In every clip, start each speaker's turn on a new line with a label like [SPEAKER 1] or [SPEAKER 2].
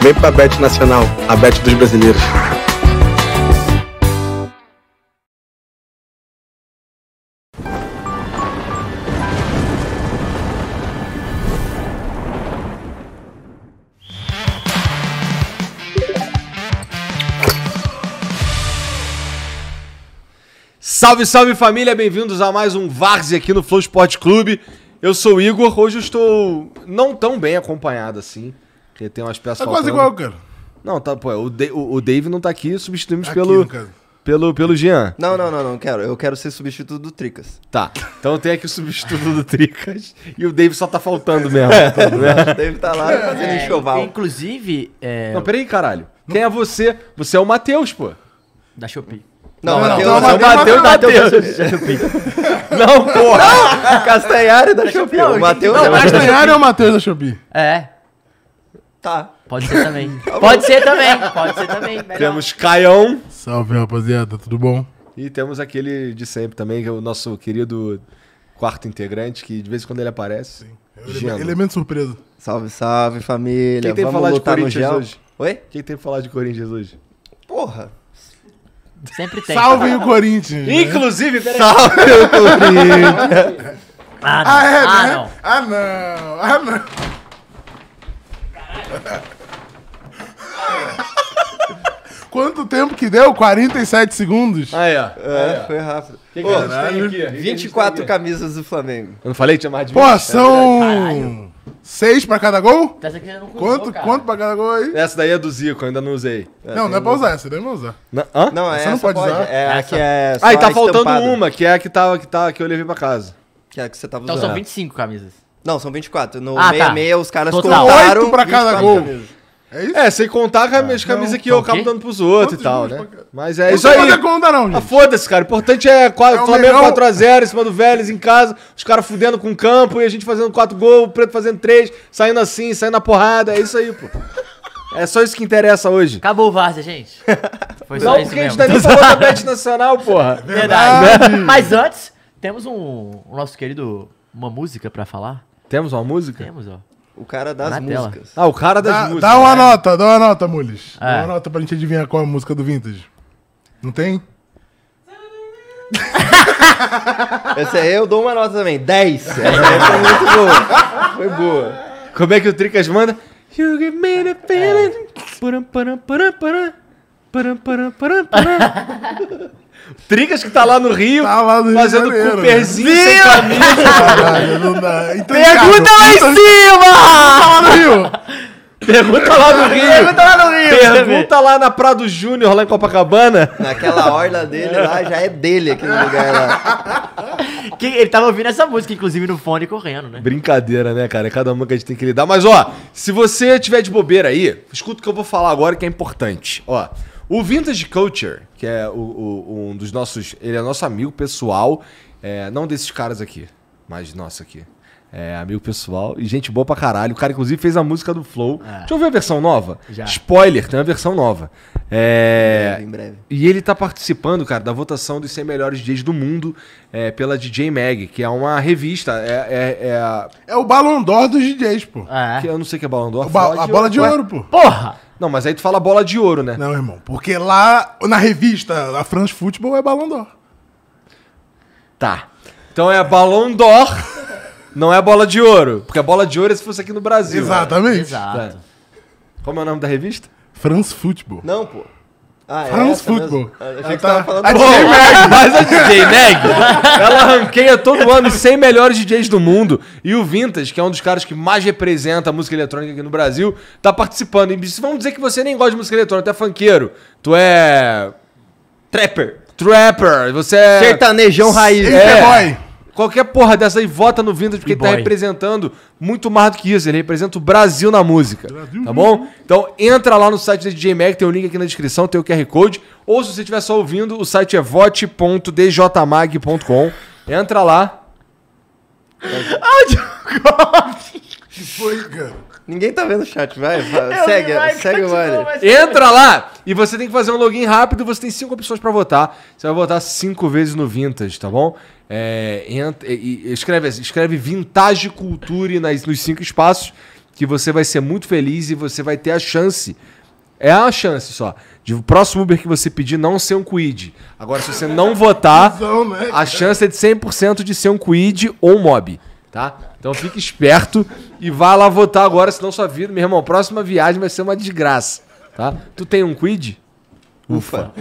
[SPEAKER 1] Vem pra Bet Nacional, a Bet dos brasileiros.
[SPEAKER 2] Salve, salve família, bem-vindos a mais um Várzea aqui no Flow Esporte Clube. Eu sou o Igor, hoje eu estou não tão bem acompanhado assim, porque tem umas peças
[SPEAKER 3] Tá quase
[SPEAKER 2] faltando.
[SPEAKER 3] igual, cara.
[SPEAKER 2] Não, tá, pô, o, Da- o, o Dave não tá aqui, substituímos
[SPEAKER 3] Aqui,
[SPEAKER 2] pelo,
[SPEAKER 3] no caso.
[SPEAKER 2] pelo, pelo Jean.
[SPEAKER 4] Não, não, não, não quero. Eu quero ser substituto do Tricas.
[SPEAKER 2] Tá, então tem aqui o substituto do Tricas e o Dave só tá faltando mesmo.
[SPEAKER 3] É,
[SPEAKER 4] Deve estar tá lá fazendo enxoval.
[SPEAKER 5] É, Inclusive, é,
[SPEAKER 2] Não, peraí, caralho. Quem é você? Você é o Matheus, pô.
[SPEAKER 5] da Shopee.
[SPEAKER 3] não,
[SPEAKER 4] Não, Matheus,
[SPEAKER 3] não,
[SPEAKER 4] não,
[SPEAKER 3] É Mateus,
[SPEAKER 2] Mateus,
[SPEAKER 4] Mateus.
[SPEAKER 2] Não, porra.
[SPEAKER 4] Castanhari da Shopee. O Matheus
[SPEAKER 3] O Castanhari é o Matheus da Shopee.
[SPEAKER 5] É,
[SPEAKER 4] Tá.
[SPEAKER 5] pode ser também. pode ser também, pode ser também. melhor.
[SPEAKER 2] Temos Caião.
[SPEAKER 3] Salve, rapaziada. Tudo bom?
[SPEAKER 2] E temos aquele de sempre também, que é o nosso querido quarto integrante, que de vez em quando ele aparece. Gelo.
[SPEAKER 3] Elemento surpresa.
[SPEAKER 4] Salve, salve, família.
[SPEAKER 2] Quem tem que
[SPEAKER 4] Vamos
[SPEAKER 2] falar de
[SPEAKER 4] lutar no
[SPEAKER 2] Corinthians
[SPEAKER 4] gel?
[SPEAKER 2] hoje?
[SPEAKER 4] Oi?
[SPEAKER 2] Quem tem pra falar de Corinthians hoje?
[SPEAKER 4] Porra.
[SPEAKER 5] Sempre tem.
[SPEAKER 3] Salve o Corinthians. né?
[SPEAKER 2] Inclusive, peraí.
[SPEAKER 5] Ah, não.
[SPEAKER 3] Ah, é,
[SPEAKER 5] Ah,
[SPEAKER 3] né?
[SPEAKER 5] não.
[SPEAKER 3] Ah, não. Ah, não. Quanto tempo que deu? 47 segundos?
[SPEAKER 2] Aí, ó.
[SPEAKER 4] É, foi rápido.
[SPEAKER 2] Quem que a gente tem aqui?
[SPEAKER 4] 24 camisas do Flamengo.
[SPEAKER 2] Eu não falei que tinha mais de
[SPEAKER 3] Pô,
[SPEAKER 2] 20?
[SPEAKER 3] são... Seis pra cada gol?
[SPEAKER 5] Essa aqui já não cruzou,
[SPEAKER 3] Quanto,
[SPEAKER 5] cara.
[SPEAKER 3] quanto pra cada gol aí?
[SPEAKER 2] Essa daí é do Zico, ainda não usei.
[SPEAKER 3] não, não é
[SPEAKER 2] um
[SPEAKER 3] pra usar essa, não é pra usar.
[SPEAKER 2] Na- hã?
[SPEAKER 4] Não,
[SPEAKER 3] Essa
[SPEAKER 4] essa
[SPEAKER 3] não pode usar?
[SPEAKER 4] É, a que é só
[SPEAKER 2] Ah, e tá
[SPEAKER 4] a
[SPEAKER 2] faltando
[SPEAKER 4] estampada,
[SPEAKER 2] uma, que é a que, tava, que, tá, que eu levei pra casa.
[SPEAKER 4] Que é a que você tava
[SPEAKER 5] Então
[SPEAKER 4] usando.
[SPEAKER 5] são 25 camisas.
[SPEAKER 4] Não, são 24. No
[SPEAKER 5] Ah, tá.
[SPEAKER 4] 66 os caras
[SPEAKER 5] Total.
[SPEAKER 4] contaram...
[SPEAKER 3] Oito pra cada
[SPEAKER 4] 24
[SPEAKER 3] gol.
[SPEAKER 4] camisas.
[SPEAKER 3] É isso?
[SPEAKER 2] É, sem contar
[SPEAKER 4] Ah.
[SPEAKER 2] com as minhas camisas que eu
[SPEAKER 5] Então,
[SPEAKER 2] acabo
[SPEAKER 5] ok.
[SPEAKER 2] dando pros outros e
[SPEAKER 3] tá
[SPEAKER 2] tal,
[SPEAKER 3] Quantos gols
[SPEAKER 2] né?
[SPEAKER 3] pra cada-
[SPEAKER 2] Mas é
[SPEAKER 3] Não
[SPEAKER 2] isso
[SPEAKER 3] tem
[SPEAKER 2] aí.
[SPEAKER 3] muita conta não,
[SPEAKER 2] Ah,
[SPEAKER 3] gente.
[SPEAKER 2] foda-se, cara. O importante é, qua-
[SPEAKER 3] É o
[SPEAKER 2] Flamengo
[SPEAKER 3] melhor-
[SPEAKER 2] 4x0 em cima do Vélez em casa, os caras fudendo com o campo e a gente fazendo 4 gols, o Preto fazendo 3, saindo assim, saindo na porrada. É isso aí, pô. É só isso que interessa hoje.
[SPEAKER 5] Acabou o Várzea, gente. Foi só
[SPEAKER 2] Não,
[SPEAKER 5] É isso
[SPEAKER 2] porque a gente
[SPEAKER 5] mesmo.
[SPEAKER 2] tá nem falando da Bet Nacional, porra.
[SPEAKER 5] Verdade. Mas antes, temos um... O nosso querido... Uma música pra falar?
[SPEAKER 2] Temos uma música?
[SPEAKER 5] Temos, ó.
[SPEAKER 4] O cara das
[SPEAKER 5] Na tela.
[SPEAKER 4] músicas.
[SPEAKER 2] Ah, o cara das
[SPEAKER 3] Dá,
[SPEAKER 2] músicas.
[SPEAKER 3] dá um uma nota, dá uma nota, Mules.
[SPEAKER 5] É.
[SPEAKER 3] Dá uma nota pra gente adivinhar qual é a música do Vintage. Não tem?
[SPEAKER 4] Essa aí eu dou uma nota também. 10. Essa aí foi muito boa. Foi boa.
[SPEAKER 2] Como é que o Tricas manda? You give me the feeling. Param, param, param, param. Param, param, param, param. Tricas que tá lá no Rio,
[SPEAKER 3] Tá lá no Rio de
[SPEAKER 2] fazendo
[SPEAKER 3] Janeiro.
[SPEAKER 2] Cooperzinho sem camisa.
[SPEAKER 3] Caralho, Ah, não dá. Então,
[SPEAKER 2] Pergunta
[SPEAKER 3] cara,
[SPEAKER 2] lá em cima!
[SPEAKER 3] tá lá no Rio.
[SPEAKER 2] Pergunta lá no Rio. Pergunta lá no Rio.
[SPEAKER 5] Pergunta
[SPEAKER 2] Pergunta lá na Prado Júnior, lá em Copacabana.
[SPEAKER 4] Naquela orla dele lá, já é dele aquele lugar lá.
[SPEAKER 5] Que ele tava ouvindo essa música, inclusive, no fone correndo, né?
[SPEAKER 2] Brincadeira, né, cara? É cada uma que a gente tem que lidar. Mas, ó, se você tiver de bobeira aí, escuta o que eu vou falar agora que é importante. Ó, o Vintage Culture, que é o- o- um dos nossos. Ele é nosso amigo pessoal. é, não desses caras aqui, mas nosso aqui. É, amigo pessoal e gente boa pra caralho. O cara, inclusive, fez a música do Flow. Deixa eu ver a versão nova.
[SPEAKER 5] É. Já.
[SPEAKER 2] Spoiler, tem uma versão nova. É.
[SPEAKER 4] Em breve.
[SPEAKER 2] E ele tá participando, cara, da votação dos 100 melhores DJs do mundo é, pela DJ Mag, que é uma revista. É, é- é a-
[SPEAKER 3] É o Ballon d'Or dos DJs, pô.
[SPEAKER 2] que
[SPEAKER 5] É.
[SPEAKER 2] eu não sei o que é Ballon d'Or.
[SPEAKER 3] O ba-
[SPEAKER 2] fala
[SPEAKER 3] a bola de
[SPEAKER 2] ué.
[SPEAKER 3] ouro, pô.
[SPEAKER 5] Porra!
[SPEAKER 2] Não, mas aí tu fala bola de ouro, né?
[SPEAKER 3] Não, irmão. Porque lá, na revista, a France Football é Ballon d'Or.
[SPEAKER 2] Tá. Então é Ballon d'Or, não é bola de ouro. Porque a bola de ouro é se fosse aqui no Brasil.
[SPEAKER 3] Exatamente.
[SPEAKER 5] Exato.
[SPEAKER 2] Como é o nome da revista?
[SPEAKER 3] France Football.
[SPEAKER 4] Não, pô. Ah,
[SPEAKER 3] France
[SPEAKER 4] essa mesmo?
[SPEAKER 3] Football.
[SPEAKER 4] Eu achei
[SPEAKER 3] Ela
[SPEAKER 4] que você tava
[SPEAKER 3] tá-
[SPEAKER 4] falando.
[SPEAKER 3] a
[SPEAKER 4] do-
[SPEAKER 3] DJ Mag.
[SPEAKER 2] Mas a DJ Mag, ela ranqueia todo ano os 100 melhores DJs do mundo. E o Vintage, que é um dos caras que mais representa a música eletrônica aqui no Brasil, tá participando. E se vamos dizer que você nem gosta de música eletrônica, tu é funkeiro, tu é
[SPEAKER 4] Trapper.
[SPEAKER 2] trapper, você é...
[SPEAKER 3] tá
[SPEAKER 4] Sertanejão raiz.
[SPEAKER 3] Ele
[SPEAKER 2] É.
[SPEAKER 3] é boy.
[SPEAKER 2] Qualquer porra dessa aí, vota no Vintage, porque ele tá
[SPEAKER 5] E-boy.
[SPEAKER 2] representando muito mais do que isso. Ele representa o Brasil na música. Tá bom? Então entra lá no site da DJ Mag, tem o link aqui na descrição, tem o QR Code. Ou se você estiver só ouvindo, o site é vote.djmag.com. Entra lá.
[SPEAKER 3] Foi, cara.
[SPEAKER 4] Ninguém tá vendo o chat, vai. vai,
[SPEAKER 5] Eu
[SPEAKER 4] segue,
[SPEAKER 5] vi, vai,
[SPEAKER 4] segue o
[SPEAKER 5] continua,
[SPEAKER 4] Vale.
[SPEAKER 5] vai, segue.
[SPEAKER 2] Entra lá! E você tem que fazer um login rápido, você tem cinco opções pra votar. Você vai votar cinco vezes no Vintage, tá bom? É, ent- e- e- escreve, assim, escreve Vintage Culture nas, nos cinco espaços, que você vai ser muito feliz e você vai ter a chance. É a chance só. De o próximo Uber que você pedir não ser um quid. Agora, se você não votar,
[SPEAKER 3] Visão, né?
[SPEAKER 2] a chance é de 100% de ser um quid ou um mob, tá? Então fique esperto e vá lá votar agora, senão sua vida, meu irmão, próxima viagem vai ser uma desgraça, tá? Tu tem um quid?
[SPEAKER 4] Ufa.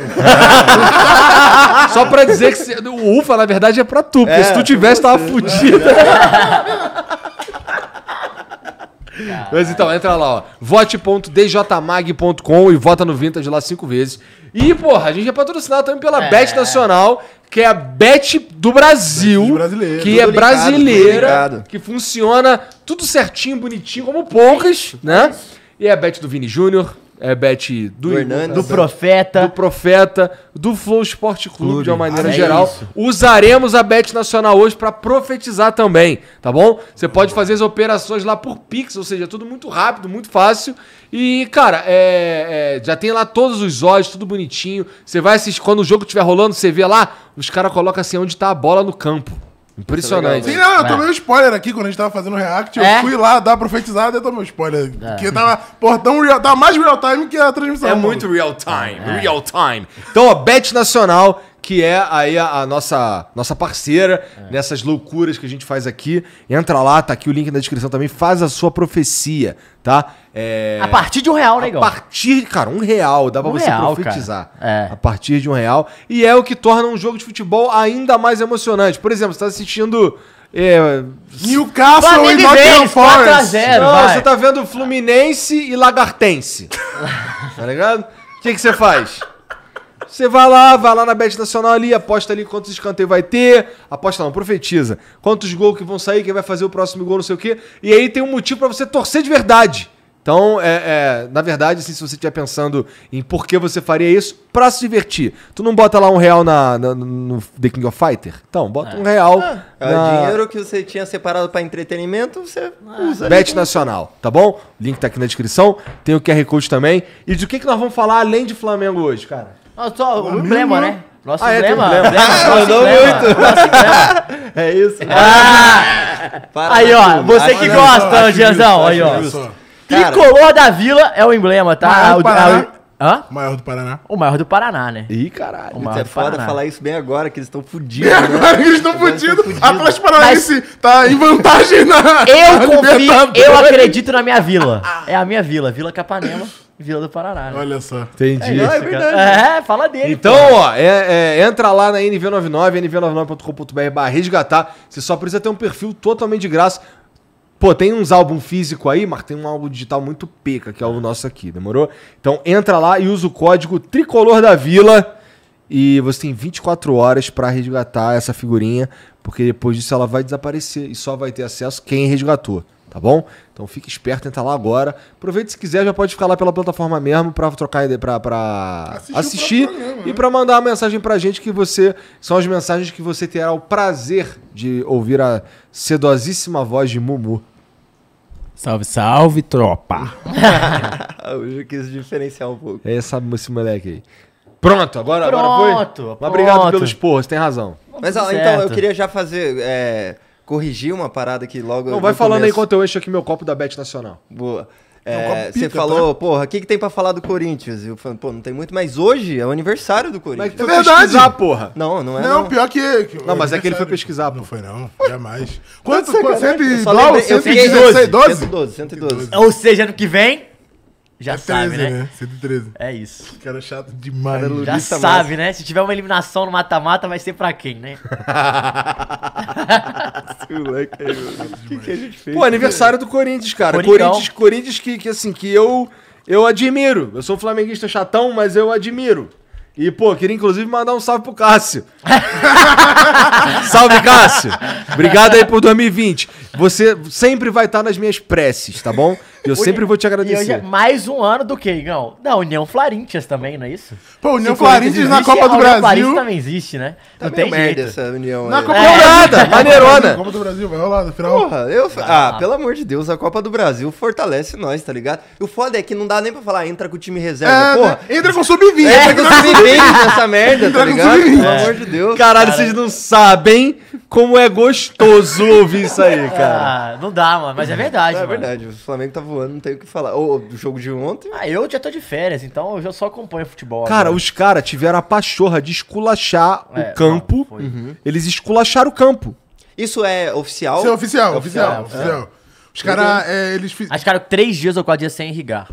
[SPEAKER 2] Só pra dizer que cê- o ufa, na verdade, é pra tu, porque
[SPEAKER 4] É,
[SPEAKER 2] se tu tivesse, tava fudido. Mas então, entra lá, ó. vote.djmag.com e vota no Vintage lá cinco vezes. E, porra, a gente é patrocinado também pela
[SPEAKER 5] É.
[SPEAKER 2] Bet Nacional, que é a Bet do Brasil,
[SPEAKER 3] Bet brasileiro.
[SPEAKER 2] que
[SPEAKER 4] Tudo
[SPEAKER 2] é
[SPEAKER 4] ligado, tudo
[SPEAKER 2] brasileira,
[SPEAKER 4] ligado.
[SPEAKER 2] que funciona tudo certinho, bonitinho, como poucas, né? E é a Bet do Vini Júnior, é a Bet do,
[SPEAKER 4] Do Hernandes.
[SPEAKER 5] Do profeta.
[SPEAKER 2] do Profeta, do Flow Esporte Clube, de uma maneira
[SPEAKER 5] Ah, é
[SPEAKER 2] geral.
[SPEAKER 5] isso.
[SPEAKER 2] Usaremos a Bet Nacional hoje pra profetizar também, tá bom? Você pode fazer as operações lá por Pix, ou seja, tudo muito rápido, muito fácil. E, cara, é, é, já tem lá todos os olhos, tudo bonitinho. Você vai assistir, quando o jogo estiver rolando, você vê lá, os caras colocam assim onde tá a bola no campo. Impressionante.
[SPEAKER 3] Sim, não, eu tomei um spoiler aqui quando a gente tava fazendo o react. Eu
[SPEAKER 5] É?
[SPEAKER 3] fui lá dar a profetizada e eu tomei um spoiler. Porque tava, pô, tão real, tava mais real time que a transmissão.
[SPEAKER 2] É
[SPEAKER 3] mano.
[SPEAKER 2] muito real time, real time. Então, a Bet Nacional, que é aí a, a nossa, nossa parceira nessas loucuras que a gente faz aqui. Entra lá, tá aqui o link na descrição também. Faz a sua profecia, tá? É...
[SPEAKER 5] A partir de um real, né,
[SPEAKER 2] A
[SPEAKER 5] Igor?
[SPEAKER 2] partir, cara, um real, dá pra
[SPEAKER 5] Um
[SPEAKER 2] você
[SPEAKER 5] real,
[SPEAKER 2] profetizar.
[SPEAKER 5] cara. É.
[SPEAKER 2] A partir de um real. E é o que torna um jogo de futebol ainda mais emocionante. Por exemplo, você tá assistindo. é,
[SPEAKER 3] Newcastle e
[SPEAKER 5] Flamengo e
[SPEAKER 3] Nottingham
[SPEAKER 5] Vélez, 4 a
[SPEAKER 3] Forest.
[SPEAKER 5] 0,
[SPEAKER 2] não,
[SPEAKER 5] vai.
[SPEAKER 2] você tá vendo Fluminense e Lagartense. tá ligado? O que que você faz? Você vai lá, vai lá na Bet Nacional ali, aposta ali quantos escanteios vai ter. Aposta não, profetiza. Quantos gols que vão sair, quem vai fazer o próximo gol, não sei o quê. E aí tem um motivo pra você torcer de verdade. Então, é, é, na verdade, assim, se você estiver pensando em por que você faria isso, pra se divertir. Tu não bota lá um real na, na- no The King of Fighter? Então, bota um real.
[SPEAKER 4] É o
[SPEAKER 2] na-
[SPEAKER 4] dinheiro que você tinha separado pra entretenimento, você
[SPEAKER 5] Ah.
[SPEAKER 4] usa. ali
[SPEAKER 2] Bet Nacional, tá bom? Link tá aqui na descrição, tem o QR Code também. E de que, que nós vamos falar além de Flamengo hoje, cara?
[SPEAKER 5] Não, só o emblema, né? Nosso
[SPEAKER 2] Ah, é, tem
[SPEAKER 5] emblema.
[SPEAKER 2] emblema.
[SPEAKER 5] emblema, nosso
[SPEAKER 4] Mandou
[SPEAKER 5] emblema.
[SPEAKER 4] muito.
[SPEAKER 5] Nosso emblema.
[SPEAKER 4] com- É isso. Ah!
[SPEAKER 2] Ah!
[SPEAKER 4] Para
[SPEAKER 5] Aí, ó,
[SPEAKER 4] tudo.
[SPEAKER 5] você que
[SPEAKER 3] Acho
[SPEAKER 5] gosta,
[SPEAKER 3] justo,
[SPEAKER 5] Gianzão,
[SPEAKER 3] acho
[SPEAKER 5] aí, ó.
[SPEAKER 3] justo.
[SPEAKER 4] Cara.
[SPEAKER 5] Tricolor da Vila é o emblema, tá?
[SPEAKER 3] Maior
[SPEAKER 5] Ah,
[SPEAKER 3] do
[SPEAKER 5] o-
[SPEAKER 3] Paraná.
[SPEAKER 5] ah, o- Hã?
[SPEAKER 3] Maior do Paraná.
[SPEAKER 5] O maior do Paraná, né?
[SPEAKER 2] Ih, caralho.
[SPEAKER 5] O
[SPEAKER 4] Isso
[SPEAKER 5] maior
[SPEAKER 4] é
[SPEAKER 5] do
[SPEAKER 4] foda
[SPEAKER 5] Paraná.
[SPEAKER 4] falar isso bem agora, que eles estão fudidos.
[SPEAKER 3] Agora que eles estão fodidos. Atlético Paranaense tá em vantagem na. na
[SPEAKER 5] Eu confio,
[SPEAKER 3] Libertadores.
[SPEAKER 5] eu acredito na minha vila. É a minha vila, Vila Capanema, Vila do Paraná. né?
[SPEAKER 3] Olha só.
[SPEAKER 2] Entendi.
[SPEAKER 4] É
[SPEAKER 5] É, fala dele.
[SPEAKER 2] Então, ó, é- é, entra lá na NV99, nv99.com.br barra resgatar. Você só precisa ter um perfil totalmente de graça. Pô, tem uns álbum físico aí, mas tem um álbum digital muito pica, que é o nosso aqui, demorou? Então entra lá e usa o código Tricolor da Vila. E você tem 24 horas pra resgatar essa figurinha, porque depois disso ela vai desaparecer e só vai ter acesso quem resgatou, tá bom? Então fique esperto, entra lá agora. Aproveita se quiser, já pode ficar lá pela plataforma mesmo pra trocar ideia, pra, pra
[SPEAKER 3] Assistir o
[SPEAKER 2] assistir
[SPEAKER 3] próprio programa, né?
[SPEAKER 2] e pra mandar uma mensagem pra gente que você são as mensagens que você terá o prazer de ouvir a sedosíssima voz de Mumu.
[SPEAKER 6] Salve, salve, tropa.
[SPEAKER 4] Ah, Hoje eu quis diferenciar um pouco.
[SPEAKER 2] É essa, esse moleque aí. Pronto, agora, agora foi?
[SPEAKER 5] Pronto,
[SPEAKER 2] Mas Obrigado
[SPEAKER 5] pronto.
[SPEAKER 2] pelos porros, tem razão.
[SPEAKER 4] Mas
[SPEAKER 5] tudo
[SPEAKER 4] ó, então, eu
[SPEAKER 5] certo.
[SPEAKER 4] queria já fazer. é, corrigir uma parada que logo.
[SPEAKER 2] Não,
[SPEAKER 4] no
[SPEAKER 2] vai falando aí
[SPEAKER 4] começo-
[SPEAKER 2] enquanto eu encho aqui meu copo da Bet Nacional.
[SPEAKER 4] Boa.
[SPEAKER 3] um
[SPEAKER 4] É,
[SPEAKER 3] copo
[SPEAKER 4] você
[SPEAKER 3] pica,
[SPEAKER 4] falou, porra, o que, que tem pra falar do Corinthians? Eu falei, pô, não tem muito, mas hoje é o aniversário do Corinthians.
[SPEAKER 3] É verdade.
[SPEAKER 2] porra.
[SPEAKER 4] Não, não é.
[SPEAKER 3] Não, pior que. que-
[SPEAKER 2] Não, mas é que ele foi
[SPEAKER 3] sério.
[SPEAKER 2] pesquisar, pô.
[SPEAKER 3] Não foi, não. Jamais. Quanto? quanto
[SPEAKER 4] Sacanagem.
[SPEAKER 3] cento e
[SPEAKER 4] Eu só
[SPEAKER 3] doze?
[SPEAKER 4] lembrei- eu fiquei-
[SPEAKER 3] 116, 12?
[SPEAKER 4] 112, 112.
[SPEAKER 5] Ou seja, ano que vem, Já
[SPEAKER 3] É
[SPEAKER 5] sabe,
[SPEAKER 3] 13,
[SPEAKER 5] né?
[SPEAKER 3] 113.
[SPEAKER 5] É isso.
[SPEAKER 3] Cara chato demais.
[SPEAKER 5] Já sabe, né? Se tiver uma eliminação no mata-mata, vai ser pra quem, né?
[SPEAKER 4] O é que, que a gente fez?
[SPEAKER 2] Pô, aniversário do Corinthians, cara.
[SPEAKER 5] Coringão.
[SPEAKER 2] Corinthians, Corinthians que, que assim, que eu, eu admiro. Eu sou um flamenguista chatão, mas eu admiro. E, pô, queria inclusive mandar um salve pro Cássio. salve, Cássio! Obrigado aí por 2020. Você sempre vai estar nas minhas preces, tá bom? Eu sempre vou te
[SPEAKER 5] E hoje
[SPEAKER 2] agradecer.
[SPEAKER 5] é mais um ano do que, Igão? Da União Floríntias também, não é isso?
[SPEAKER 3] Pô, o União
[SPEAKER 5] Se Corinthians
[SPEAKER 3] Clarentes na
[SPEAKER 5] existe,
[SPEAKER 3] Copa do
[SPEAKER 5] a União Clarentes
[SPEAKER 3] Brasil.
[SPEAKER 5] também existe, né?
[SPEAKER 4] Tá
[SPEAKER 5] não tem
[SPEAKER 4] meio merda
[SPEAKER 5] jeito.
[SPEAKER 4] essa união
[SPEAKER 3] Na
[SPEAKER 4] aí.
[SPEAKER 3] Copa
[SPEAKER 2] É.
[SPEAKER 3] do Brasil.
[SPEAKER 2] Nada, maneirona.
[SPEAKER 3] Copa do Brasil, vai rolar no final.
[SPEAKER 4] Porra, eu. Ah, pelo amor de Deus, a Copa do Brasil fortalece nós, tá ligado? E o foda é que não dá nem pra falar, entra com o time reserva,
[SPEAKER 3] É,
[SPEAKER 4] porra.
[SPEAKER 3] né? Entra com sub-20.
[SPEAKER 4] Entra com
[SPEAKER 3] entra
[SPEAKER 4] o
[SPEAKER 3] com
[SPEAKER 4] time
[SPEAKER 3] sub-20.
[SPEAKER 4] verde nessa merda, tá
[SPEAKER 3] Entra com
[SPEAKER 4] ligado?
[SPEAKER 3] sub-vinte.
[SPEAKER 4] Pelo amor de Deus.
[SPEAKER 2] Caralho, vocês não sabem como é gostoso ouvir isso aí, cara.
[SPEAKER 5] Ah, não dá, mano. Mas é verdade,
[SPEAKER 4] É
[SPEAKER 5] mano.
[SPEAKER 4] verdade,
[SPEAKER 3] né?
[SPEAKER 4] o Flamengo tá voando, não tem o que falar. Ô, do jogo de ontem.
[SPEAKER 5] Ah, eu já tô de férias, então eu já só acompanho futebol.
[SPEAKER 2] Cara,
[SPEAKER 5] agora.
[SPEAKER 2] os caras tiveram a pachorra de esculachar
[SPEAKER 5] É,
[SPEAKER 2] o campo.
[SPEAKER 5] não, foi.
[SPEAKER 2] Uhum. Eles esculacharam o campo.
[SPEAKER 4] Isso é oficial?
[SPEAKER 3] Isso é oficial,
[SPEAKER 4] Oficial,
[SPEAKER 3] oficial, oficial. Os caras, é, eles... fi-
[SPEAKER 5] Acho que ficaram três dias ou quatro dias sem irrigar.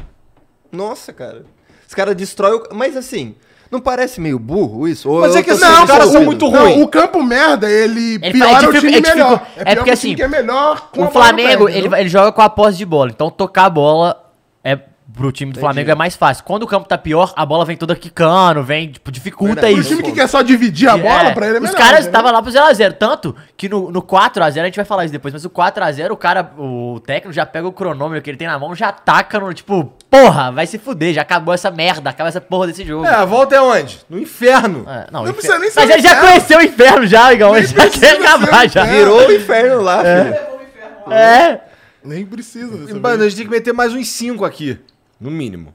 [SPEAKER 4] Nossa, cara. Os caras destroem o. Mas assim, não parece meio burro isso? Ou
[SPEAKER 2] Mas
[SPEAKER 4] eu
[SPEAKER 2] é que
[SPEAKER 4] tô
[SPEAKER 2] esses
[SPEAKER 4] sendo
[SPEAKER 2] caras são
[SPEAKER 4] estúpido?
[SPEAKER 2] muito
[SPEAKER 3] Não,
[SPEAKER 2] ruim.
[SPEAKER 3] o campo merda, ele,
[SPEAKER 5] Ele
[SPEAKER 3] piora
[SPEAKER 5] fala-
[SPEAKER 3] o
[SPEAKER 5] é
[SPEAKER 3] time
[SPEAKER 5] dificu- é
[SPEAKER 3] melhor.
[SPEAKER 5] dificu- é porque
[SPEAKER 3] pior o time
[SPEAKER 5] assim,
[SPEAKER 3] que é melhor com
[SPEAKER 5] O
[SPEAKER 3] a bola no pé,
[SPEAKER 5] Flamengo, ele,
[SPEAKER 3] entendeu?
[SPEAKER 5] ele joga com a posse de bola. Então tocar a bola é pro time do Flamengo é mais fácil. Quando o campo tá pior, a bola vem toda quicando, vem, tipo, dificulta
[SPEAKER 4] Verdade.
[SPEAKER 3] Pro
[SPEAKER 5] isso.
[SPEAKER 3] time que quer só dividir a bola, pra ele é melhor.
[SPEAKER 5] Os caras
[SPEAKER 3] entendeu?
[SPEAKER 5] estavam lá pro 0x0. Tanto que no, no 4x0, a gente vai falar isso depois, mas o 4x0, o cara, o técnico já pega o cronômetro que ele tem na mão, já taca no tipo, porra, vai se fuder, já acabou essa merda, acaba essa porra desse jogo.
[SPEAKER 2] É, a volta é onde? No inferno.
[SPEAKER 5] É, não, infer-
[SPEAKER 3] precisa nem ser
[SPEAKER 5] Mas ele já
[SPEAKER 3] inferno.
[SPEAKER 5] conheceu o inferno já, Igão. Ele já
[SPEAKER 3] precisa
[SPEAKER 5] quer acabar
[SPEAKER 3] ser
[SPEAKER 5] já.
[SPEAKER 3] inferno.
[SPEAKER 4] Virou o inferno lá, filho.
[SPEAKER 5] É.
[SPEAKER 3] Nem precisa. dessa
[SPEAKER 2] Mano,
[SPEAKER 3] vez.
[SPEAKER 2] a gente tem que meter mais uns 5 aqui. No mínimo.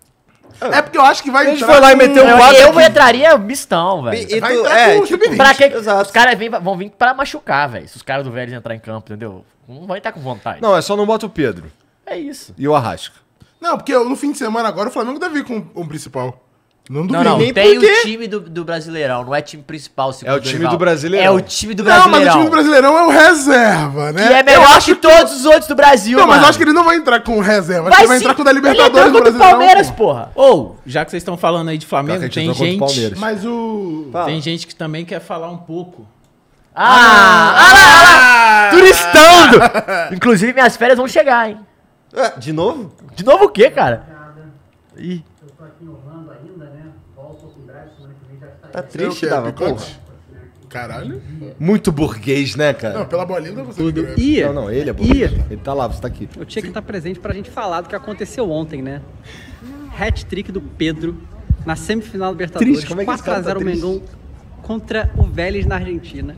[SPEAKER 3] É porque eu acho que vai
[SPEAKER 2] A gente foi lá e meteu
[SPEAKER 5] Eu,
[SPEAKER 2] um 4
[SPEAKER 5] eu
[SPEAKER 2] aqui.
[SPEAKER 5] entraria mistão, velho.
[SPEAKER 4] E, e
[SPEAKER 3] Vai
[SPEAKER 4] tu,
[SPEAKER 3] entrar
[SPEAKER 4] é,
[SPEAKER 3] com o
[SPEAKER 4] tipo,
[SPEAKER 3] sub-vinte.
[SPEAKER 5] Pra que
[SPEAKER 4] Exato.
[SPEAKER 5] os caras vêm- vão vir pra machucar, velho. Se os caras do Vélez entrar em campo, entendeu? Não vai estar com vontade.
[SPEAKER 2] Não, é só não bota o Pedro
[SPEAKER 5] É isso.
[SPEAKER 2] e o Arrasca.
[SPEAKER 3] Não, porque no fim de semana agora o Flamengo deve vir com o um principal. Não duvido.
[SPEAKER 5] Não, não,
[SPEAKER 4] nem
[SPEAKER 5] tem
[SPEAKER 4] por quê.
[SPEAKER 5] o time do, do Brasileirão, não é time principal. segundo
[SPEAKER 2] É o time
[SPEAKER 5] Dorival.
[SPEAKER 2] do Brasileirão.
[SPEAKER 5] É o time do
[SPEAKER 3] Não,
[SPEAKER 5] Brasileirão.
[SPEAKER 3] mas o time do Brasileirão é o reserva, né?
[SPEAKER 5] Que é
[SPEAKER 3] Eu
[SPEAKER 5] melhor
[SPEAKER 3] acho
[SPEAKER 5] que todos os outros do Brasil,
[SPEAKER 3] Não, mas eu
[SPEAKER 5] mano.
[SPEAKER 3] acho que ele não vai entrar com o reserva. acho que
[SPEAKER 5] vai
[SPEAKER 3] ele vai
[SPEAKER 5] sim.
[SPEAKER 3] entrar com o da
[SPEAKER 5] Ele
[SPEAKER 3] Libertadores
[SPEAKER 5] entrou
[SPEAKER 3] do
[SPEAKER 5] contra o
[SPEAKER 3] Brasileirão.
[SPEAKER 5] Palmeiras, porra.
[SPEAKER 6] Ou, já que vocês estão falando aí de Flamengo,
[SPEAKER 2] Pior Tá, que a gente
[SPEAKER 6] tem
[SPEAKER 2] entrou contra o
[SPEAKER 6] gente,
[SPEAKER 2] Palmeiras.
[SPEAKER 3] Mas o...
[SPEAKER 6] tem gente que também quer falar um pouco.
[SPEAKER 5] Ah, ah, lá, ah lá. Turistando. Inclusive, minhas férias vão chegar, hein.
[SPEAKER 4] Ah, de novo?
[SPEAKER 5] De novo o quê, cara? Ih,
[SPEAKER 4] Tá triste,
[SPEAKER 3] Eu quero
[SPEAKER 4] Dava, porra.
[SPEAKER 3] picote. é Caralho.
[SPEAKER 2] Muito burguês, né,
[SPEAKER 3] Não,
[SPEAKER 2] cara?
[SPEAKER 3] pela bolinha eu não consigo. Tudo.
[SPEAKER 7] E
[SPEAKER 2] Não, não, ele é burguês. Ele tá lá, você tá aqui.
[SPEAKER 7] eu tinha que estar presente pra gente falar do que aconteceu ontem, né? Hat-trick do Pedro na semifinal da Libertadores,
[SPEAKER 2] Triste, como é que esse cara tá
[SPEAKER 7] 4x0 o
[SPEAKER 2] triste?
[SPEAKER 7] Mengão contra o Vélez na Argentina.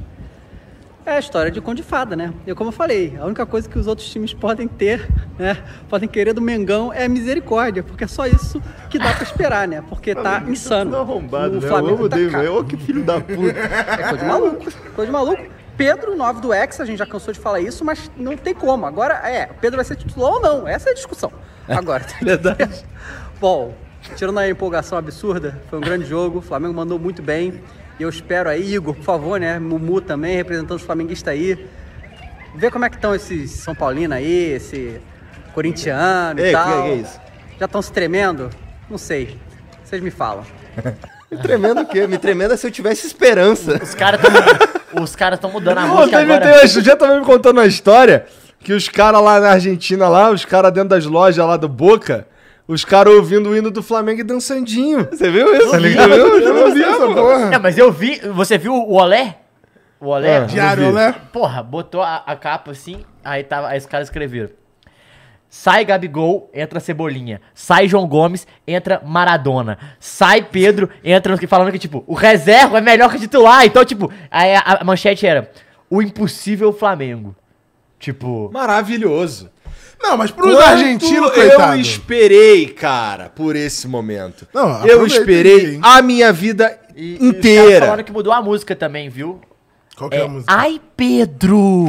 [SPEAKER 7] É a história de conto de fada, né? Eu como eu falei, a única coisa que os outros times podem ter, né, podem querer do Mengão é misericórdia, porque é só isso que dá pra esperar, né? Porque tá
[SPEAKER 2] é
[SPEAKER 7] insano.
[SPEAKER 4] arrombado,
[SPEAKER 7] o
[SPEAKER 4] né? Eu amo o
[SPEAKER 7] Flamengo tá
[SPEAKER 4] David,
[SPEAKER 7] caro.
[SPEAKER 4] velho. Ô, que filho da puta.
[SPEAKER 7] É coisa de maluco. Coisa de maluco. Pedro, 9 do Ex, a gente já cansou de falar isso, mas não tem como. Agora, é, o Pedro vai ser titular ou não? Essa é a discussão. Agora.
[SPEAKER 4] é
[SPEAKER 7] Verdade. Bom, tirando a empolgação absurda, foi um grande jogo. O Flamengo mandou muito bem. E eu espero aí, Igor, por favor, né? Mumu também, representando os flamenguistas aí. Ver como é que estão esses São Paulino aí, esse corintiano
[SPEAKER 4] Ei,
[SPEAKER 7] e
[SPEAKER 4] que
[SPEAKER 7] tal.
[SPEAKER 4] que é isso?
[SPEAKER 7] Já estão se tremendo? Não sei. Vocês me falam.
[SPEAKER 4] Me tremendo o quê? Me tremendo é se eu tivesse esperança.
[SPEAKER 5] os caras tão... os caras estão mudando a
[SPEAKER 2] Pô,
[SPEAKER 5] música
[SPEAKER 2] teve,
[SPEAKER 5] agora.
[SPEAKER 2] teve, outro dia também me contando uma história que os caras lá na Argentina, lá, os caras dentro das lojas lá do Boca, os caras ouvindo o hino do Flamengo e dançandinho. Você viu isso? Tá ligado? Eu não vi essa porra.
[SPEAKER 5] Não, É, mas eu vi... Você viu o Olé? O Olé?
[SPEAKER 2] Ah.
[SPEAKER 3] Diário, né?
[SPEAKER 5] Porra, botou a, a capa assim, aí, tava, aí os caras escreveram. Sai Gabigol, entra Cebolinha. Sai João Gomes, entra Maradona. Sai Pedro, entra... Falando que, tipo, o reserva é melhor que o titular. Então, tipo, aí a, a manchete era... O impossível Flamengo. Tipo...
[SPEAKER 2] Maravilhoso.
[SPEAKER 3] Não, mas pros
[SPEAKER 2] Quanto
[SPEAKER 3] argentinos,
[SPEAKER 2] Eu
[SPEAKER 3] coitado.
[SPEAKER 2] esperei, cara, por esse momento.
[SPEAKER 3] Não,
[SPEAKER 2] eu
[SPEAKER 3] aproveita aí,
[SPEAKER 2] esperei
[SPEAKER 3] hein?
[SPEAKER 2] a minha vida
[SPEAKER 5] E- e os caras
[SPEAKER 2] inteira.
[SPEAKER 5] falando que mudou a música também, viu?
[SPEAKER 3] Qual que é
[SPEAKER 5] É,
[SPEAKER 3] a música?
[SPEAKER 5] Ai, Pedro!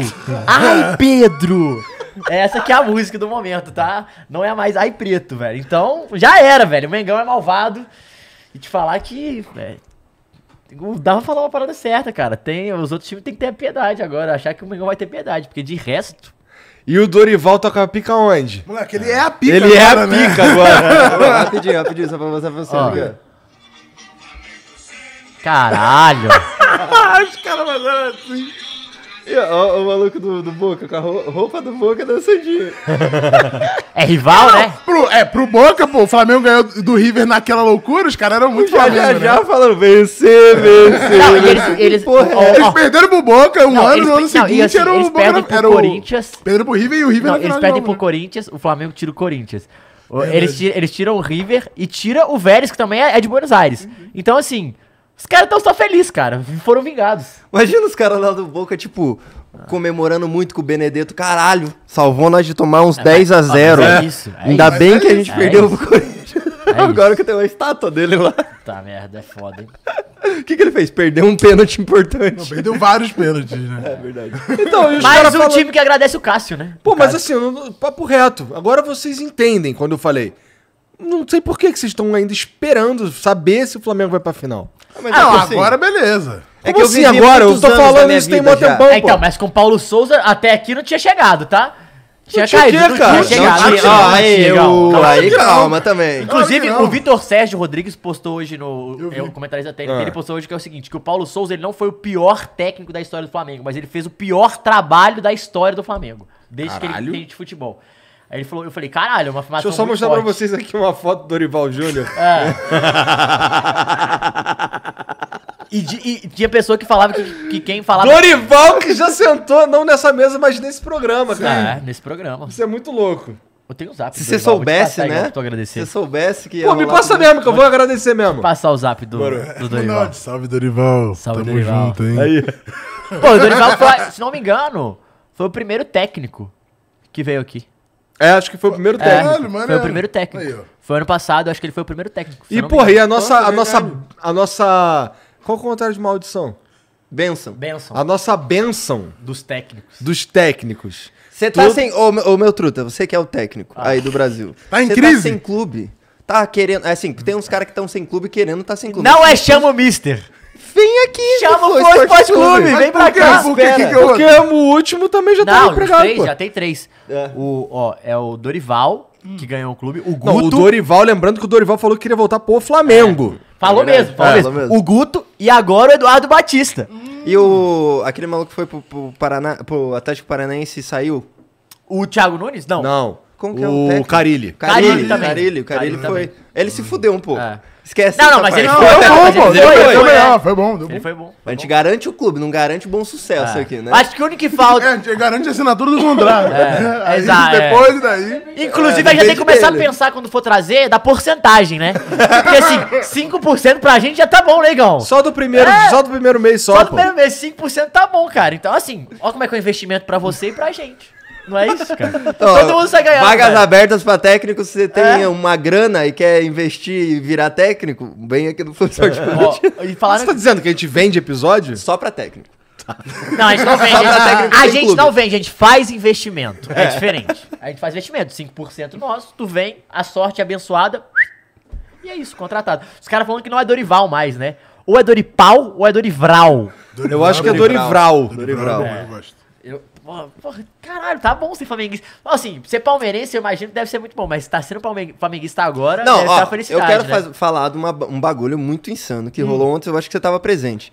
[SPEAKER 5] Ai, Pedro! Essa que é a música do momento, tá? Não é mais Ai Preto, velho. Então, já era, velho. O Mengão é malvado. E te falar que. É, o Dava falou uma parada certa, cara. Tem, os outros times têm que ter piedade agora. Achar que o Mengão vai ter piedade. Porque de resto,
[SPEAKER 2] E o Dorival toca a pica onde?
[SPEAKER 3] Moleque, ele é a pica
[SPEAKER 2] Ele é a
[SPEAKER 3] agora, né?
[SPEAKER 2] pica agora.
[SPEAKER 4] rapidinho, rapidinho, só pra mostrar pra
[SPEAKER 2] Ah.
[SPEAKER 4] você.
[SPEAKER 5] Ó.
[SPEAKER 4] aqui, ó.
[SPEAKER 5] Caralho.
[SPEAKER 3] Os caras fazendo assim.
[SPEAKER 4] E, ó, ó, o maluco do, do Boca, com a ro- roupa do Boca dançadinho.
[SPEAKER 5] É rival, né?
[SPEAKER 3] Pro, é, pro Boca, pô, o Flamengo ganhou do River naquela loucura, os caras eram muito
[SPEAKER 4] Já,
[SPEAKER 3] Flamengo,
[SPEAKER 4] já,
[SPEAKER 3] né?
[SPEAKER 4] já falando, vencer, vencer.
[SPEAKER 5] Não, e eles. eles
[SPEAKER 4] porra
[SPEAKER 5] ó, ó,
[SPEAKER 3] Eles perderam pro Boca um
[SPEAKER 5] não,
[SPEAKER 3] ano,
[SPEAKER 5] eles-
[SPEAKER 3] no ano
[SPEAKER 5] não, e
[SPEAKER 3] seguinte
[SPEAKER 5] assim,
[SPEAKER 3] era o
[SPEAKER 5] eles
[SPEAKER 3] Boca
[SPEAKER 5] perdem
[SPEAKER 3] na-
[SPEAKER 5] pro
[SPEAKER 3] era um- o-
[SPEAKER 5] Corinthians.
[SPEAKER 3] Perderam pro River e o River
[SPEAKER 5] Não,
[SPEAKER 3] na final
[SPEAKER 5] eles
[SPEAKER 3] de
[SPEAKER 5] perdem
[SPEAKER 3] novo,
[SPEAKER 5] pro
[SPEAKER 3] né?
[SPEAKER 5] Corinthians, o Flamengo tira o Corinthians. O- Eles tiram, eles tiram o River e tira o Vélez, que também é é de Buenos Aires. Então, assim, os caras estão só felizes, cara. Foram vingados.
[SPEAKER 4] Imagina os caras lá do Boca, tipo, comemorando muito com o Benedetto. Caralho, salvou nós de tomar uns 10 a 0
[SPEAKER 5] É, mas é isso, é
[SPEAKER 4] Ainda
[SPEAKER 5] isso.
[SPEAKER 4] bem
[SPEAKER 3] Mas é
[SPEAKER 4] que a gente
[SPEAKER 5] isso. É
[SPEAKER 4] perdeu
[SPEAKER 5] isso. É
[SPEAKER 4] pro Corinthians.
[SPEAKER 5] isso.
[SPEAKER 4] Agora que tem uma estátua dele lá.
[SPEAKER 5] Tá, merda, é foda, hein?
[SPEAKER 4] O que, que ele fez? Perdeu um pênalti importante.
[SPEAKER 3] Perdeu vários pênaltis,
[SPEAKER 4] É
[SPEAKER 3] né?
[SPEAKER 2] Então, e os
[SPEAKER 5] Mas
[SPEAKER 2] caras
[SPEAKER 5] um
[SPEAKER 2] falam-
[SPEAKER 5] time que agradece o Cássio, né?
[SPEAKER 2] Pô, mas assim, eu não- papo reto. Agora vocês entendem quando eu falei. Não sei por que que vocês estão ainda esperando saber se o Flamengo vai pra final.
[SPEAKER 4] Mas
[SPEAKER 3] Não,
[SPEAKER 4] é que, assim,
[SPEAKER 3] agora beleza.
[SPEAKER 4] é que
[SPEAKER 2] Como
[SPEAKER 4] eu
[SPEAKER 2] assim,
[SPEAKER 4] vivi
[SPEAKER 2] agora? Eu
[SPEAKER 4] muitos
[SPEAKER 2] tô
[SPEAKER 4] anos da
[SPEAKER 2] falando
[SPEAKER 4] minha
[SPEAKER 2] isso tem
[SPEAKER 4] vida
[SPEAKER 2] mó
[SPEAKER 4] já.
[SPEAKER 2] tempão. Bom,
[SPEAKER 5] É, então,
[SPEAKER 2] pô.
[SPEAKER 5] mas com o Paulo Souza até aqui não tinha chegado, tá? Tinha
[SPEAKER 2] tinha,
[SPEAKER 5] caído, não
[SPEAKER 2] cara.
[SPEAKER 5] tinha
[SPEAKER 2] Não
[SPEAKER 5] chegado.
[SPEAKER 4] Não,
[SPEAKER 5] não
[SPEAKER 4] tira-
[SPEAKER 5] tinha,
[SPEAKER 4] ó,
[SPEAKER 5] não
[SPEAKER 4] aí,
[SPEAKER 5] tinha, não.
[SPEAKER 4] eu-
[SPEAKER 5] Calma.
[SPEAKER 4] aí, calma também.
[SPEAKER 5] Inclusive,
[SPEAKER 3] Claro que não.
[SPEAKER 5] o Vitor Sérgio Rodrigues postou hoje no.
[SPEAKER 3] vi.
[SPEAKER 5] É um comentarista da
[SPEAKER 2] Ah.
[SPEAKER 5] TNT, ele postou hoje que é o seguinte: que o Paulo Souza ele não foi o pior técnico da história do Flamengo, mas ele fez o pior trabalho da história do Flamengo. Desde que ele
[SPEAKER 2] Caralho.
[SPEAKER 5] entende de futebol. Aí ele falou, eu falei, caralho, é uma
[SPEAKER 2] Deixa
[SPEAKER 5] formação.
[SPEAKER 2] eu só
[SPEAKER 5] muito É.
[SPEAKER 2] mostrar pra
[SPEAKER 5] forte."
[SPEAKER 2] vocês aqui uma foto do Dorival Júnior.
[SPEAKER 5] E, de- e tinha pessoa que falava que, que quem falava.
[SPEAKER 2] Dorival que já sentou, não nessa mesa, mas nesse programa, cara.
[SPEAKER 5] Ah, nesse programa.
[SPEAKER 2] Isso é muito louco.
[SPEAKER 5] Eu tenho um zap.
[SPEAKER 4] Se
[SPEAKER 5] do
[SPEAKER 4] você
[SPEAKER 5] Dorival, vou te
[SPEAKER 4] soubesse,
[SPEAKER 5] passar igual
[SPEAKER 4] né?
[SPEAKER 5] pra
[SPEAKER 4] Se
[SPEAKER 5] tu
[SPEAKER 4] você
[SPEAKER 5] agradecer.
[SPEAKER 4] soubesse que ia
[SPEAKER 2] Pô, me
[SPEAKER 4] rolar
[SPEAKER 2] passa
[SPEAKER 4] tudo
[SPEAKER 2] mesmo, que eu vou agradecer mesmo.
[SPEAKER 5] Passar o zap do, do Dorival.
[SPEAKER 3] Não, salve, Dorival.
[SPEAKER 5] Salve,
[SPEAKER 3] Tamo
[SPEAKER 5] Dorival.
[SPEAKER 3] junto, hein?
[SPEAKER 2] Aí.
[SPEAKER 5] Pô, o Dorival foi, se não me engano, foi o primeiro técnico que veio aqui.
[SPEAKER 2] É, acho que foi o primeiro
[SPEAKER 5] É,
[SPEAKER 2] técnico.
[SPEAKER 5] foi
[SPEAKER 3] maneiro.
[SPEAKER 5] o primeiro técnico.
[SPEAKER 3] Aí, ó.
[SPEAKER 5] foi ano passado, acho que ele foi o primeiro técnico. se
[SPEAKER 2] E,
[SPEAKER 5] não me
[SPEAKER 2] porra, e
[SPEAKER 5] engano.
[SPEAKER 2] a nossa,
[SPEAKER 3] Nossa,
[SPEAKER 2] a nossa,
[SPEAKER 3] verdade.
[SPEAKER 2] a nossa... Qual o contrário de maldição?
[SPEAKER 4] Benção.
[SPEAKER 5] Benção
[SPEAKER 2] A nossa benção
[SPEAKER 5] dos técnicos.
[SPEAKER 2] dos técnicos.
[SPEAKER 4] Você tá
[SPEAKER 2] Tudo-
[SPEAKER 4] sem. Ô, meu- ô, meu truta, você que é o técnico
[SPEAKER 5] Ah.
[SPEAKER 4] aí do Brasil.
[SPEAKER 3] Tá em
[SPEAKER 4] Você
[SPEAKER 3] crise?
[SPEAKER 4] sem clube. Tá querendo. é Assim, tem uns caras que estão sem clube querendo tá sem clube.
[SPEAKER 5] Não é chama o mister.
[SPEAKER 4] Vem aqui,
[SPEAKER 5] Chama
[SPEAKER 4] pô,
[SPEAKER 5] o Flow Esporte Clube,
[SPEAKER 4] Mas
[SPEAKER 5] vem
[SPEAKER 4] por
[SPEAKER 5] pra
[SPEAKER 4] quê?
[SPEAKER 5] cá.
[SPEAKER 3] Por que que
[SPEAKER 4] Espera.
[SPEAKER 3] eu-
[SPEAKER 2] Porque o último também já tá
[SPEAKER 5] Não, dos
[SPEAKER 2] empregado,
[SPEAKER 5] três,
[SPEAKER 2] pô.
[SPEAKER 5] já tem três. O, ó, é o Dorival, que ganhou o clube. O
[SPEAKER 2] Não, o
[SPEAKER 5] Guto.
[SPEAKER 2] Dorival, lembrando que o Dorival falou que queria voltar pro Flamengo.
[SPEAKER 5] Falou
[SPEAKER 4] É verdade,
[SPEAKER 5] mesmo, falou
[SPEAKER 4] é,
[SPEAKER 5] mesmo.
[SPEAKER 4] falou mesmo.
[SPEAKER 5] O Guto e agora o Eduardo Batista.
[SPEAKER 4] E o. Aquele maluco que foi pro, pro Paraná, pro Atlético Paranaense e saiu.
[SPEAKER 5] O Thiago Nunes? Não.
[SPEAKER 2] Não.
[SPEAKER 4] Como que é
[SPEAKER 2] o
[SPEAKER 4] técnico?
[SPEAKER 2] Carilli.
[SPEAKER 5] Carilli
[SPEAKER 4] Carilli
[SPEAKER 5] também.
[SPEAKER 4] Carilli, o Carilli
[SPEAKER 5] Carilli
[SPEAKER 4] foi. Ele se fudeu um pouco.
[SPEAKER 5] É.
[SPEAKER 4] Esquece.
[SPEAKER 5] Não, não,
[SPEAKER 4] essa
[SPEAKER 5] mas
[SPEAKER 4] parte.
[SPEAKER 5] ele
[SPEAKER 3] Não,
[SPEAKER 5] foi,
[SPEAKER 3] foi
[SPEAKER 5] mas
[SPEAKER 3] bom,
[SPEAKER 5] ele
[SPEAKER 3] pô.
[SPEAKER 5] foi,
[SPEAKER 3] Foi,
[SPEAKER 5] ele
[SPEAKER 3] foi
[SPEAKER 5] foi,
[SPEAKER 3] melhor,
[SPEAKER 5] é.
[SPEAKER 3] foi bom, deu
[SPEAKER 5] Ele
[SPEAKER 3] bom.
[SPEAKER 5] foi bom.
[SPEAKER 4] A gente garante o clube, não garante o bom sucesso
[SPEAKER 5] É.
[SPEAKER 4] aqui, né?
[SPEAKER 5] Acho que o único que
[SPEAKER 3] É, a
[SPEAKER 5] falta.
[SPEAKER 3] gente garante a assinatura do contrato.
[SPEAKER 5] É,
[SPEAKER 3] Aí,
[SPEAKER 5] exato, é.
[SPEAKER 3] Depois daí.
[SPEAKER 5] Inclusive,
[SPEAKER 4] É,
[SPEAKER 5] a gente tem que
[SPEAKER 4] depende
[SPEAKER 5] começar
[SPEAKER 4] dele.
[SPEAKER 5] a pensar quando for trazer da porcentagem, né? Porque assim, 5% pra gente já tá bom, legal. Só,
[SPEAKER 2] Só do primeiro,
[SPEAKER 5] É.
[SPEAKER 2] só do primeiro mês só,
[SPEAKER 5] do
[SPEAKER 2] pô.
[SPEAKER 5] primeiro mês, 5% tá bom, cara. Então, assim, ó como é que é o investimento pra você e pra gente. Não é isso, cara?
[SPEAKER 4] Ó,
[SPEAKER 5] Todo mundo sai ganhando.
[SPEAKER 4] Vagas
[SPEAKER 5] cara.
[SPEAKER 4] abertas pra técnico, se você tem
[SPEAKER 5] É.
[SPEAKER 4] uma grana e quer investir e virar técnico, vem aqui no Futebol de Clube.
[SPEAKER 5] Ó, e falaram
[SPEAKER 2] Você tá dizendo que a gente vende episódio?
[SPEAKER 4] Só pra técnico.
[SPEAKER 5] Não, a gente não vende.
[SPEAKER 4] Só pra
[SPEAKER 5] A,
[SPEAKER 4] técnico sem
[SPEAKER 5] gente
[SPEAKER 4] clube.
[SPEAKER 5] não vende, a gente faz investimento. É, diferente. A gente faz investimento. 5% nosso, tu vem, a sorte é abençoada. E é isso, contratado. Os caras falando que não é Dorival mais, né? Ou é Doripau ou é Dorivral.
[SPEAKER 2] Eu acho que é Dorival.
[SPEAKER 3] Dorival, é eu gosto.
[SPEAKER 5] Eu, porra, porra, caralho, tá bom ser flamenguista. Assim, ser palmeirense, eu imagino que deve ser muito bom, mas tá sendo palme- flamenguista agora,
[SPEAKER 4] Não,
[SPEAKER 5] deve ser uma
[SPEAKER 4] ó, eu
[SPEAKER 5] felicidade,
[SPEAKER 4] quero
[SPEAKER 5] né?
[SPEAKER 4] faz- falar de uma ba- um bagulho muito insano que rolou ontem, eu acho que você tava presente.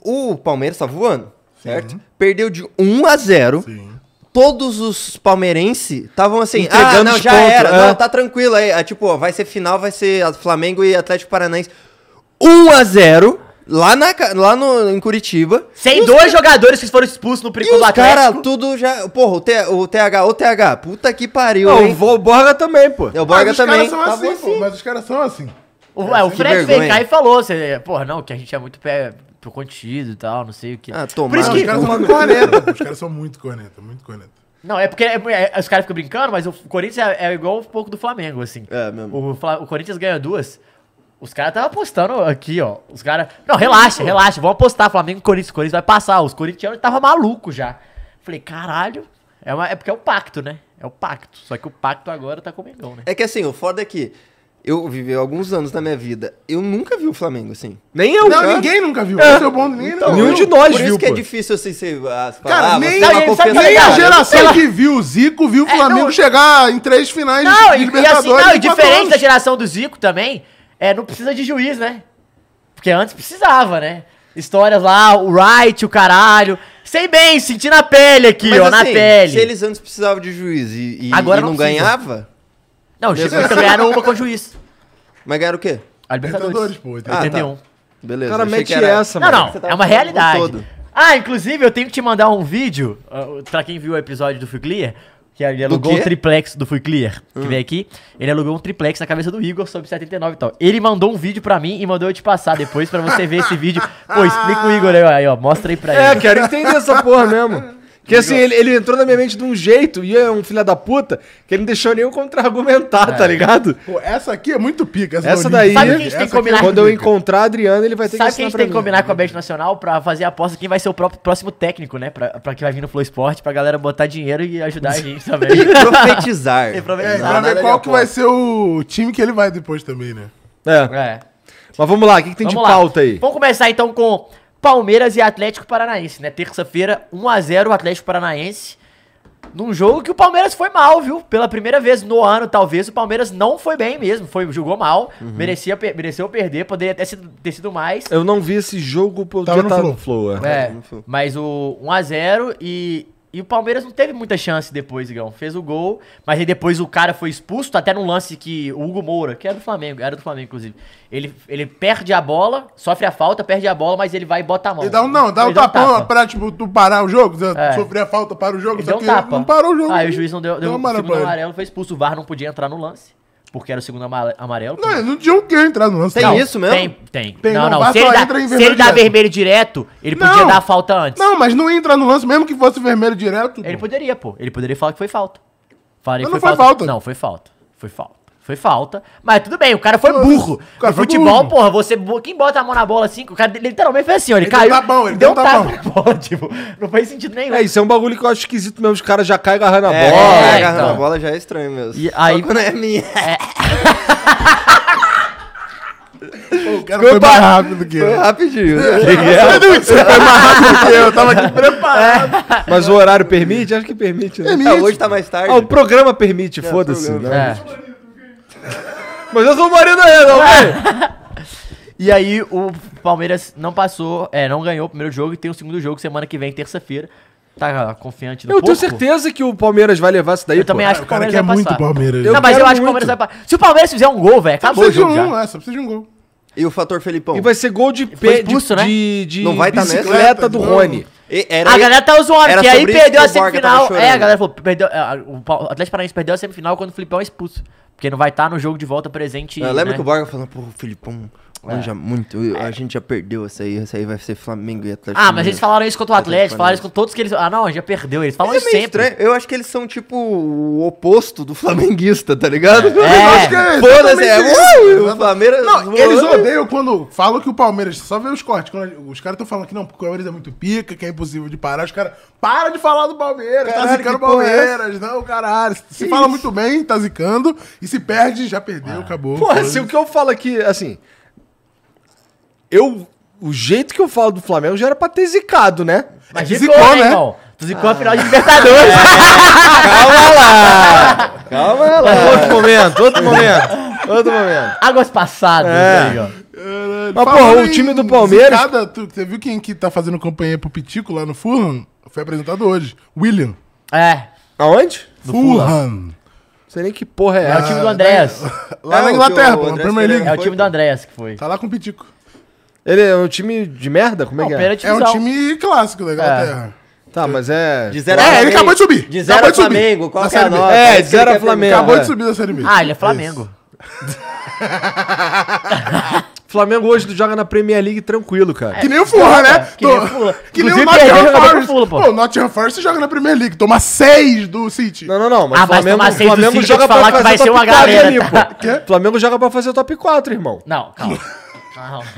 [SPEAKER 4] O Palmeiras tá voando, certo? Perdeu de 1 a 0. Todos os palmeirenses estavam assim, ah,
[SPEAKER 2] Entregando
[SPEAKER 4] não,
[SPEAKER 2] os
[SPEAKER 4] já
[SPEAKER 2] pontos,
[SPEAKER 4] era,
[SPEAKER 2] é.
[SPEAKER 4] não, tá tranquilo aí. Ah, tipo, ó, vai ser final, vai ser a- Flamengo e Atlético Paranaense. 1 a 0 lá, na, ca- lá no, em Curitiba.
[SPEAKER 5] Sem dois jogadores que foram expulsos no
[SPEAKER 4] E
[SPEAKER 5] primeiro
[SPEAKER 4] os
[SPEAKER 5] do
[SPEAKER 4] caras
[SPEAKER 5] Atlético.
[SPEAKER 4] tudo já. Porra, o, T- o TH, o TH, puta que pariu,
[SPEAKER 2] Não,
[SPEAKER 4] hein?
[SPEAKER 2] o Vol- Borga também, pô.
[SPEAKER 4] É,
[SPEAKER 3] Mas
[SPEAKER 4] O Borga
[SPEAKER 3] os
[SPEAKER 4] também.
[SPEAKER 3] caras são
[SPEAKER 4] Tá
[SPEAKER 3] assim,
[SPEAKER 4] bom,
[SPEAKER 3] pô. Mas os caras são assim.
[SPEAKER 5] O, é, o
[SPEAKER 4] que
[SPEAKER 5] Fred
[SPEAKER 4] vergonha.
[SPEAKER 5] veio cá e falou, você, porra, não, que a gente é muito pé pro contido e tal, não sei o que.
[SPEAKER 4] Ah, tomar
[SPEAKER 5] Por isso
[SPEAKER 4] no
[SPEAKER 3] Os
[SPEAKER 5] que,
[SPEAKER 3] caras são muito corneta. Os caras são muito corneta, muito corneta.
[SPEAKER 5] Não, é porque é- é- os caras ficam brincando, mas o Corinthians é, é igual um pouco do Flamengo, assim.
[SPEAKER 4] É mesmo.
[SPEAKER 5] O, Fla- o Corinthians ganha duas. Os caras estavam apostando aqui, ó. Os caras. Não, relaxa, relaxa. Vamos apostar. Flamengo e Corinthians. O Corinthians vai passar. Os corintianos estavam malucos já. Falei, caralho. É, uma- é porque é o pacto, né? É o pacto. Só que o pacto agora tá com o Mengão, né?
[SPEAKER 4] É que assim, o foda é que eu vivi alguns anos da minha vida. Eu nunca vi o Flamengo assim.
[SPEAKER 2] Nem eu,
[SPEAKER 3] Não,
[SPEAKER 2] cara.
[SPEAKER 3] ninguém nunca viu. Esse é o bom, ninguém nunca
[SPEAKER 2] nenhum
[SPEAKER 3] viu.
[SPEAKER 2] de nós
[SPEAKER 4] Por
[SPEAKER 2] viu,
[SPEAKER 4] isso que é
[SPEAKER 2] pô.
[SPEAKER 4] difícil assim ser. as
[SPEAKER 3] Cara,
[SPEAKER 4] palavras,
[SPEAKER 3] nem,
[SPEAKER 4] ter uma
[SPEAKER 5] sabe- sabe-
[SPEAKER 4] confiança
[SPEAKER 3] nem a
[SPEAKER 5] Cara,
[SPEAKER 3] geração
[SPEAKER 5] pela-
[SPEAKER 3] que viu o Zico viu o Flamengo chegar em três finais
[SPEAKER 5] Não, e, e assim, não, e
[SPEAKER 3] em quatro
[SPEAKER 5] diferente
[SPEAKER 3] anos.
[SPEAKER 5] da geração do Zico também, é, não precisa de juiz, né? Porque antes precisava, né? Histórias lá, o Wright, o caralho. Sei bem, senti na pele aqui,
[SPEAKER 4] Mas
[SPEAKER 5] ó, na
[SPEAKER 4] assim,
[SPEAKER 5] pele.
[SPEAKER 4] Se eles antes precisavam de juiz e, e-
[SPEAKER 5] Agora
[SPEAKER 4] e
[SPEAKER 5] não
[SPEAKER 4] não,
[SPEAKER 5] precisa.
[SPEAKER 4] ganhava,
[SPEAKER 5] Não, chegou a
[SPEAKER 4] assim,
[SPEAKER 5] ganhar uma com o juiz.
[SPEAKER 4] mas ganharam o quê?
[SPEAKER 5] A Libertadores.
[SPEAKER 3] Libertadores, pô.
[SPEAKER 4] Ah, tá.
[SPEAKER 5] 81.
[SPEAKER 4] Beleza.
[SPEAKER 2] Cara,
[SPEAKER 4] achei que
[SPEAKER 2] mete
[SPEAKER 4] era-
[SPEAKER 2] essa,
[SPEAKER 5] Não,
[SPEAKER 2] mano.
[SPEAKER 5] não,
[SPEAKER 4] Você tava
[SPEAKER 5] é uma
[SPEAKER 4] falando o
[SPEAKER 5] realidade.
[SPEAKER 4] todo.
[SPEAKER 5] Ah, inclusive eu tenho que te mandar um vídeo, ah, pra quem viu o episódio do Fui Clear, que ele alugou
[SPEAKER 4] quê?
[SPEAKER 5] um triplex do Fui Clear, que veio aqui, ele alugou um triplex na cabeça do Igor sobre 79 e tal. Ele mandou um vídeo pra mim e mandou eu te passar depois pra você ver esse vídeo. Pô, explica o Igor aí, ó, aí, ó, mostra aí pra
[SPEAKER 2] É,
[SPEAKER 5] ele.
[SPEAKER 2] quero entender essa porra mesmo. Que assim, ele, ele entrou na minha mente de um jeito e é um filho da puta que ele não deixou nem eu contra-argumentar,
[SPEAKER 5] É.
[SPEAKER 2] tá ligado?
[SPEAKER 3] Pô, essa aqui é muito pica.
[SPEAKER 2] Essa
[SPEAKER 3] da
[SPEAKER 2] daí,
[SPEAKER 3] Olímpia.
[SPEAKER 5] Sabe o que a gente tem que
[SPEAKER 3] Essa aqui é
[SPEAKER 5] combinar?
[SPEAKER 2] quando eu
[SPEAKER 3] pica.
[SPEAKER 2] encontrar a Adriana, ele vai ter
[SPEAKER 5] Sabe o
[SPEAKER 2] que
[SPEAKER 5] que a
[SPEAKER 2] ensinar
[SPEAKER 5] gente tem que
[SPEAKER 2] pra mim.
[SPEAKER 5] combinar com a Bet Nacional pra fazer a aposta quem vai ser o pró- próximo técnico, né? Pra, pra quem vai vir no Flow Sport, pra galera botar dinheiro e ajudar a gente também.
[SPEAKER 4] Profetizar.
[SPEAKER 3] É,
[SPEAKER 5] Profetizar.
[SPEAKER 3] pra
[SPEAKER 4] nada
[SPEAKER 3] ver
[SPEAKER 4] de
[SPEAKER 3] qual que
[SPEAKER 4] aposta.
[SPEAKER 3] vai ser o time que ele vai depois também, né?
[SPEAKER 2] É,
[SPEAKER 5] É.
[SPEAKER 2] mas vamos lá, o que, que tem de
[SPEAKER 5] Vamos lá.
[SPEAKER 2] pauta aí?
[SPEAKER 5] Vamos começar então com Palmeiras e Atlético Paranaense, né? Terça-feira, 1x0 o Atlético Paranaense. Num jogo que o Palmeiras foi mal, viu? Pela primeira vez no ano, talvez, o Palmeiras não foi bem mesmo. Foi, jogou mal,
[SPEAKER 2] Uhum.
[SPEAKER 5] merecia, per- mereceu perder, poderia até sido- ter sido mais.
[SPEAKER 2] Eu não vi esse jogo porque
[SPEAKER 3] Tava Tá no
[SPEAKER 2] tava
[SPEAKER 3] Flow.
[SPEAKER 2] Flow, é.
[SPEAKER 5] É,
[SPEAKER 4] não foi.
[SPEAKER 5] mas o 1x0 e, e o Palmeiras não teve muita chance depois, Igão. Fez o gol, mas aí depois o cara foi expulso, tá até num lance que o Hugo Moura, que era do Flamengo, era do Flamengo, inclusive. Ele, ele perde a bola, sofre a falta, perde a bola, mas ele vai e bota a mão.
[SPEAKER 3] Ele dá um, não, dá um
[SPEAKER 5] Ele um
[SPEAKER 3] tapão
[SPEAKER 5] tapa.
[SPEAKER 3] pra, tipo, tu parar o jogo, né?
[SPEAKER 5] É.
[SPEAKER 3] sofrer a falta para o jogo,
[SPEAKER 5] Ele
[SPEAKER 3] só
[SPEAKER 5] deu
[SPEAKER 3] que
[SPEAKER 5] um tapa.
[SPEAKER 3] não parou o jogo.
[SPEAKER 5] Aí o juiz não deu, deu,
[SPEAKER 3] Deu
[SPEAKER 5] o
[SPEAKER 3] amarelo
[SPEAKER 5] segundo
[SPEAKER 3] pra ele.
[SPEAKER 5] amarelo, foi expulso. O VAR não podia entrar no lance, porque era o segundo ama- amarelo.
[SPEAKER 3] Não, eles não tinha o que entrar no lance.
[SPEAKER 4] Tem
[SPEAKER 3] não.
[SPEAKER 4] isso mesmo?
[SPEAKER 5] Tem, tem.
[SPEAKER 3] Tem,
[SPEAKER 5] não,
[SPEAKER 3] não,
[SPEAKER 5] não.
[SPEAKER 3] o VAR
[SPEAKER 5] Se,
[SPEAKER 3] só
[SPEAKER 5] ele dá,
[SPEAKER 3] entra em
[SPEAKER 5] se
[SPEAKER 3] vermelho
[SPEAKER 5] ele dá
[SPEAKER 3] direto.
[SPEAKER 5] vermelho direto, ele
[SPEAKER 3] Não.
[SPEAKER 5] podia dar a falta antes.
[SPEAKER 3] Não, mas não entra no lance, mesmo que fosse vermelho direto.
[SPEAKER 5] Ele
[SPEAKER 3] pô.
[SPEAKER 5] poderia, pô. Ele poderia falar que foi falta. Falei
[SPEAKER 3] Mas não foi falta.
[SPEAKER 5] Não, foi falta. Foi falta. Foi falta. Mas tudo bem, o cara foi
[SPEAKER 3] Foi.
[SPEAKER 5] burro.
[SPEAKER 3] O cara
[SPEAKER 5] no
[SPEAKER 3] foi
[SPEAKER 5] futebol,
[SPEAKER 3] burro.
[SPEAKER 5] porra, você. bo- Quem bota a mão na bola assim, o cara ele literalmente fez assim, ó. Ele,
[SPEAKER 3] Ele deu
[SPEAKER 5] caiu.
[SPEAKER 3] um tapão, ele
[SPEAKER 5] deu um
[SPEAKER 3] deu um
[SPEAKER 5] tapa
[SPEAKER 3] tapão.
[SPEAKER 5] na bola, tipo. Não faz sentido nenhum.
[SPEAKER 2] É, isso é um bagulho que eu acho esquisito mesmo, os caras já caem agarrando a
[SPEAKER 4] É,
[SPEAKER 2] bola.
[SPEAKER 5] É,
[SPEAKER 4] agarrar
[SPEAKER 5] então.
[SPEAKER 4] a bola já é estranho mesmo.
[SPEAKER 5] E aí-
[SPEAKER 4] Só quando é minha.
[SPEAKER 3] Pô, o cara foi mais rápido que
[SPEAKER 4] Foi
[SPEAKER 3] eu.
[SPEAKER 4] rapidinho.
[SPEAKER 5] É
[SPEAKER 3] Você foi mais rápido que eu, eu tava aqui preparado.
[SPEAKER 2] Mas o horário permite? Acho que permite, né?
[SPEAKER 4] Ah, hoje tá mais tarde.
[SPEAKER 2] Ah, o programa permite, foda-se.
[SPEAKER 4] programa.
[SPEAKER 2] né?
[SPEAKER 5] É.
[SPEAKER 2] Mas eu sou o marido aí, não, velho.
[SPEAKER 5] E aí o Palmeiras não passou, é, não ganhou o primeiro jogo e tem o segundo jogo semana que vem, terça-feira. Tá confiante no
[SPEAKER 2] Eu tenho
[SPEAKER 5] porco?
[SPEAKER 2] certeza que o Palmeiras vai levar isso daí,
[SPEAKER 5] Eu também acho que o
[SPEAKER 3] O cara
[SPEAKER 5] Palmeiras
[SPEAKER 3] quer
[SPEAKER 5] vai
[SPEAKER 3] muito
[SPEAKER 5] passar.
[SPEAKER 3] Palmeiras.
[SPEAKER 5] Não,
[SPEAKER 3] Eu
[SPEAKER 5] mas eu
[SPEAKER 2] quero
[SPEAKER 5] acho que o
[SPEAKER 2] muito.
[SPEAKER 5] Palmeiras vai passar. Se o Palmeiras fizer um gol, velho, acabou o
[SPEAKER 3] Precisa de
[SPEAKER 5] jogo já.
[SPEAKER 3] um, é, só precisa de um gol.
[SPEAKER 4] E o fator Felipão?
[SPEAKER 2] E vai ser gol de
[SPEAKER 5] Foi
[SPEAKER 2] pé,
[SPEAKER 5] expulso,
[SPEAKER 2] de,
[SPEAKER 5] né?
[SPEAKER 2] de, de
[SPEAKER 4] Não vai tá nessa?
[SPEAKER 2] bicicleta do
[SPEAKER 3] né? Não.
[SPEAKER 2] Rony.
[SPEAKER 4] E- era
[SPEAKER 5] A
[SPEAKER 4] aí-
[SPEAKER 5] galera tá zoando,
[SPEAKER 4] era
[SPEAKER 5] que aí
[SPEAKER 4] sobre isso
[SPEAKER 5] perdeu
[SPEAKER 4] que
[SPEAKER 5] a
[SPEAKER 4] o Borga tava
[SPEAKER 5] semifinal.
[SPEAKER 4] chorando.
[SPEAKER 5] É, a galera falou, perdeu, é, o Pa- o Atlético Paranaense perdeu a semifinal quando o Filipão é expulso. Porque não vai estar no jogo de volta presente.
[SPEAKER 4] Eu lembro
[SPEAKER 5] né?
[SPEAKER 4] que o Borga falou, pô, o Felipão manja muito. eu- A gente já perdeu essa aí. Essa aí vai ser Flamengo e Atlético.
[SPEAKER 5] Ah, mas eles
[SPEAKER 4] Mineiro."
[SPEAKER 5] falaram isso contra o Atlético,
[SPEAKER 4] Atlético
[SPEAKER 5] falaram isso com todos que eles. Ah, não, já perdeu. Eles falam
[SPEAKER 4] Mas
[SPEAKER 5] isso
[SPEAKER 4] é meio
[SPEAKER 5] sempre.
[SPEAKER 4] estranho. Eu acho que eles são tipo o oposto do flamenguista, tá ligado?
[SPEAKER 5] É.
[SPEAKER 4] Foda-se, é.
[SPEAKER 3] exatamente
[SPEAKER 4] Uh,
[SPEAKER 3] isso.
[SPEAKER 4] o Palmeiras.
[SPEAKER 3] Não, eles odeiam quando falam que o Palmeiras. Só vê os cortes. Quando os caras estão falando que não, porque o Palmeiras é muito pica, que é impossível de parar. Os caras. Para de falar do Palmeiras.
[SPEAKER 4] Caralho,
[SPEAKER 3] tá zicando o
[SPEAKER 4] que porra é
[SPEAKER 3] Palmeiras. Não, caralho. Se fala muito bem, tá zicando. E se perde, já perdeu, acabou.
[SPEAKER 2] Porra,
[SPEAKER 3] foda-se.
[SPEAKER 2] se o que eu falo aqui, assim. Eu. O jeito que eu falo do Flamengo já era pra ter zicado, né?
[SPEAKER 5] Mas
[SPEAKER 3] que
[SPEAKER 5] zicou,
[SPEAKER 3] zicou,
[SPEAKER 5] né,
[SPEAKER 3] né?
[SPEAKER 5] irmão? Tu zicou a
[SPEAKER 4] Ah.
[SPEAKER 5] final de Libertadores.
[SPEAKER 4] Calma lá.
[SPEAKER 2] Outro
[SPEAKER 4] tá
[SPEAKER 2] momento, outro momento. Outro momento.
[SPEAKER 5] Águas passadas,
[SPEAKER 2] É.
[SPEAKER 5] né, Igor?
[SPEAKER 3] Caralho,
[SPEAKER 2] Mas,
[SPEAKER 3] falando
[SPEAKER 2] porra, o
[SPEAKER 3] em
[SPEAKER 2] time do Palmeiras-
[SPEAKER 3] zicada, tu, você viu quem que tá fazendo companhia pro Pitico lá no Fulham? Foi apresentado hoje. William.
[SPEAKER 5] É.
[SPEAKER 2] Aonde?
[SPEAKER 3] Fulham.
[SPEAKER 2] Não sei nem que porra é
[SPEAKER 5] É o
[SPEAKER 2] essa.
[SPEAKER 5] time do Andréas.
[SPEAKER 3] Lá
[SPEAKER 4] Ah,
[SPEAKER 3] na
[SPEAKER 4] o
[SPEAKER 3] Inglaterra,
[SPEAKER 4] teu- o
[SPEAKER 3] pô, na
[SPEAKER 4] André
[SPEAKER 3] Premier League.
[SPEAKER 5] É o time
[SPEAKER 4] Foi,
[SPEAKER 5] do
[SPEAKER 4] pô.
[SPEAKER 5] Andréas que foi.
[SPEAKER 3] Tá lá com o Pitico.
[SPEAKER 2] Ele é um time de merda? Como é
[SPEAKER 5] Não,
[SPEAKER 2] que é?
[SPEAKER 5] pênalti
[SPEAKER 3] É um
[SPEAKER 5] visão.
[SPEAKER 3] time clássico da Inglaterra.
[SPEAKER 2] Tá, mas é.
[SPEAKER 4] De zero
[SPEAKER 3] É,
[SPEAKER 4] a
[SPEAKER 3] ele
[SPEAKER 4] Flamengo.
[SPEAKER 3] acabou de subir.
[SPEAKER 4] De zero
[SPEAKER 3] Acabou
[SPEAKER 4] a
[SPEAKER 3] de subir.
[SPEAKER 4] Flamengo. Qual
[SPEAKER 3] Na
[SPEAKER 4] que é a
[SPEAKER 3] Série B.
[SPEAKER 4] nota?
[SPEAKER 2] É,
[SPEAKER 4] Isso que
[SPEAKER 2] zero a
[SPEAKER 4] ele quer
[SPEAKER 2] Flamengo.
[SPEAKER 4] perguntar.
[SPEAKER 3] Acabou
[SPEAKER 2] É.
[SPEAKER 3] de subir da Série B.
[SPEAKER 5] Ah, ele é Flamengo.
[SPEAKER 2] Flamengo hoje joga na Premier League tranquilo, cara.
[SPEAKER 3] Que nem o Fulham, né?
[SPEAKER 5] Que nem o
[SPEAKER 3] Tô-
[SPEAKER 5] Fulham.
[SPEAKER 3] Que nem o
[SPEAKER 5] Inclusive,
[SPEAKER 3] Nottingham
[SPEAKER 5] perdeu, jogou
[SPEAKER 3] Forest.
[SPEAKER 5] pro Fulham,
[SPEAKER 3] Pô,
[SPEAKER 5] pô.
[SPEAKER 3] o Nottingham Forest joga na Premier League. Toma seis do City.
[SPEAKER 2] Não, não, não. Mas
[SPEAKER 5] Ah,
[SPEAKER 2] o
[SPEAKER 5] mas
[SPEAKER 2] Flamengo,
[SPEAKER 5] tomar seis do
[SPEAKER 2] Flamengo
[SPEAKER 5] City,
[SPEAKER 2] joga
[SPEAKER 5] eu te
[SPEAKER 2] pra
[SPEAKER 5] falar que
[SPEAKER 2] fazer
[SPEAKER 5] vai ser
[SPEAKER 2] top
[SPEAKER 5] uma
[SPEAKER 2] 4
[SPEAKER 5] galera,
[SPEAKER 2] ali,
[SPEAKER 5] tá?
[SPEAKER 2] pô. Flamengo joga pra fazer o top 4, irmão.
[SPEAKER 5] Não, calma.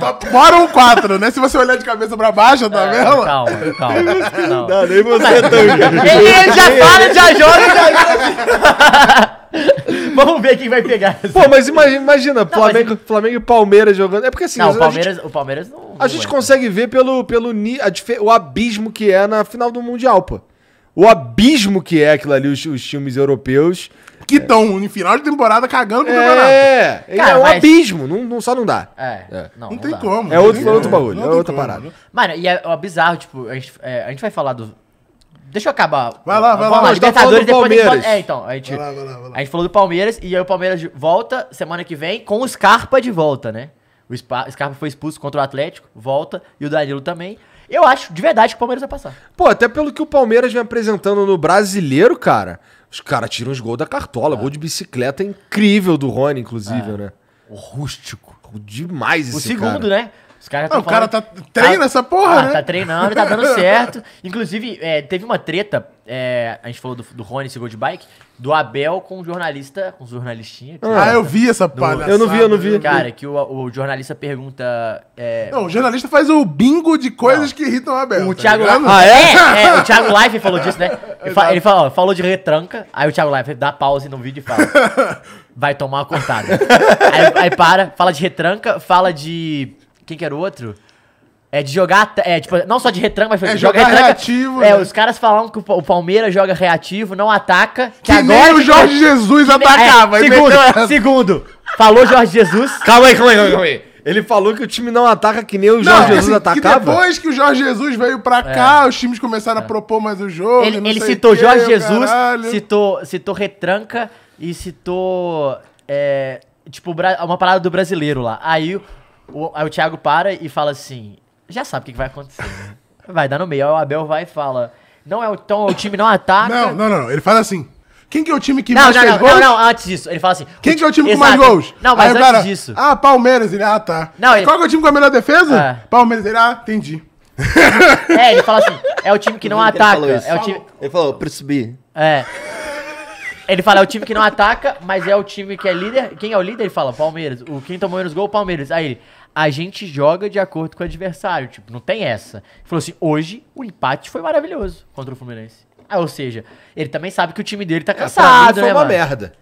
[SPEAKER 3] Top- Fora o Tá, quatro, né? Se você olhar de cabeça pra baixo, tá
[SPEAKER 5] É, Calma,
[SPEAKER 3] vendo?
[SPEAKER 5] calma. calma. Não.
[SPEAKER 4] Nem você, Tão.
[SPEAKER 5] é Ele, ele já fala, ele já joga, ele já Vamos ver quem vai pegar.
[SPEAKER 2] Pô, mas ima- imagina, Flamengo,
[SPEAKER 5] mas
[SPEAKER 2] Flamengo e Palmeiras jogando. É porque assim,
[SPEAKER 5] não,
[SPEAKER 2] a
[SPEAKER 5] o
[SPEAKER 2] gente-
[SPEAKER 5] Palmeiras, o Palmeiras não.
[SPEAKER 2] a gente
[SPEAKER 5] não é.
[SPEAKER 2] consegue ver pelo, pelo ni- a dife- o abismo que é na final do Mundial, pô. O abismo que é aquilo ali, os, os times europeus.
[SPEAKER 3] Que estão em final de temporada cagando com o campeonato.
[SPEAKER 2] É, é,
[SPEAKER 5] Cara,
[SPEAKER 2] um
[SPEAKER 5] mas-
[SPEAKER 2] abismo, não, não- só não dá.
[SPEAKER 5] É,
[SPEAKER 2] É.
[SPEAKER 5] Não,
[SPEAKER 3] Não
[SPEAKER 5] não
[SPEAKER 3] tem
[SPEAKER 5] dá.
[SPEAKER 3] como.
[SPEAKER 2] É
[SPEAKER 3] não
[SPEAKER 2] outro-
[SPEAKER 3] tem
[SPEAKER 2] outro
[SPEAKER 3] como,
[SPEAKER 2] bagulho,
[SPEAKER 3] não
[SPEAKER 2] é
[SPEAKER 3] tem
[SPEAKER 2] outra
[SPEAKER 3] como.
[SPEAKER 2] parada.
[SPEAKER 5] Mano, e é, ó, bizarro, tipo, a gente, é, a gente vai falar do. Deixa eu acabar.
[SPEAKER 3] Vai lá, vai lá,
[SPEAKER 5] Vamos
[SPEAKER 3] mas
[SPEAKER 2] tá
[SPEAKER 5] Libertadores
[SPEAKER 2] falando do
[SPEAKER 5] depois a gente
[SPEAKER 2] Palmeiras.
[SPEAKER 5] fala- É, então, a gente.
[SPEAKER 3] Vai lá, vai lá, vai lá.
[SPEAKER 5] A gente falou do Palmeiras e aí o Palmeiras volta semana que vem com o Scarpa de volta, né? O Spa- Scarpa foi expulso contra o Atlético, volta, e o Danilo também. Eu acho de verdade que o Palmeiras vai passar.
[SPEAKER 2] Pô, até pelo que o Palmeiras vem apresentando no brasileiro, cara. Os caras tiram os gols da cartola. Gol de bicicleta incrível do Rony, inclusive, né? O rústico. Demais esse
[SPEAKER 5] O segundo, né? Os caras
[SPEAKER 3] Ah,
[SPEAKER 5] tão
[SPEAKER 3] o cara tá
[SPEAKER 5] falando-
[SPEAKER 3] treina essa porra, né?
[SPEAKER 5] Tá treinando, tá dando certo. Inclusive, é, teve uma treta, é, a gente falou do, do Rony, esse gol de bike, do Abel com o jornalista, com o jornalistinha. que- é né?
[SPEAKER 3] Ah, eu vi essa palhaçada.
[SPEAKER 2] eu É. não vi, eu não vi.
[SPEAKER 5] Cara, que o, o jornalista pergunta... é,
[SPEAKER 3] Não, o jornalista faz o bingo de coisas que irritam a Abel.
[SPEAKER 5] O
[SPEAKER 3] tá
[SPEAKER 5] Thiago
[SPEAKER 3] ligado?
[SPEAKER 5] Leifert. é? é? o Thiago Leifert falou disso, né? Ele, fa- ele falou, falou de retranca, aí o Thiago Leifert dá pause no vídeo e fala: Vai tomar uma cortada. aí, aí para, fala de retranca, fala de. Quem que era o outro? É de jogar. at- É, tipo, não só de retranca, mas
[SPEAKER 3] É, jogar reativo,
[SPEAKER 5] É,
[SPEAKER 3] né?
[SPEAKER 5] os caras falavam que o Pa- o Palmeiras joga reativo, não ataca.
[SPEAKER 3] Que nem o Jorge Jesus
[SPEAKER 5] que nem- é,
[SPEAKER 3] atacava. ele meteu
[SPEAKER 5] segundo,
[SPEAKER 3] essa.
[SPEAKER 5] segundo. Falou Jorge Jesus.
[SPEAKER 2] Calma aí, calma aí, calma aí. Ele falou que o time não ataca que nem o
[SPEAKER 3] Não,
[SPEAKER 2] Jorge
[SPEAKER 3] porque,
[SPEAKER 2] Jesus
[SPEAKER 3] assim,
[SPEAKER 2] atacava. É.
[SPEAKER 3] Que depois que o Jorge Jesus veio pra cá, os times começaram a propor mais o jogo.
[SPEAKER 5] Ele,
[SPEAKER 3] não
[SPEAKER 5] ele
[SPEAKER 3] sei o
[SPEAKER 5] citou
[SPEAKER 3] quê,
[SPEAKER 5] Jorge
[SPEAKER 3] o
[SPEAKER 5] Jesus,
[SPEAKER 3] caralho.
[SPEAKER 5] citou, citou Retranca e citou. é, tipo, bra- uma parada do brasileiro lá. Aí o, o- aí o Thiago para e fala assim: já sabe o que, que vai acontecer. né? Vai dar no meio. Aí o Abel vai e fala: não é o, então, o time não ataca.
[SPEAKER 3] Não, não, não, não. Ele fala assim: quem que é o time que
[SPEAKER 5] Não,
[SPEAKER 3] mais
[SPEAKER 5] não,
[SPEAKER 3] fez
[SPEAKER 5] não,
[SPEAKER 3] gols?
[SPEAKER 5] não, não, antes disso. Ele fala assim:
[SPEAKER 3] Quem que é o
[SPEAKER 5] ti-
[SPEAKER 3] time com mais
[SPEAKER 5] Exato.
[SPEAKER 3] gols?
[SPEAKER 5] Não, mas
[SPEAKER 3] Aí o
[SPEAKER 5] antes
[SPEAKER 3] cara,
[SPEAKER 5] disso.
[SPEAKER 3] Ah, Palmeiras. Ele, ah, tá.
[SPEAKER 5] Não,
[SPEAKER 3] Aí
[SPEAKER 5] ele-
[SPEAKER 3] Qual que é o time com a melhor defesa?
[SPEAKER 5] É.
[SPEAKER 3] Palmeiras. Ele, ah, entendi.
[SPEAKER 5] É, ele fala assim: é o time que não
[SPEAKER 4] Ele
[SPEAKER 5] ataca.
[SPEAKER 4] falou isso.
[SPEAKER 5] É o time.
[SPEAKER 4] Ele falou, pra subir.
[SPEAKER 5] É. Ele fala, é o time que não ataca, mas é o time que é líder. Quem é o líder? Ele fala, Palmeiras. O quem tomou menos gol, Palmeiras. Aí ele, a gente joga de acordo com o adversário. Tipo, não tem essa. Ele falou assim, hoje o empate foi maravilhoso contra o Fluminense. Ah, ou seja, ele também sabe que o time dele tá
[SPEAKER 2] É, pra mim
[SPEAKER 5] cansado,
[SPEAKER 2] foi
[SPEAKER 5] né,
[SPEAKER 2] uma
[SPEAKER 5] mano?
[SPEAKER 2] merda.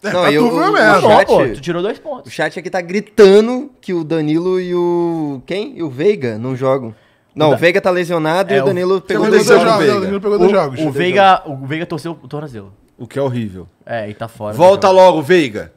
[SPEAKER 4] Não,
[SPEAKER 3] É,
[SPEAKER 4] tipo,
[SPEAKER 3] pra
[SPEAKER 4] eu-
[SPEAKER 3] tu foi
[SPEAKER 4] o-
[SPEAKER 3] merda.
[SPEAKER 4] o
[SPEAKER 5] Tá bom,
[SPEAKER 4] chat-
[SPEAKER 5] pô, tu tirou dois
[SPEAKER 4] O
[SPEAKER 5] pontos.
[SPEAKER 4] chat aqui tá gritando que o Danilo e o. Quem? E o Veiga não jogam. Não, o, Veiga tá lesionado e
[SPEAKER 5] É,
[SPEAKER 4] o tá
[SPEAKER 5] o-
[SPEAKER 4] Danilo pegou
[SPEAKER 3] Pegou dois
[SPEAKER 2] deixou
[SPEAKER 4] lesão.
[SPEAKER 2] o
[SPEAKER 3] jogos.
[SPEAKER 2] Veiga.
[SPEAKER 3] O Danilo pegou dois jogos.
[SPEAKER 5] O, o Veiga, o Veiga torceu o tornozelo.
[SPEAKER 2] O que é horrível.
[SPEAKER 5] É, e tá fora. do
[SPEAKER 2] Volta
[SPEAKER 5] jogo.
[SPEAKER 2] logo, Veiga.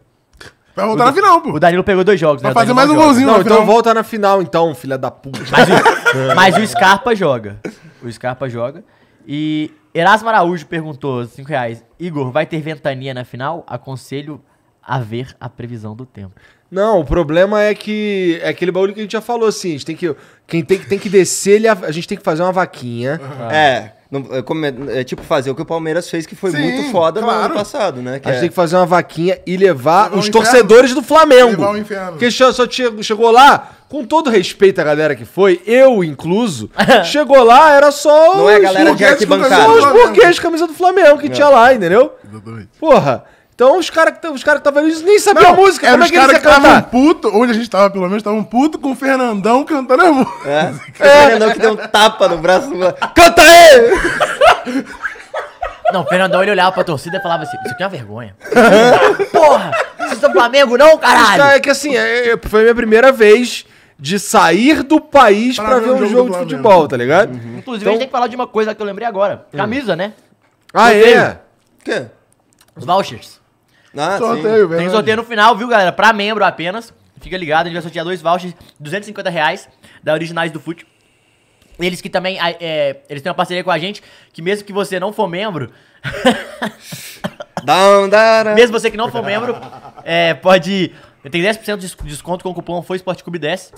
[SPEAKER 3] Vai voltar na final, pô.
[SPEAKER 5] O Danilo pegou dois jogos, né?
[SPEAKER 3] Vai
[SPEAKER 5] O
[SPEAKER 3] fazer
[SPEAKER 5] Danilo
[SPEAKER 3] mais um
[SPEAKER 5] joga.
[SPEAKER 3] golzinho
[SPEAKER 2] Não,
[SPEAKER 3] na
[SPEAKER 2] então
[SPEAKER 3] final.
[SPEAKER 2] volta na final, então, filha da puta.
[SPEAKER 5] Mas o, mas o Scarpa joga. O Scarpa joga. E Erasmo Araújo perguntou, 5 reais, Igor, vai ter ventania na final? Aconselho a ver a previsão do tempo.
[SPEAKER 2] Não, o problema é que é aquele bagulho que a gente já falou, assim. A gente tem que. Quem tem, que- tem que descer, ele, a, a gente tem que fazer uma vaquinha.
[SPEAKER 4] É. não- é como é- é tipo fazer o que o Palmeiras fez, que foi
[SPEAKER 3] Sim,
[SPEAKER 4] muito foda no
[SPEAKER 3] claro.
[SPEAKER 4] ano passado, né? Que
[SPEAKER 2] A gente
[SPEAKER 4] é-
[SPEAKER 2] tem que fazer uma vaquinha e levar,
[SPEAKER 3] Levar
[SPEAKER 2] os
[SPEAKER 3] ao
[SPEAKER 2] torcedores do Flamengo.
[SPEAKER 3] Levar ao inferno.
[SPEAKER 2] Porque só, só che- chegou lá, com todo respeito à galera que foi, eu incluso, chegou lá, era só
[SPEAKER 4] Não é a galera
[SPEAKER 2] os,
[SPEAKER 4] de
[SPEAKER 3] burgueses com
[SPEAKER 4] arquibancada. né?
[SPEAKER 2] só os
[SPEAKER 3] camisa-
[SPEAKER 2] burguês, camisa do Flamengo que tinha lá, entendeu?
[SPEAKER 3] Exatamente.
[SPEAKER 2] Porra. Então os caras que os cara que estavam ali nem sabiam a
[SPEAKER 3] Não,
[SPEAKER 2] música,
[SPEAKER 3] era
[SPEAKER 2] como é
[SPEAKER 3] os
[SPEAKER 2] que eles
[SPEAKER 3] caras
[SPEAKER 2] iam
[SPEAKER 3] que estavam
[SPEAKER 2] cantar?
[SPEAKER 3] puto, onde a gente tava pelo menos, estavam puto com o Fernandão cantando a música.
[SPEAKER 4] É. O Fernandão que deu um tapa no braço do. Canta aí!
[SPEAKER 5] Não, o Fernandão ele olhava pra torcida e falava assim: Isso aqui é uma vergonha. Porra! Vocês são Flamengo, não,
[SPEAKER 2] Os caras-
[SPEAKER 5] caralho!
[SPEAKER 2] É que assim, é- é- foi a minha primeira vez de sair do país pra, ver um jogo,
[SPEAKER 3] do
[SPEAKER 2] de
[SPEAKER 3] Flamengo.
[SPEAKER 2] futebol, tá ligado?
[SPEAKER 5] Inclusive, a gente tem que falar de uma coisa que eu lembrei agora: camisa, né?
[SPEAKER 2] Ah, é?
[SPEAKER 4] O quê?
[SPEAKER 5] Os vouchers.
[SPEAKER 4] Ah, sim.
[SPEAKER 3] Sorteio, velho.
[SPEAKER 5] Tem sorteio no final, viu, galera? Pra membro apenas. Fica ligado, a gente vai sortear dois vouchers, 250 reais, da Originais do Fute. Eles que também, a- é, eles têm uma parceria com a gente, que mesmo que você não for membro,
[SPEAKER 4] Down, down,
[SPEAKER 5] mesmo você que não for membro, é, pode... Tem 10% de desconto com o cupom FOISPORTCLUB 10.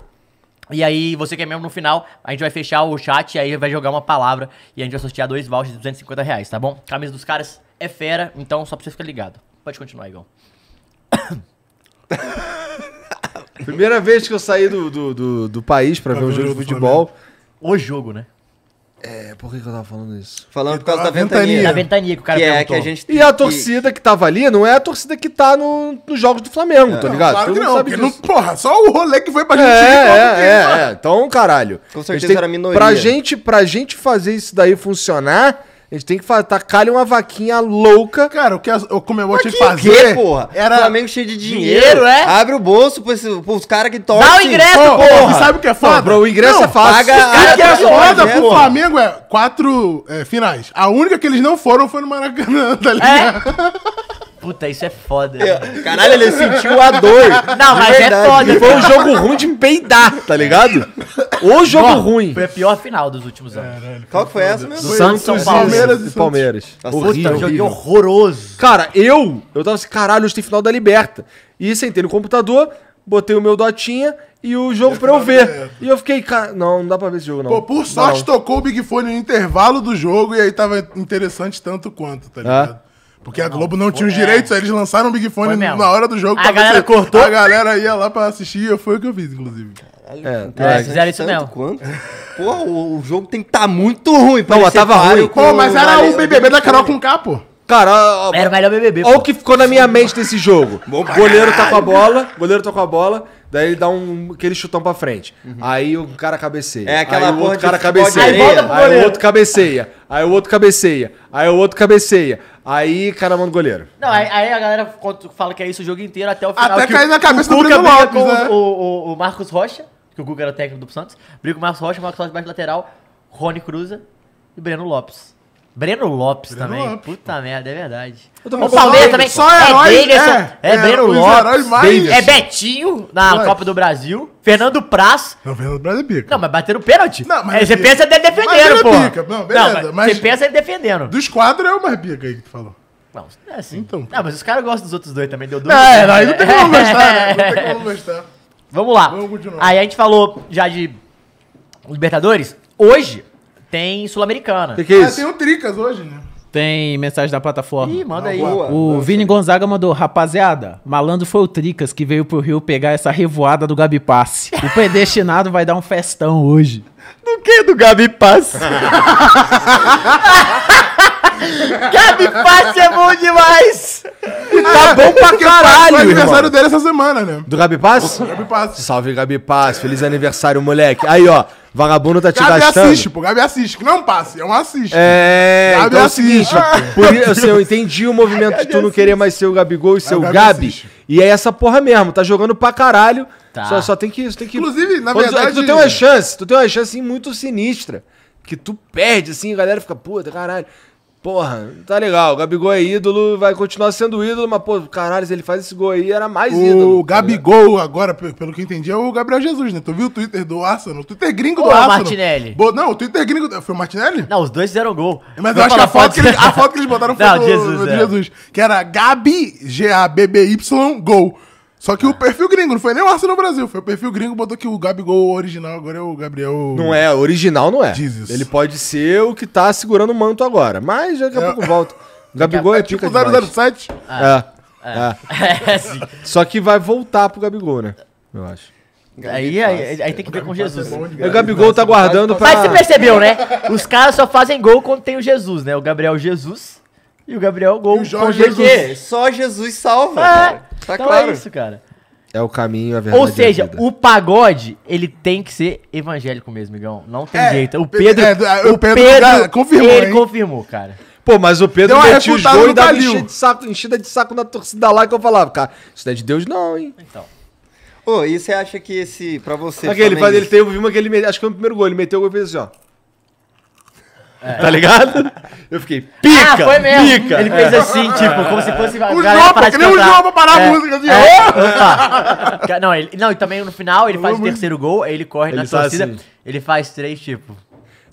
[SPEAKER 5] E aí, você que é membro no final, a gente vai fechar o chat e aí vai jogar uma palavra e a gente vai sortear dois vouchers de 250 reais, tá bom? Camisa dos caras é fera, então só pra você ficar ligado. Pode continuar, Igão.
[SPEAKER 2] Primeira vez que eu saí do, do, do, do país pra ver um jogo de
[SPEAKER 3] do
[SPEAKER 2] futebol.
[SPEAKER 5] O jogo, né?
[SPEAKER 2] É, por que, que eu tava falando isso?
[SPEAKER 4] Falando por causa da
[SPEAKER 3] A ventania.
[SPEAKER 4] ventania.
[SPEAKER 5] Da Tá ventania que o cara
[SPEAKER 4] Que é
[SPEAKER 5] perguntou.
[SPEAKER 4] que a gente.
[SPEAKER 2] E a
[SPEAKER 4] que-
[SPEAKER 2] torcida que tava ali não é a torcida que tá no, nos jogos do Flamengo, tá ligado?
[SPEAKER 3] Claro
[SPEAKER 2] Todo
[SPEAKER 3] que
[SPEAKER 2] mundo
[SPEAKER 3] não,
[SPEAKER 2] sabe
[SPEAKER 3] porque não,
[SPEAKER 2] disso.
[SPEAKER 3] porra, só o rolê que foi pra
[SPEAKER 2] É,
[SPEAKER 3] gente ver qual que é,
[SPEAKER 2] é,
[SPEAKER 3] mano.
[SPEAKER 2] é, é. Então, caralho.
[SPEAKER 4] Com
[SPEAKER 2] a gente
[SPEAKER 4] certeza
[SPEAKER 2] tem-
[SPEAKER 4] era a minoria.
[SPEAKER 2] Pra gente, pra gente fazer isso daí funcionar, A gente tem que fa- tacar-lhe uma vaquinha louca.
[SPEAKER 3] Cara, o que a- o Comebol tinha que
[SPEAKER 4] O quê,
[SPEAKER 3] fazer.
[SPEAKER 4] é, porra?
[SPEAKER 3] Era.
[SPEAKER 4] Flamengo cheio de dinheiro.
[SPEAKER 5] Dinheiro, é?
[SPEAKER 4] Abre o bolso pros, pros caras que torcem.
[SPEAKER 5] Dá o ingresso,
[SPEAKER 3] Pô,
[SPEAKER 5] porra!
[SPEAKER 3] e sabe o que é foda?
[SPEAKER 2] Bro, o ingresso é fácil.
[SPEAKER 4] paga-
[SPEAKER 3] O que é
[SPEAKER 4] Cara,
[SPEAKER 3] foda
[SPEAKER 4] é,
[SPEAKER 3] pro
[SPEAKER 4] porra.
[SPEAKER 3] Flamengo é quatro é, finais. A única que eles não foram foi no Maracanã, tá
[SPEAKER 5] É? né?
[SPEAKER 3] ligado?
[SPEAKER 5] Puta, isso é foda. né?
[SPEAKER 4] Caralho, ele sentiu a dor.
[SPEAKER 5] Não,
[SPEAKER 4] De
[SPEAKER 5] mas
[SPEAKER 4] verdade.
[SPEAKER 5] é foda.
[SPEAKER 2] Foi um jogo ruim de peidar, tá ligado? O jogo ruim.
[SPEAKER 5] Foi É a pior final dos últimos anos.
[SPEAKER 4] Qual que foi essa mesmo?
[SPEAKER 5] Do Santos São
[SPEAKER 2] Santos
[SPEAKER 5] Paulo.
[SPEAKER 3] um Palmeiras e
[SPEAKER 2] e
[SPEAKER 3] Santos.
[SPEAKER 2] Palmeiras.
[SPEAKER 4] Nossa,
[SPEAKER 5] Puta,
[SPEAKER 2] horrível.
[SPEAKER 5] joguei horroroso.
[SPEAKER 2] Cara, eu, eu tava assim, caralho, hoje tem final da Liberta. E sentei no computador, botei o meu dotinha e o jogo pra eu ver. E eu fiquei, cara, não, não dá pra ver esse jogo não.
[SPEAKER 3] Pô, por sorte tocou o Big Fone no intervalo do jogo e aí tava interessante tanto quanto, tá ligado? Porque a Globo não tinha os direitos, aí eles lançaram o Big Fone
[SPEAKER 5] é. Foi mesmo.
[SPEAKER 3] na hora do jogo.
[SPEAKER 5] A
[SPEAKER 3] pra ver
[SPEAKER 5] galera
[SPEAKER 3] se-
[SPEAKER 5] cortou.
[SPEAKER 3] A galera ia lá pra assistir, e foi o que eu fiz, inclusive.
[SPEAKER 5] É, fizeram isso
[SPEAKER 4] Tanto
[SPEAKER 5] mesmo.
[SPEAKER 4] Quanto? Porra, o, o jogo tem que tá muito ruim pra
[SPEAKER 2] Não,
[SPEAKER 4] ele
[SPEAKER 2] mas tava
[SPEAKER 4] páreo
[SPEAKER 2] ruim.
[SPEAKER 4] com
[SPEAKER 3] Pô, mas era
[SPEAKER 4] Vale-
[SPEAKER 3] o BBB da Carol com K, pô.
[SPEAKER 2] Cara, ó, ó,
[SPEAKER 5] Era o melhor BBB.
[SPEAKER 2] Olha
[SPEAKER 5] pô.
[SPEAKER 2] o que ficou na minha mente desse jogo. goleiro tá com a bola, goleiro tá com a bola, daí ele dá um, aquele chutão pra frente. Aí o cara cabeceia.
[SPEAKER 4] Uhum. É aquela
[SPEAKER 2] aí o
[SPEAKER 4] porra
[SPEAKER 2] outro
[SPEAKER 4] de
[SPEAKER 2] cara
[SPEAKER 4] futebol de
[SPEAKER 2] cabeceia.
[SPEAKER 5] areia. Aí volta pro
[SPEAKER 2] Aí o
[SPEAKER 5] goleiro.
[SPEAKER 2] outro cabeceia. Aí o outro cabeceia. Aí o outro cabeceia. Aí cara manda o goleiro.
[SPEAKER 5] Não, aí, aí a galera conta- fala que é isso o jogo inteiro até o final.
[SPEAKER 3] Até
[SPEAKER 5] que
[SPEAKER 3] cair
[SPEAKER 5] o-
[SPEAKER 3] na cabeça
[SPEAKER 5] o
[SPEAKER 3] do
[SPEAKER 5] Cuca
[SPEAKER 3] Breno
[SPEAKER 5] briga
[SPEAKER 3] Lopes,
[SPEAKER 5] com
[SPEAKER 3] né?
[SPEAKER 5] o, o, o Marcos Rocha, que o Guga era o técnico do Santos. Briga com o Marcos Rocha, o Marcos Rocha bate lateral, Rony Cruza e Breno Lopes. Breno Lopes também.
[SPEAKER 3] Lopes,
[SPEAKER 5] Puta merda, é verdade.
[SPEAKER 2] tô falando
[SPEAKER 5] o Palmeiras
[SPEAKER 3] só-
[SPEAKER 5] também.
[SPEAKER 3] só
[SPEAKER 5] é
[SPEAKER 3] heróis,
[SPEAKER 5] dele, é, só-
[SPEAKER 3] é.
[SPEAKER 5] é
[SPEAKER 3] É,
[SPEAKER 5] Breno
[SPEAKER 3] os heróis
[SPEAKER 5] Lopes.
[SPEAKER 3] mais-
[SPEAKER 5] É Betinho na
[SPEAKER 3] Ué.
[SPEAKER 5] Copa do Brasil. Fernando Praz.
[SPEAKER 3] Não, Fernando Brasil é pica.
[SPEAKER 5] Não, mas bateram pênalti.
[SPEAKER 3] Não, mas
[SPEAKER 5] Aí você
[SPEAKER 3] ele-
[SPEAKER 5] pensa dele
[SPEAKER 3] mas ele
[SPEAKER 5] defendendo,
[SPEAKER 3] é
[SPEAKER 5] pô.
[SPEAKER 3] pica. Não, beleza, mas-
[SPEAKER 5] Você pensa ele defendendo.
[SPEAKER 3] Dos quadros é o mais pica aí que tu falou.
[SPEAKER 5] Não, é assim.
[SPEAKER 3] Então.
[SPEAKER 5] Não, mas os caras gostam dos outros dois também, deu dúvida.
[SPEAKER 3] É, aí não tem como gostar, né?
[SPEAKER 2] É.
[SPEAKER 3] Não tem como gostar.
[SPEAKER 5] Vamos lá.
[SPEAKER 3] Vamos continuar.
[SPEAKER 5] Aí a gente falou já de Libertadores. Hoje tem Sul-Americana.
[SPEAKER 2] O que, que é
[SPEAKER 3] Ah,
[SPEAKER 2] isso?
[SPEAKER 3] tem o Tricas hoje, né?
[SPEAKER 6] Tem mensagem da plataforma.
[SPEAKER 5] Ih, manda aí.
[SPEAKER 4] boa.
[SPEAKER 6] O Vini Gonzaga mandou, rapaziada, malandro foi o Tricas que veio pro Rio pegar essa revoada do Gabi Passe. O predestinado vai dar um festão hoje.
[SPEAKER 4] Do que do Gabi Passe?
[SPEAKER 5] Gabi Passe é bom demais!
[SPEAKER 2] Tá bom pra
[SPEAKER 3] Ah, Foi o
[SPEAKER 2] caralho,
[SPEAKER 3] aniversário
[SPEAKER 2] irmão. É.
[SPEAKER 3] dele essa semana, né?
[SPEAKER 2] Do Gabi Pass?
[SPEAKER 3] Gabi passa.
[SPEAKER 2] Salve, Gabi Pass. Feliz aniversário, moleque. Aí, ó. Vagabundo tá te
[SPEAKER 3] Gabi
[SPEAKER 2] gastando.
[SPEAKER 3] assiste, pô. Gabi assiste. Não passe, é um assiste.
[SPEAKER 2] É,
[SPEAKER 3] Gabi
[SPEAKER 2] então é o
[SPEAKER 3] assiste.
[SPEAKER 2] seguinte, por, i- assim, eu entendi o movimento de tu não querer mais ser o Gabigol e ser o
[SPEAKER 3] Gabi
[SPEAKER 2] Gabi.
[SPEAKER 3] assiste.
[SPEAKER 2] E é essa porra mesmo, tá jogando pra caralho.
[SPEAKER 5] Tá.
[SPEAKER 2] Só, só tem que, tem que.
[SPEAKER 3] Inclusive, na
[SPEAKER 2] Quando- é que
[SPEAKER 3] verdade-
[SPEAKER 2] tu tem uma chance, tu tem uma chance assim, muito sinistra. Que tu perde, assim, a galera fica, puta, caralho. Porra, tá legal, o Gabigol é ídolo, vai continuar sendo ídolo, mas, pô, caralho, se ele faz esse gol aí, era mais ídolo. tá
[SPEAKER 3] O Gabigol agora, pe- pelo que eu entendi, é o Gabriel Jesus, né? Tu viu o Twitter do Arsenal? O Twitter gringo do
[SPEAKER 5] Ou é o
[SPEAKER 3] Arsenal.
[SPEAKER 5] Martinelli?
[SPEAKER 3] Bo- não, o Twitter gringo... do- Foi o Martinelli?
[SPEAKER 5] Não, os dois fizeram gol.
[SPEAKER 3] Mas eu
[SPEAKER 5] Vou
[SPEAKER 3] acho que a
[SPEAKER 5] falar
[SPEAKER 3] foto que,
[SPEAKER 5] foto-
[SPEAKER 3] eles, a foto que eles botaram foi
[SPEAKER 5] Não,
[SPEAKER 3] do
[SPEAKER 5] Jesus,
[SPEAKER 3] do
[SPEAKER 5] é.
[SPEAKER 3] Jesus. Que era Gabi, G-A-B-B-Y, gol. Só
[SPEAKER 5] É.
[SPEAKER 3] que o perfil gringo, não foi nem o Arsenal Brasil, foi o perfil gringo, botou que o Gabigol original agora é o Gabriel...
[SPEAKER 2] Não é, original não é.
[SPEAKER 3] Jesus.
[SPEAKER 2] Ele pode ser o que tá segurando o manto agora, mas daqui a
[SPEAKER 3] É.
[SPEAKER 2] pouco volta. O Gabigol é,
[SPEAKER 3] Tipo
[SPEAKER 2] pica demais.
[SPEAKER 3] 007.
[SPEAKER 5] Ah.
[SPEAKER 2] É. é.
[SPEAKER 5] É, assim.
[SPEAKER 2] Só que vai voltar pro Gabigol, né? Eu acho.
[SPEAKER 5] Aí, é, aí, aí tem que ver com
[SPEAKER 3] é
[SPEAKER 5] Jesus.
[SPEAKER 2] o Gabigol tá guardando pra.
[SPEAKER 5] Mas você percebeu, né? Os caras só fazem gol quando tem o Jesus, né? O Gabriel Jesus e o Gabriel gol
[SPEAKER 3] E o
[SPEAKER 5] com
[SPEAKER 3] Jorge
[SPEAKER 5] Jesus.
[SPEAKER 3] Jesus.
[SPEAKER 4] Porque É só Jesus salva.
[SPEAKER 5] É,
[SPEAKER 4] cara.
[SPEAKER 5] então
[SPEAKER 4] Tá claro.
[SPEAKER 5] é isso, cara.
[SPEAKER 2] É o caminho, a verdade.
[SPEAKER 5] Ou
[SPEAKER 2] e a
[SPEAKER 5] seja,
[SPEAKER 2] vida.
[SPEAKER 5] o pagode, ele tem que ser evangélico mesmo, Igão. Não tem
[SPEAKER 3] É,
[SPEAKER 5] jeito. O
[SPEAKER 3] Pe-
[SPEAKER 5] Pedro,
[SPEAKER 3] é, do-
[SPEAKER 5] o Pedro,
[SPEAKER 3] cara, confirmou,
[SPEAKER 5] Ele
[SPEAKER 3] hein?
[SPEAKER 5] confirmou, cara.
[SPEAKER 2] Pô, mas o Pedro
[SPEAKER 3] Deu uma
[SPEAKER 2] metia os
[SPEAKER 3] refutada
[SPEAKER 2] gols e
[SPEAKER 3] no
[SPEAKER 2] dava
[SPEAKER 3] Calil.
[SPEAKER 2] enchida de, saco, enchida de saco na torcida lá que eu falava, cara, isso não é de Deus, não, hein?
[SPEAKER 5] Então.
[SPEAKER 4] Ô, e você acha que esse, pra você...
[SPEAKER 2] Aquele, faz, ele
[SPEAKER 4] flamenguista,
[SPEAKER 2] teve uma que ele meteu, acho que foi o primeiro gol, ele meteu o gol e fez assim, ó.
[SPEAKER 5] É.
[SPEAKER 2] Tá ligado? Eu fiquei, pica!
[SPEAKER 5] ah, foi mesmo.
[SPEAKER 2] Pica!
[SPEAKER 5] Ele fez assim, tipo, como se fosse a
[SPEAKER 3] É. O
[SPEAKER 5] galera
[SPEAKER 3] Jopa, que
[SPEAKER 5] parar de
[SPEAKER 3] nem o
[SPEAKER 5] cantar.
[SPEAKER 3] Jopa parar a
[SPEAKER 5] É,
[SPEAKER 3] música assim, ó.
[SPEAKER 5] é, opa. Ca- Não, ele, não, e também no final ele faz o terceiro gol, aí ele corre
[SPEAKER 2] Ele
[SPEAKER 5] na
[SPEAKER 2] faz
[SPEAKER 5] torcida,
[SPEAKER 2] assim.
[SPEAKER 5] ele faz três, tipo.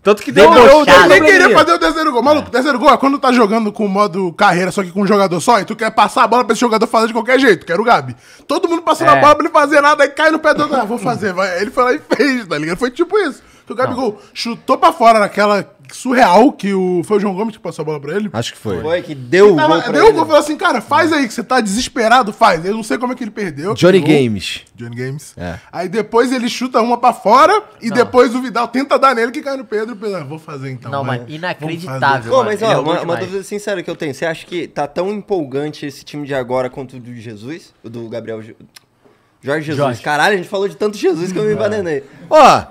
[SPEAKER 2] Tanto que deu, um-
[SPEAKER 5] Debochado.
[SPEAKER 2] deu, deu
[SPEAKER 3] Eu nem queria
[SPEAKER 2] probleminha.
[SPEAKER 3] fazer o terceiro gol. Maluco, o terceiro gol é quando tá jogando com o modo carreira, só que com um jogador só, e tu quer passar a bola pra esse jogador fazer de qualquer jeito, que era o Gabi. Todo mundo passando
[SPEAKER 5] É.
[SPEAKER 3] a bola pra ele fazer nada, aí cai no pé do outro. Ah, vou fazer, vai. Aí Ele foi lá e fez, tá ligado? Foi tipo isso. Que o Gabigol chutou pra fora naquela surreal que o, foi o João Gomes que passou a bola pra ele.
[SPEAKER 2] Acho que foi.
[SPEAKER 4] Foi que deu o
[SPEAKER 3] Tava-
[SPEAKER 4] gol pra
[SPEAKER 3] deu o
[SPEAKER 4] ele.
[SPEAKER 3] gol e falou assim, cara, faz aí que você tá desesperado, faz. Eu não sei como é que ele perdeu.
[SPEAKER 2] Johnny
[SPEAKER 3] Gol.
[SPEAKER 2] Games.
[SPEAKER 3] Johnny Games.
[SPEAKER 2] É.
[SPEAKER 3] Aí depois ele chuta uma pra fora e depois o Vidal tenta dar nele que cai no Pedro. Pedro, ah, vou fazer então.
[SPEAKER 5] Não,
[SPEAKER 3] vai.
[SPEAKER 5] mano,
[SPEAKER 3] Vamos fazer.
[SPEAKER 5] inacreditável.
[SPEAKER 4] Pô,
[SPEAKER 5] mano.
[SPEAKER 4] mas ó,
[SPEAKER 5] Ele é bom
[SPEAKER 4] uma, uma
[SPEAKER 5] demais.
[SPEAKER 4] dúvida sincera que eu tenho. Você acha que tá tão empolgante esse time de agora quanto o do Jesus? O do Gabriel... Je- Jorge Jesus.
[SPEAKER 5] Jorge.
[SPEAKER 4] Caralho, a gente falou de tanto Jesus que eu me embananei.
[SPEAKER 2] Ó,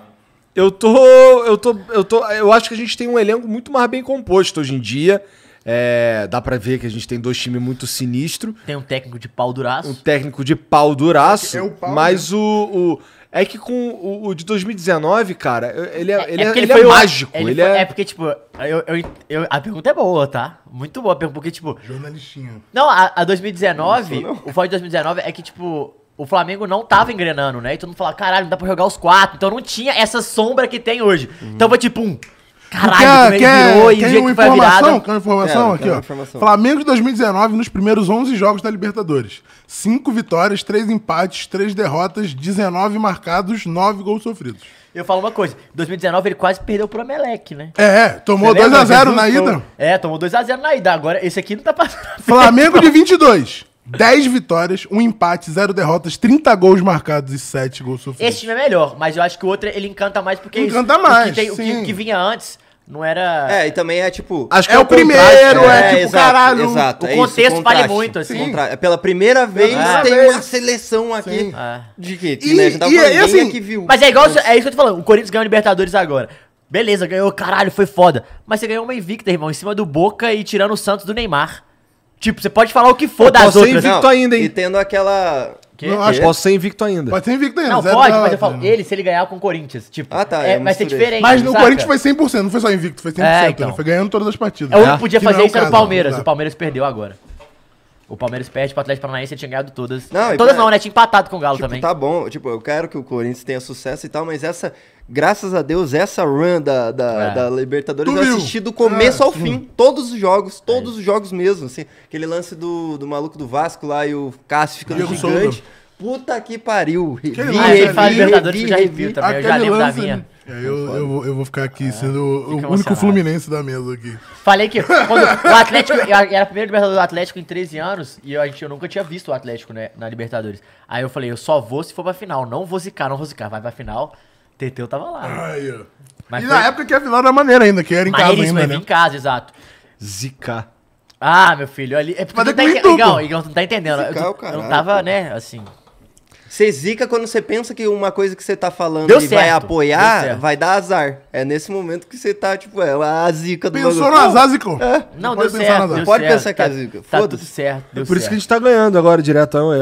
[SPEAKER 2] Eu tô, eu tô, eu tô, eu acho que a gente tem um elenco muito mais bem composto hoje em dia. É, dá pra ver que a gente tem dois times muito sinistro,
[SPEAKER 5] Tem um técnico de pau
[SPEAKER 2] um
[SPEAKER 5] duraço.
[SPEAKER 2] técnico de pau duraço,
[SPEAKER 3] É o pau,
[SPEAKER 2] mas o, o- é que com o, o de 2019, cara, ele é, ele é,
[SPEAKER 5] porque
[SPEAKER 2] ele
[SPEAKER 5] foi
[SPEAKER 2] é
[SPEAKER 5] o-
[SPEAKER 2] mágico, ele,
[SPEAKER 5] Ele foi-
[SPEAKER 2] é,
[SPEAKER 5] é... porque, tipo, eu, eu- eu- a pergunta é boa, tá? Muito boa a pergunta, porque, tipo,
[SPEAKER 3] Jornalistinha.
[SPEAKER 5] Não, a, a 2019, o foda de 2019 é que, tipo, o Flamengo não tava engrenando, né? E todo mundo falava, caralho, não dá pra jogar os quatro. Então não tinha essa sombra que tem hoje. Então foi tipo um. Caralho,
[SPEAKER 3] Uhum. Quer,
[SPEAKER 5] quem
[SPEAKER 3] quer,
[SPEAKER 5] virou e o
[SPEAKER 3] quer
[SPEAKER 5] jeito
[SPEAKER 3] uma
[SPEAKER 5] que foi a
[SPEAKER 3] informação?
[SPEAKER 5] virada.
[SPEAKER 3] Quer uma informação
[SPEAKER 4] É,
[SPEAKER 3] aqui,
[SPEAKER 4] quero
[SPEAKER 3] ó.
[SPEAKER 4] uma informação.
[SPEAKER 3] Flamengo de 2019 nos primeiros 11 jogos da Libertadores. 5 vitórias, 3 empates, 3 derrotas, 19 marcados, 9 gols sofridos.
[SPEAKER 5] Eu falo uma coisa: 2019 ele quase perdeu pro Emelec, né?
[SPEAKER 3] É, é, tomou
[SPEAKER 5] Você lembra?
[SPEAKER 3] 2x0
[SPEAKER 5] Jesus
[SPEAKER 3] na
[SPEAKER 5] tomou-
[SPEAKER 3] ida.
[SPEAKER 5] É, tomou 2x0 na ida. Agora, esse aqui não tá passando.
[SPEAKER 3] Flamengo de 22. 10 vitórias, 1 empate, 0 derrotas, 30 gols marcados e 7 gols sofridos.
[SPEAKER 5] Esse time é melhor, mas eu acho que o outro ele encanta mais porque é isso.
[SPEAKER 3] Encanta
[SPEAKER 5] O que
[SPEAKER 3] mais,
[SPEAKER 5] tem- O que,
[SPEAKER 3] sim.
[SPEAKER 5] o que vinha antes não era.
[SPEAKER 4] É, e também é tipo.
[SPEAKER 2] acho que
[SPEAKER 3] é o
[SPEAKER 2] contrário, né?
[SPEAKER 3] primeiro, é, tipo,
[SPEAKER 4] exato,
[SPEAKER 3] caralho.
[SPEAKER 4] Exato,
[SPEAKER 5] o
[SPEAKER 4] é
[SPEAKER 5] contexto
[SPEAKER 4] isso,
[SPEAKER 5] vale
[SPEAKER 4] contraste.
[SPEAKER 5] muito, assim.
[SPEAKER 4] Contra- é Pela primeira vez
[SPEAKER 5] primeira
[SPEAKER 4] tem
[SPEAKER 3] vez.
[SPEAKER 4] uma seleção aqui.
[SPEAKER 5] Ah.
[SPEAKER 4] De que?
[SPEAKER 3] E-
[SPEAKER 4] né, a gente tava
[SPEAKER 3] e-
[SPEAKER 4] falando,
[SPEAKER 3] e
[SPEAKER 4] ninguém
[SPEAKER 3] assim,
[SPEAKER 4] aqui viu.
[SPEAKER 5] Mas é igual, é isso que eu tô falando, o Corinthians ganhou a Libertadores agora. Beleza, ganhou, caralho, foi foda. Mas você ganhou uma invicta, irmão, em cima do Boca e tirando o Santos do Neymar. Tipo, você pode falar o que for
[SPEAKER 2] Eu
[SPEAKER 5] das
[SPEAKER 2] posso ser
[SPEAKER 5] outras.
[SPEAKER 2] invicto.
[SPEAKER 4] Não,
[SPEAKER 2] ainda, hein?
[SPEAKER 4] E tendo aquela.
[SPEAKER 5] é
[SPEAKER 3] Não,
[SPEAKER 2] Eu
[SPEAKER 3] acho
[SPEAKER 2] posso ser invicto é ainda.
[SPEAKER 3] Pode ser invicto ainda.
[SPEAKER 5] Não,
[SPEAKER 3] zero
[SPEAKER 5] pode, mas
[SPEAKER 3] derrotas,
[SPEAKER 5] eu falo,
[SPEAKER 3] né?
[SPEAKER 5] ele se ele ganhar com o Corinthians. Tipo,
[SPEAKER 4] Ah, tá,
[SPEAKER 5] é,
[SPEAKER 4] eu
[SPEAKER 5] vai ser
[SPEAKER 4] misturei.
[SPEAKER 5] diferente.
[SPEAKER 3] Mas no
[SPEAKER 5] saca?
[SPEAKER 3] Corinthians foi 100%, não foi só invicto, foi 100%.
[SPEAKER 5] É, então.
[SPEAKER 3] Ele né? foi ganhando todas as partidas.
[SPEAKER 5] É, o único que podia
[SPEAKER 3] Que não é
[SPEAKER 5] fazer
[SPEAKER 3] o
[SPEAKER 5] isso era o
[SPEAKER 3] caso,
[SPEAKER 5] Palmeiras.
[SPEAKER 3] não dá.
[SPEAKER 5] O Palmeiras perdeu agora. O Palmeiras perde pro Atlético Paranaense, ele tinha ganhado todas.
[SPEAKER 4] Não, e
[SPEAKER 5] todas
[SPEAKER 4] pra-
[SPEAKER 5] não, né? Tinha empatado com o Galo
[SPEAKER 4] Tipo,
[SPEAKER 5] também.
[SPEAKER 4] tá bom, tipo, eu quero que o Corinthians tenha sucesso e tal, mas essa, graças a Deus, essa run da, da,
[SPEAKER 5] É.
[SPEAKER 4] da Libertadores
[SPEAKER 3] Tu
[SPEAKER 4] eu
[SPEAKER 3] viu? Ah,
[SPEAKER 4] assisti do começo ao fim, todos os jogos,
[SPEAKER 5] É
[SPEAKER 4] todos os jogos mesmo, assim, aquele lance do, do maluco do Vasco lá e o Cássio ficando
[SPEAKER 3] Diego Souza.
[SPEAKER 4] gigante, puta que pariu, revi,
[SPEAKER 3] lance
[SPEAKER 5] Ah,
[SPEAKER 3] ali,
[SPEAKER 5] ele fala
[SPEAKER 3] revi,
[SPEAKER 5] Libertadores, tu já reviu também. Eu já
[SPEAKER 3] Aquele
[SPEAKER 5] lembro da
[SPEAKER 3] lance.
[SPEAKER 5] minha. É,
[SPEAKER 3] É, eu, eu, vou- eu vou ficar aqui sendo o único
[SPEAKER 5] emocionado.
[SPEAKER 3] Fluminense da mesa aqui.
[SPEAKER 5] Falei que quando o Atlético. eu Era a primeira Libertadores do Atlético em 13 anos e eu, a gente, eu nunca tinha visto o Atlético né, na Libertadores. Aí eu falei, eu só vou se for pra final. Não vou zicar, não vou zicar. Vai pra final. Teteu tava lá.
[SPEAKER 3] Aí, ó.
[SPEAKER 5] Ah. Mas
[SPEAKER 3] e
[SPEAKER 5] foi
[SPEAKER 3] na época que a final era maneira ainda, que era Ah, em casa
[SPEAKER 5] maneiríssimo,
[SPEAKER 3] ainda,
[SPEAKER 5] eu
[SPEAKER 3] né?
[SPEAKER 5] vim em casa, exato.
[SPEAKER 2] Zica.
[SPEAKER 5] Ah, meu filho, ali. É porque
[SPEAKER 3] Mas
[SPEAKER 5] tu
[SPEAKER 3] é
[SPEAKER 5] não tá
[SPEAKER 3] com o
[SPEAKER 5] entendendo.
[SPEAKER 3] Igão,
[SPEAKER 5] Igão, Igão, tu não tá entendendo. Eu,
[SPEAKER 4] Zicar é o
[SPEAKER 5] tu- eu
[SPEAKER 4] caralho,
[SPEAKER 5] não tava,
[SPEAKER 4] pô.
[SPEAKER 5] né, assim.
[SPEAKER 4] Você zica quando você pensa que uma coisa que você tá falando e
[SPEAKER 5] Deu
[SPEAKER 4] vai
[SPEAKER 5] certo, deu
[SPEAKER 4] apoiar,
[SPEAKER 5] certo.
[SPEAKER 4] vai dar azar. É nesse momento que você tá, tipo, é a zica do
[SPEAKER 3] Pensou
[SPEAKER 4] bagulho.
[SPEAKER 3] no azar, Zico?
[SPEAKER 5] Não,
[SPEAKER 3] pode pensar
[SPEAKER 5] deu certo.
[SPEAKER 3] nada.
[SPEAKER 5] deu
[SPEAKER 4] Pode
[SPEAKER 5] certo,
[SPEAKER 4] pensar que
[SPEAKER 5] tá-
[SPEAKER 4] é zica,
[SPEAKER 5] Tá
[SPEAKER 4] foda-se.
[SPEAKER 5] tudo certo. Deu
[SPEAKER 2] Por isso que a
[SPEAKER 5] certo.
[SPEAKER 2] gente tá ganhando agora diretão. é,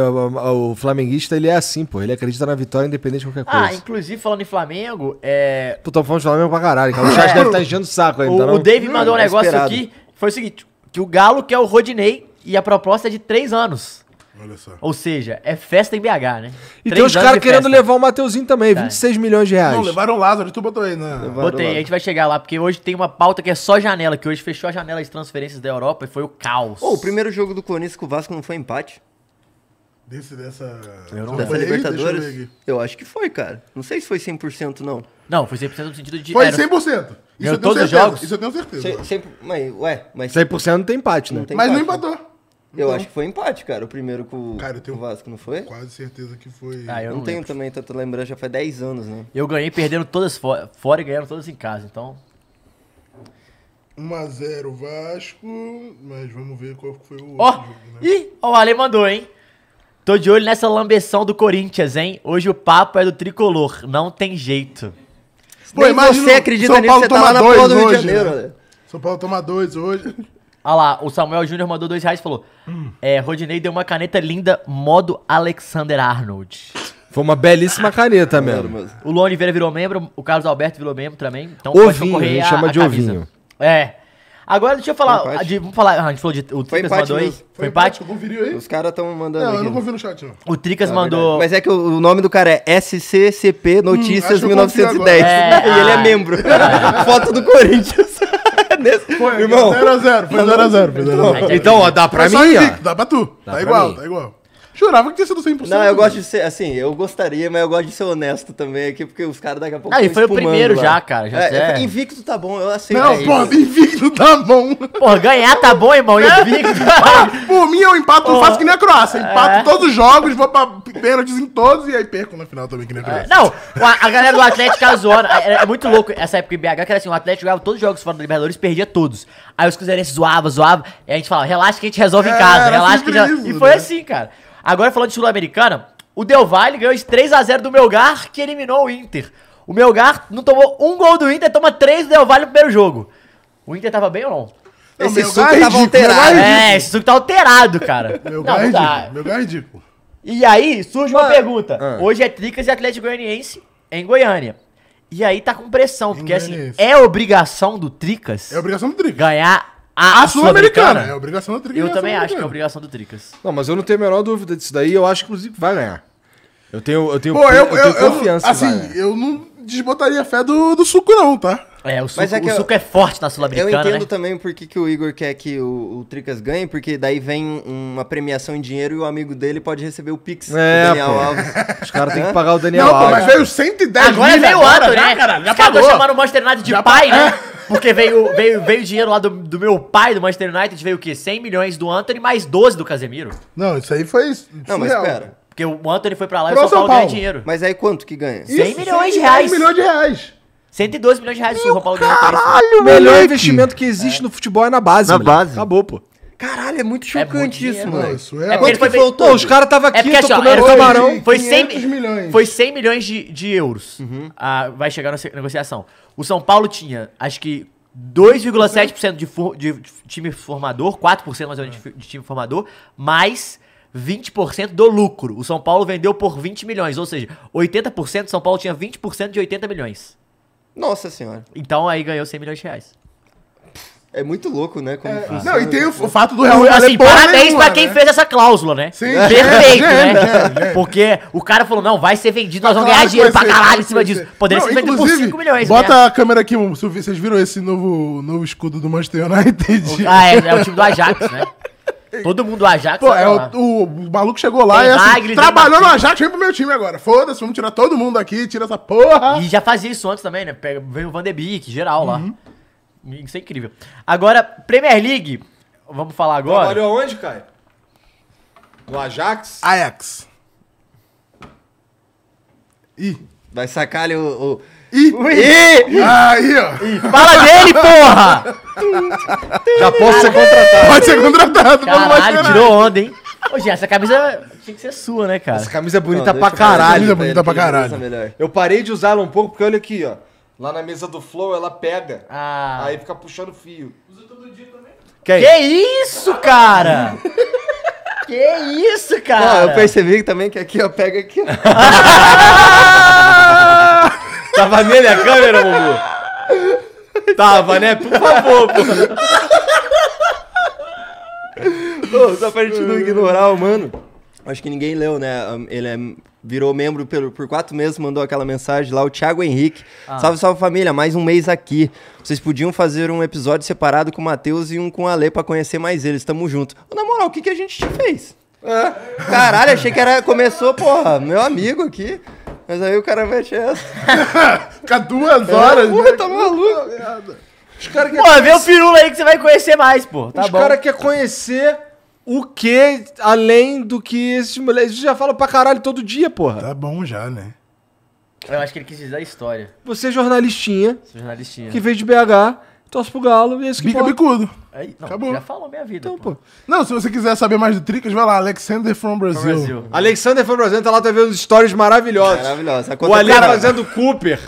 [SPEAKER 2] O o flamenguista, ele é assim, pô. Ele acredita na vitória independente de qualquer
[SPEAKER 5] Ah,
[SPEAKER 2] coisa.
[SPEAKER 5] inclusive, falando em Flamengo, é.
[SPEAKER 2] Pô, tô tá falando de Flamengo pra caralho, cara. O chat
[SPEAKER 5] É.
[SPEAKER 2] deve estar enchendo o saco ainda,
[SPEAKER 5] O,
[SPEAKER 2] não?
[SPEAKER 5] o David mandou um
[SPEAKER 4] é
[SPEAKER 5] negócio
[SPEAKER 4] esperado.
[SPEAKER 5] aqui. Foi o seguinte: que o Galo quer o Rodinei e a proposta é de três anos.
[SPEAKER 3] Olha só.
[SPEAKER 5] Ou seja, é festa em BH, né?
[SPEAKER 2] E tem
[SPEAKER 5] Três
[SPEAKER 2] os
[SPEAKER 5] anos
[SPEAKER 2] caras
[SPEAKER 5] de
[SPEAKER 2] querendo
[SPEAKER 5] festa.
[SPEAKER 2] levar o Mateuzinho também, 26 milhões de reais.
[SPEAKER 3] Não, levaram o Lázaro, tu botou aí, né?
[SPEAKER 5] Botei, a gente vai chegar lá, porque hoje tem uma pauta que é só janela, que hoje fechou a janela de transferências da Europa e foi o caos.
[SPEAKER 4] Ô, o primeiro jogo do Corinthians com o Vasco não foi empate?
[SPEAKER 3] Desse, dessa...
[SPEAKER 5] Eu não
[SPEAKER 3] Foi
[SPEAKER 4] Dessa
[SPEAKER 3] aí?
[SPEAKER 4] Libertadores?
[SPEAKER 3] Deixa eu ver
[SPEAKER 4] Eu,
[SPEAKER 3] aqui.
[SPEAKER 4] acho que foi, cara. Não sei se foi 100% não.
[SPEAKER 5] Não, foi 100% no sentido de.
[SPEAKER 3] Foi
[SPEAKER 5] era-
[SPEAKER 3] 100%. Isso
[SPEAKER 5] Ganhou
[SPEAKER 3] eu tenho
[SPEAKER 5] todos os
[SPEAKER 3] certeza.
[SPEAKER 5] jogos?
[SPEAKER 3] Isso eu tenho certeza.
[SPEAKER 4] Se- sempre- mas, ué, mas...
[SPEAKER 2] 100% não tem empate, né?
[SPEAKER 4] Não tem
[SPEAKER 3] Mas não
[SPEAKER 4] empate, né?
[SPEAKER 3] empatou.
[SPEAKER 4] Eu acho que foi empate, cara. O primeiro com,
[SPEAKER 3] Cara, eu tenho-
[SPEAKER 4] com o Vasco, não foi?
[SPEAKER 3] Quase certeza que foi...
[SPEAKER 5] Ah, eu
[SPEAKER 4] Eu
[SPEAKER 5] não,
[SPEAKER 4] não tenho também tanta lembrança, já faz 10 anos, né?
[SPEAKER 5] Eu ganhei perdendo todas fo- fora e ganhando todas em casa, então.
[SPEAKER 3] 1x0 Vasco, mas vamos ver qual foi o
[SPEAKER 5] Ó,
[SPEAKER 3] outro jogo, né?
[SPEAKER 5] ih, ó, o Ale mandou, hein? Tô de olho nessa lambeção do Corinthians, hein? Hoje o papo é do tricolor, não tem jeito.
[SPEAKER 3] Pô, imagina
[SPEAKER 4] você
[SPEAKER 3] o
[SPEAKER 4] acredita
[SPEAKER 3] São
[SPEAKER 4] nisso,
[SPEAKER 3] Paulo
[SPEAKER 4] você tá lá
[SPEAKER 3] tomar
[SPEAKER 4] na
[SPEAKER 3] dois
[SPEAKER 4] porra do Rio de
[SPEAKER 3] hoje,
[SPEAKER 4] Janeiro,
[SPEAKER 3] né?
[SPEAKER 4] né?
[SPEAKER 3] São Paulo toma dois hoje.
[SPEAKER 5] Ah lá, o Samuel Júnior mandou dois reais e falou:
[SPEAKER 3] Hum.
[SPEAKER 5] é, Rodinei deu uma caneta linda, modo Alexander Arnold.
[SPEAKER 2] Foi uma belíssima caneta
[SPEAKER 4] Claro,
[SPEAKER 2] mesmo.
[SPEAKER 4] mas-
[SPEAKER 5] O Luan Oliveira virou membro, o Carlos Alberto virou membro também. Então
[SPEAKER 2] Ovinho,
[SPEAKER 5] pode concorrer
[SPEAKER 2] a gente
[SPEAKER 5] a-
[SPEAKER 2] chama
[SPEAKER 5] a
[SPEAKER 2] de
[SPEAKER 5] camisa.
[SPEAKER 2] ovinho.
[SPEAKER 5] É. Agora deixa eu
[SPEAKER 4] Foi
[SPEAKER 5] falar.
[SPEAKER 4] empate.
[SPEAKER 5] de- vamos falar. ah, A gente falou de. O Tricas
[SPEAKER 4] empate
[SPEAKER 5] mandou aí.
[SPEAKER 4] mesmo.
[SPEAKER 5] Foi empate. Tá,
[SPEAKER 3] Conferiu aí?
[SPEAKER 4] Os caras tão mandando
[SPEAKER 3] Não, eu
[SPEAKER 4] aqui.
[SPEAKER 3] não confio no chat, não.
[SPEAKER 5] O Tricas
[SPEAKER 4] na verdade.
[SPEAKER 5] mandou.
[SPEAKER 4] Mas é que o, o nome do cara é SCCP
[SPEAKER 3] acho
[SPEAKER 4] Notícias
[SPEAKER 3] que eu
[SPEAKER 4] 1910.
[SPEAKER 5] confio agora. É,
[SPEAKER 4] e ele é
[SPEAKER 5] ah.
[SPEAKER 4] membro. Foto do Corinthians. Nesse- Irmão,
[SPEAKER 3] 0x0, foi 0x0. Foi 0
[SPEAKER 5] Aí,
[SPEAKER 2] Então, ó, dá pra mim, ó.
[SPEAKER 3] dá pra tu.
[SPEAKER 2] pra
[SPEAKER 3] tá igual,
[SPEAKER 2] mim.
[SPEAKER 3] tá igual. Jurava que tinha sido 100%.
[SPEAKER 4] Não, eu
[SPEAKER 3] né?
[SPEAKER 4] gosto de ser, assim, eu gostaria, mas eu gosto de ser honesto também aqui, porque os caras daqui a pouco.
[SPEAKER 5] Ah, e
[SPEAKER 4] tão
[SPEAKER 5] foi o
[SPEAKER 4] espumando
[SPEAKER 5] primeiro já, cara, já
[SPEAKER 4] é,
[SPEAKER 5] é.
[SPEAKER 4] Invicto tá bom, eu aceito.
[SPEAKER 3] Não,
[SPEAKER 4] É
[SPEAKER 3] pô,
[SPEAKER 4] isso.
[SPEAKER 3] invicto tá bom.
[SPEAKER 5] Porra, ganhar tá bom, irmão. Eu vi.
[SPEAKER 3] Por mim, eu empato, eu faço que nem a Croácia.
[SPEAKER 5] É.
[SPEAKER 3] Empato todos os jogos, vou pra pênaltis em todos e aí perco na final também, que nem a Croácia.
[SPEAKER 5] É, Não, a, a galera do Atlético era zoando. É, é muito louco essa época em BH, que era assim, o Atlético jogava todos os jogos fora da Libertadores, perdia todos. Aí os cruzeirenses zoavam, zoavam, e a gente falava, relaxa que a gente resolve
[SPEAKER 3] É,
[SPEAKER 5] em casa,
[SPEAKER 3] era
[SPEAKER 5] relaxa que a
[SPEAKER 3] sempre
[SPEAKER 5] gente...
[SPEAKER 3] isso,
[SPEAKER 5] E foi
[SPEAKER 3] né?
[SPEAKER 5] assim, cara. Agora falando de Sul-Americana, o Del Valle ganhou de 3x0 do Melgar, que eliminou o Inter. O Melgar não tomou um gol do Inter, toma três do Del Valle no primeiro jogo. O Inter tava bem ou não?
[SPEAKER 4] Esse
[SPEAKER 3] meu
[SPEAKER 4] suco
[SPEAKER 3] gás
[SPEAKER 4] tava
[SPEAKER 3] de
[SPEAKER 4] alterado.
[SPEAKER 3] caralho.
[SPEAKER 5] É, esse suco tá alterado, cara.
[SPEAKER 3] Meu
[SPEAKER 5] não,
[SPEAKER 3] gás
[SPEAKER 5] não
[SPEAKER 3] é
[SPEAKER 5] dá.
[SPEAKER 3] ridículo. Meu gás é ridículo.
[SPEAKER 5] E aí surge uma
[SPEAKER 4] Mas-
[SPEAKER 5] pergunta. Hoje é Tricas e Atlético Goianiense em Goiânia. E aí tá com pressão, porque assim,
[SPEAKER 3] Goianiense.
[SPEAKER 5] é obrigação do Tricas
[SPEAKER 3] É obrigação do Trigo.
[SPEAKER 5] ganhar a,
[SPEAKER 3] A Sul-Americana. É
[SPEAKER 5] Sul-Americana.
[SPEAKER 3] obrigação do Trigo.
[SPEAKER 5] Eu também acho que é obrigação do Tricas.
[SPEAKER 2] Não, mas eu não tenho a menor dúvida disso daí. Eu acho que, inclusive, vai ganhar. Eu tenho, eu tenho,
[SPEAKER 3] Pô, eu, eu,
[SPEAKER 2] eu
[SPEAKER 3] eu,
[SPEAKER 2] tenho confiança. que vai né?
[SPEAKER 3] assim,
[SPEAKER 2] ganhar.
[SPEAKER 3] eu não desbotaria a fé do, do suco, não, tá?
[SPEAKER 5] É, o suco,
[SPEAKER 4] Mas é
[SPEAKER 5] o
[SPEAKER 4] que eu-
[SPEAKER 5] suco é forte na
[SPEAKER 4] Eu
[SPEAKER 5] Sul-Americana,
[SPEAKER 4] entendo
[SPEAKER 5] né?
[SPEAKER 4] também por que, que o Igor quer que o, o Tricas ganhe, porque daí vem uma premiação em dinheiro e o amigo dele pode receber o Pix
[SPEAKER 2] É,
[SPEAKER 4] do Daniel
[SPEAKER 2] pô.
[SPEAKER 4] Alves.
[SPEAKER 2] Os caras
[SPEAKER 4] é.
[SPEAKER 2] têm que pagar o Daniel
[SPEAKER 3] Não, pô,
[SPEAKER 2] Alves.
[SPEAKER 3] mas veio 110
[SPEAKER 5] Agora
[SPEAKER 3] mil
[SPEAKER 5] veio o Anthony, né?
[SPEAKER 3] já, cara, já
[SPEAKER 5] Os caras tão
[SPEAKER 3] pagou.
[SPEAKER 5] chamando o Manchester United de pai, né? Porque veio, veio, veio dinheiro lá do, do meu pai, do Manchester United, veio o quê? 100 milhões do Anthony, mais 12 do Casemiro.
[SPEAKER 3] Não, isso aí foi
[SPEAKER 4] Não, mas
[SPEAKER 3] surreal.
[SPEAKER 4] espera.
[SPEAKER 5] Porque o Anthony foi pra lá
[SPEAKER 3] Pro
[SPEAKER 5] e o São
[SPEAKER 3] São
[SPEAKER 5] Paulo ganha
[SPEAKER 3] Paulo.
[SPEAKER 5] dinheiro.
[SPEAKER 4] Mas aí quanto que ganha?
[SPEAKER 5] 100 milhões de
[SPEAKER 3] 110
[SPEAKER 5] reais.
[SPEAKER 3] milhões de reais.
[SPEAKER 5] 112 milhões de reais o São Paulo ganhou por isso.
[SPEAKER 2] O melhor investimento que existe no futebol é na base,
[SPEAKER 4] Na
[SPEAKER 2] moleque.
[SPEAKER 4] base.
[SPEAKER 2] Acabou, pô.
[SPEAKER 4] Caralho, é muito
[SPEAKER 5] muito
[SPEAKER 4] chocante isso,
[SPEAKER 5] dinheiro,
[SPEAKER 3] Não,
[SPEAKER 4] mano.
[SPEAKER 3] isso
[SPEAKER 5] É
[SPEAKER 3] é...
[SPEAKER 5] porque ele
[SPEAKER 3] Quanto
[SPEAKER 5] foi
[SPEAKER 3] que
[SPEAKER 5] feito-
[SPEAKER 3] faltou?
[SPEAKER 2] Pô, os caras estavam
[SPEAKER 5] É
[SPEAKER 2] aqui,
[SPEAKER 5] porque,
[SPEAKER 2] tô
[SPEAKER 5] assim, ó,
[SPEAKER 2] comendo
[SPEAKER 5] era-
[SPEAKER 2] camarão.
[SPEAKER 5] Foi 100,
[SPEAKER 3] 500
[SPEAKER 5] milhões.
[SPEAKER 3] milhões. Uhum.
[SPEAKER 5] foi 100 milhões de, de euros. Ah, vai chegar na se- negociação. O São Paulo tinha, acho que, 2,7% de, for- de f- time formador, 4% mais ou menos de fi- de time formador, mais 20% do lucro. O São Paulo vendeu por 20 milhões, ou seja, 80%, o São Paulo tinha 20% de 80 milhões.
[SPEAKER 4] Nossa senhora.
[SPEAKER 5] Então aí ganhou 100 milhões de reais.
[SPEAKER 4] É muito louco, né? Como funciona.
[SPEAKER 3] Não, e tem o, o fato do Real
[SPEAKER 5] Então,
[SPEAKER 3] não valer
[SPEAKER 5] assim,
[SPEAKER 3] porra
[SPEAKER 5] parabéns
[SPEAKER 3] nenhuma,
[SPEAKER 5] pra quem
[SPEAKER 3] né?
[SPEAKER 5] fez essa cláusula, né?
[SPEAKER 3] Sim.
[SPEAKER 5] Perfeito,
[SPEAKER 3] É, é,
[SPEAKER 5] né? Porque o cara falou, não, vai ser vendido, nós vamos
[SPEAKER 3] Tá Claro
[SPEAKER 5] ganhar
[SPEAKER 3] que
[SPEAKER 5] dinheiro
[SPEAKER 3] vai
[SPEAKER 5] pra
[SPEAKER 3] ser,
[SPEAKER 5] caralho
[SPEAKER 3] claro
[SPEAKER 5] em cima
[SPEAKER 3] que
[SPEAKER 5] disso.
[SPEAKER 3] vai ser.
[SPEAKER 5] Poderia
[SPEAKER 3] Não,
[SPEAKER 5] ser vendido por
[SPEAKER 3] inclusive,
[SPEAKER 5] 5 milhões,
[SPEAKER 3] Bota
[SPEAKER 5] né?
[SPEAKER 3] a câmera aqui, se vocês viram esse novo, novo escudo do Manchester United?
[SPEAKER 5] Ah, é, é o time do Ajax, né? Todo mundo do Ajax, né? Tá
[SPEAKER 3] Pô,
[SPEAKER 5] vai
[SPEAKER 3] é
[SPEAKER 5] pra
[SPEAKER 3] o,
[SPEAKER 5] lá.
[SPEAKER 3] o, o maluco chegou lá
[SPEAKER 5] Tem
[SPEAKER 3] e assim,
[SPEAKER 5] Hagrid,
[SPEAKER 3] trabalhou
[SPEAKER 5] tem
[SPEAKER 3] no Ajax, vem pro meu time agora. Foda-se, vamos tirar todo mundo aqui, tira essa porra.
[SPEAKER 5] E já fazia isso antes também, né? Pega- Veio o Van de Beek, geral lá.
[SPEAKER 3] Uhum.
[SPEAKER 5] Isso é incrível. Agora, Premier League, vamos falar agora.
[SPEAKER 2] aonde, Caio? No Ajax?
[SPEAKER 3] Ajax. Ih.
[SPEAKER 4] Vai sacar ali o. o-
[SPEAKER 3] Ih.
[SPEAKER 4] Ih!
[SPEAKER 3] Aí, ó.
[SPEAKER 5] Fala dele, porra!
[SPEAKER 2] Já posso ser contratado.
[SPEAKER 3] Pode ser contratado pelo
[SPEAKER 5] Caralho,
[SPEAKER 3] Manchester
[SPEAKER 5] tirou onda, hein? Ô, Gê, essa camisa tinha que ser sua, né, cara?
[SPEAKER 2] Essa camisa é
[SPEAKER 4] Não,
[SPEAKER 2] bonita
[SPEAKER 4] deixa
[SPEAKER 2] pra
[SPEAKER 4] eu-
[SPEAKER 2] caralho.
[SPEAKER 3] Camisa bonita
[SPEAKER 4] ele,
[SPEAKER 3] pra
[SPEAKER 4] que ele usa
[SPEAKER 3] caralho.
[SPEAKER 4] melhor.
[SPEAKER 2] Eu parei de usar ela um pouco, porque olha aqui, ó. Lá na mesa do Flow, ela pega.
[SPEAKER 5] Ah.
[SPEAKER 2] Aí fica puxando fio.
[SPEAKER 5] Que isso, cara? que isso,
[SPEAKER 4] Ah,
[SPEAKER 5] cara?
[SPEAKER 4] eu percebi também que aqui, ó, pega aqui. ó.
[SPEAKER 2] Tava nele Tá a câmera, Bubu? Tava, né? Por favor, pô.
[SPEAKER 4] Ô, só pra gente não ignorar o mano. Acho que ninguém leu, né? Ele é- virou membro pelo- por quatro meses, mandou aquela mensagem lá, o Thiago Henrique. Salve, salve família, mais um mês aqui. Vocês podiam fazer um episódio separado com o Matheus e um com o Ale pra conhecer mais eles. Tamo junto. Ô, Na moral, o que, que a gente te fez? Caralho, achei que era. Começou, porra, meu amigo aqui. Mas aí o cara mete essa.
[SPEAKER 3] Fica duas horas,
[SPEAKER 4] Porra,
[SPEAKER 3] né?
[SPEAKER 4] tá maluco?
[SPEAKER 2] Os caras querem
[SPEAKER 5] Pô, vê o Pirula aí que você vai conhecer mais, pô. Tá
[SPEAKER 2] Os
[SPEAKER 5] bom.
[SPEAKER 2] caras querem conhecer o que além do que esses moleques já falam pra caralho todo dia, porra.
[SPEAKER 3] Tá bom já, né?
[SPEAKER 5] Eu acho que ele quis dizer a história.
[SPEAKER 2] Você é jornalistinha,
[SPEAKER 5] Esse jornalistinha.
[SPEAKER 2] que veio de BH, torce pro Galo e é isso que
[SPEAKER 3] Bica
[SPEAKER 2] importa.
[SPEAKER 3] bicudo.
[SPEAKER 5] Aí, não,
[SPEAKER 3] Acabou.
[SPEAKER 5] já falou minha vida,
[SPEAKER 2] Então,
[SPEAKER 5] pô.
[SPEAKER 2] pô.
[SPEAKER 3] Não, se você quiser saber mais do Tricas, vai lá, Alexander from Brazil.
[SPEAKER 5] Brasil.
[SPEAKER 2] Alexander foi apresenta lá, tá vendo os stories maravilhosos.
[SPEAKER 4] Maravilhosa.
[SPEAKER 2] O Ale fazendo Cooper,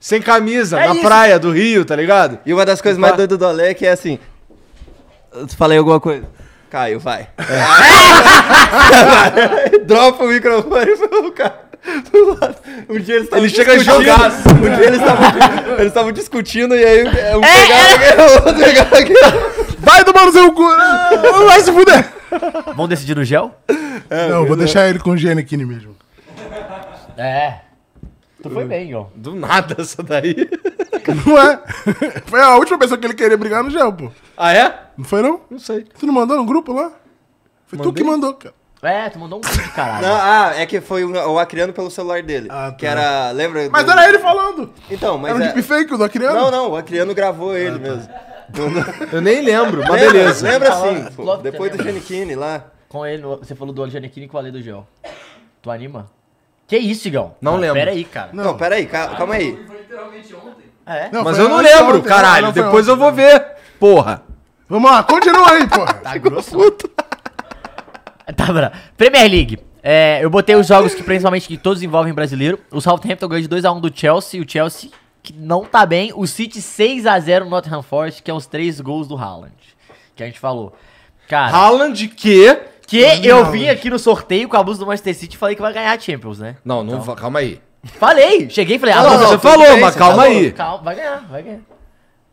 [SPEAKER 2] sem camisa,
[SPEAKER 5] É
[SPEAKER 2] na
[SPEAKER 5] isso.
[SPEAKER 2] praia do Rio, tá ligado?
[SPEAKER 4] E uma das coisas mais doidas do Ale é que é assim. Eu te falei alguma coisa. Caio, vai. Dropa o microfone pro cara. pro lado. Um dia eles estavam
[SPEAKER 2] Ele chega
[SPEAKER 4] discutindo-
[SPEAKER 2] jogaço.
[SPEAKER 4] Um dia eles estavam eles estavam discutindo e aí é, um pegava o outro pegava aqui.
[SPEAKER 3] Vai tomar no seu cu! Ah, Vai se fuder!
[SPEAKER 5] Vamos decidir no gel?
[SPEAKER 3] Não, vou deixar ele com o Giannichini mesmo.
[SPEAKER 5] É. Tu foi bem, ó.
[SPEAKER 2] Do nada essa daí.
[SPEAKER 3] Não é? Foi a última pessoa que ele queria brigar no gel, pô.
[SPEAKER 2] Ah, é?
[SPEAKER 3] Não foi, não?
[SPEAKER 2] Não sei.
[SPEAKER 3] Tu não mandou no grupo lá? Foi tu que mandou, cara.
[SPEAKER 5] É, tu mandou um vídeo, caralho.
[SPEAKER 4] Não, ah, é que foi o o Acriano pelo celular dele.
[SPEAKER 3] Ah, tá.
[SPEAKER 4] Que era. Lembra?
[SPEAKER 3] Mas
[SPEAKER 4] do-
[SPEAKER 3] era ele falando.
[SPEAKER 4] Então, mas.
[SPEAKER 3] era um
[SPEAKER 4] é-
[SPEAKER 3] deep fake do Acriano.
[SPEAKER 4] Não, não, o Acriano gravou ele mesmo.
[SPEAKER 2] Eu nem lembro, mas beleza.
[SPEAKER 4] Lembra
[SPEAKER 5] Falando-
[SPEAKER 4] assim, pô,
[SPEAKER 5] Logo que
[SPEAKER 4] depois do
[SPEAKER 5] lembra.
[SPEAKER 4] Giannichini lá.
[SPEAKER 5] Com ele, no- você falou do Aljanequini e com o Ale do gel. Tu anima? Que isso, Igão?
[SPEAKER 2] Não lembro.
[SPEAKER 5] Pera aí, cara.
[SPEAKER 4] Não, peraí, ca- calma aí.
[SPEAKER 5] É.
[SPEAKER 3] Não,
[SPEAKER 2] Mas
[SPEAKER 3] foi
[SPEAKER 2] eu não
[SPEAKER 3] antes de
[SPEAKER 2] lembro,
[SPEAKER 3] ontem, né?
[SPEAKER 2] caralho.
[SPEAKER 3] não, não foi
[SPEAKER 2] Depois eu
[SPEAKER 3] ontem.
[SPEAKER 2] vou ver. Porra.
[SPEAKER 3] Vamos lá, continua aí, porra.
[SPEAKER 5] Tá grosso. Tá, bra- Premier League. É, eu botei os jogos que principalmente que todos envolvem brasileiro. O Southampton ganhou de 2x1 do Chelsea. O Chelsea que não tá bem. O City 6x0 no Nottingham Forest, que é os três gols do Haaland. Que a gente falou. Cara,
[SPEAKER 2] Haaland que...
[SPEAKER 5] que eu vim aqui no sorteio com a blusa do Manchester City e falei que vai ganhar a Champions, né?
[SPEAKER 2] Não, não, va- calma aí.
[SPEAKER 5] Falei! Cheguei e falei, "Ah,
[SPEAKER 2] Não,
[SPEAKER 5] anota.
[SPEAKER 2] você
[SPEAKER 5] tudo
[SPEAKER 2] falou,
[SPEAKER 5] bem,
[SPEAKER 2] mas calma
[SPEAKER 5] falou.
[SPEAKER 2] aí.
[SPEAKER 5] Calma, vai ganhar, vai ganhar.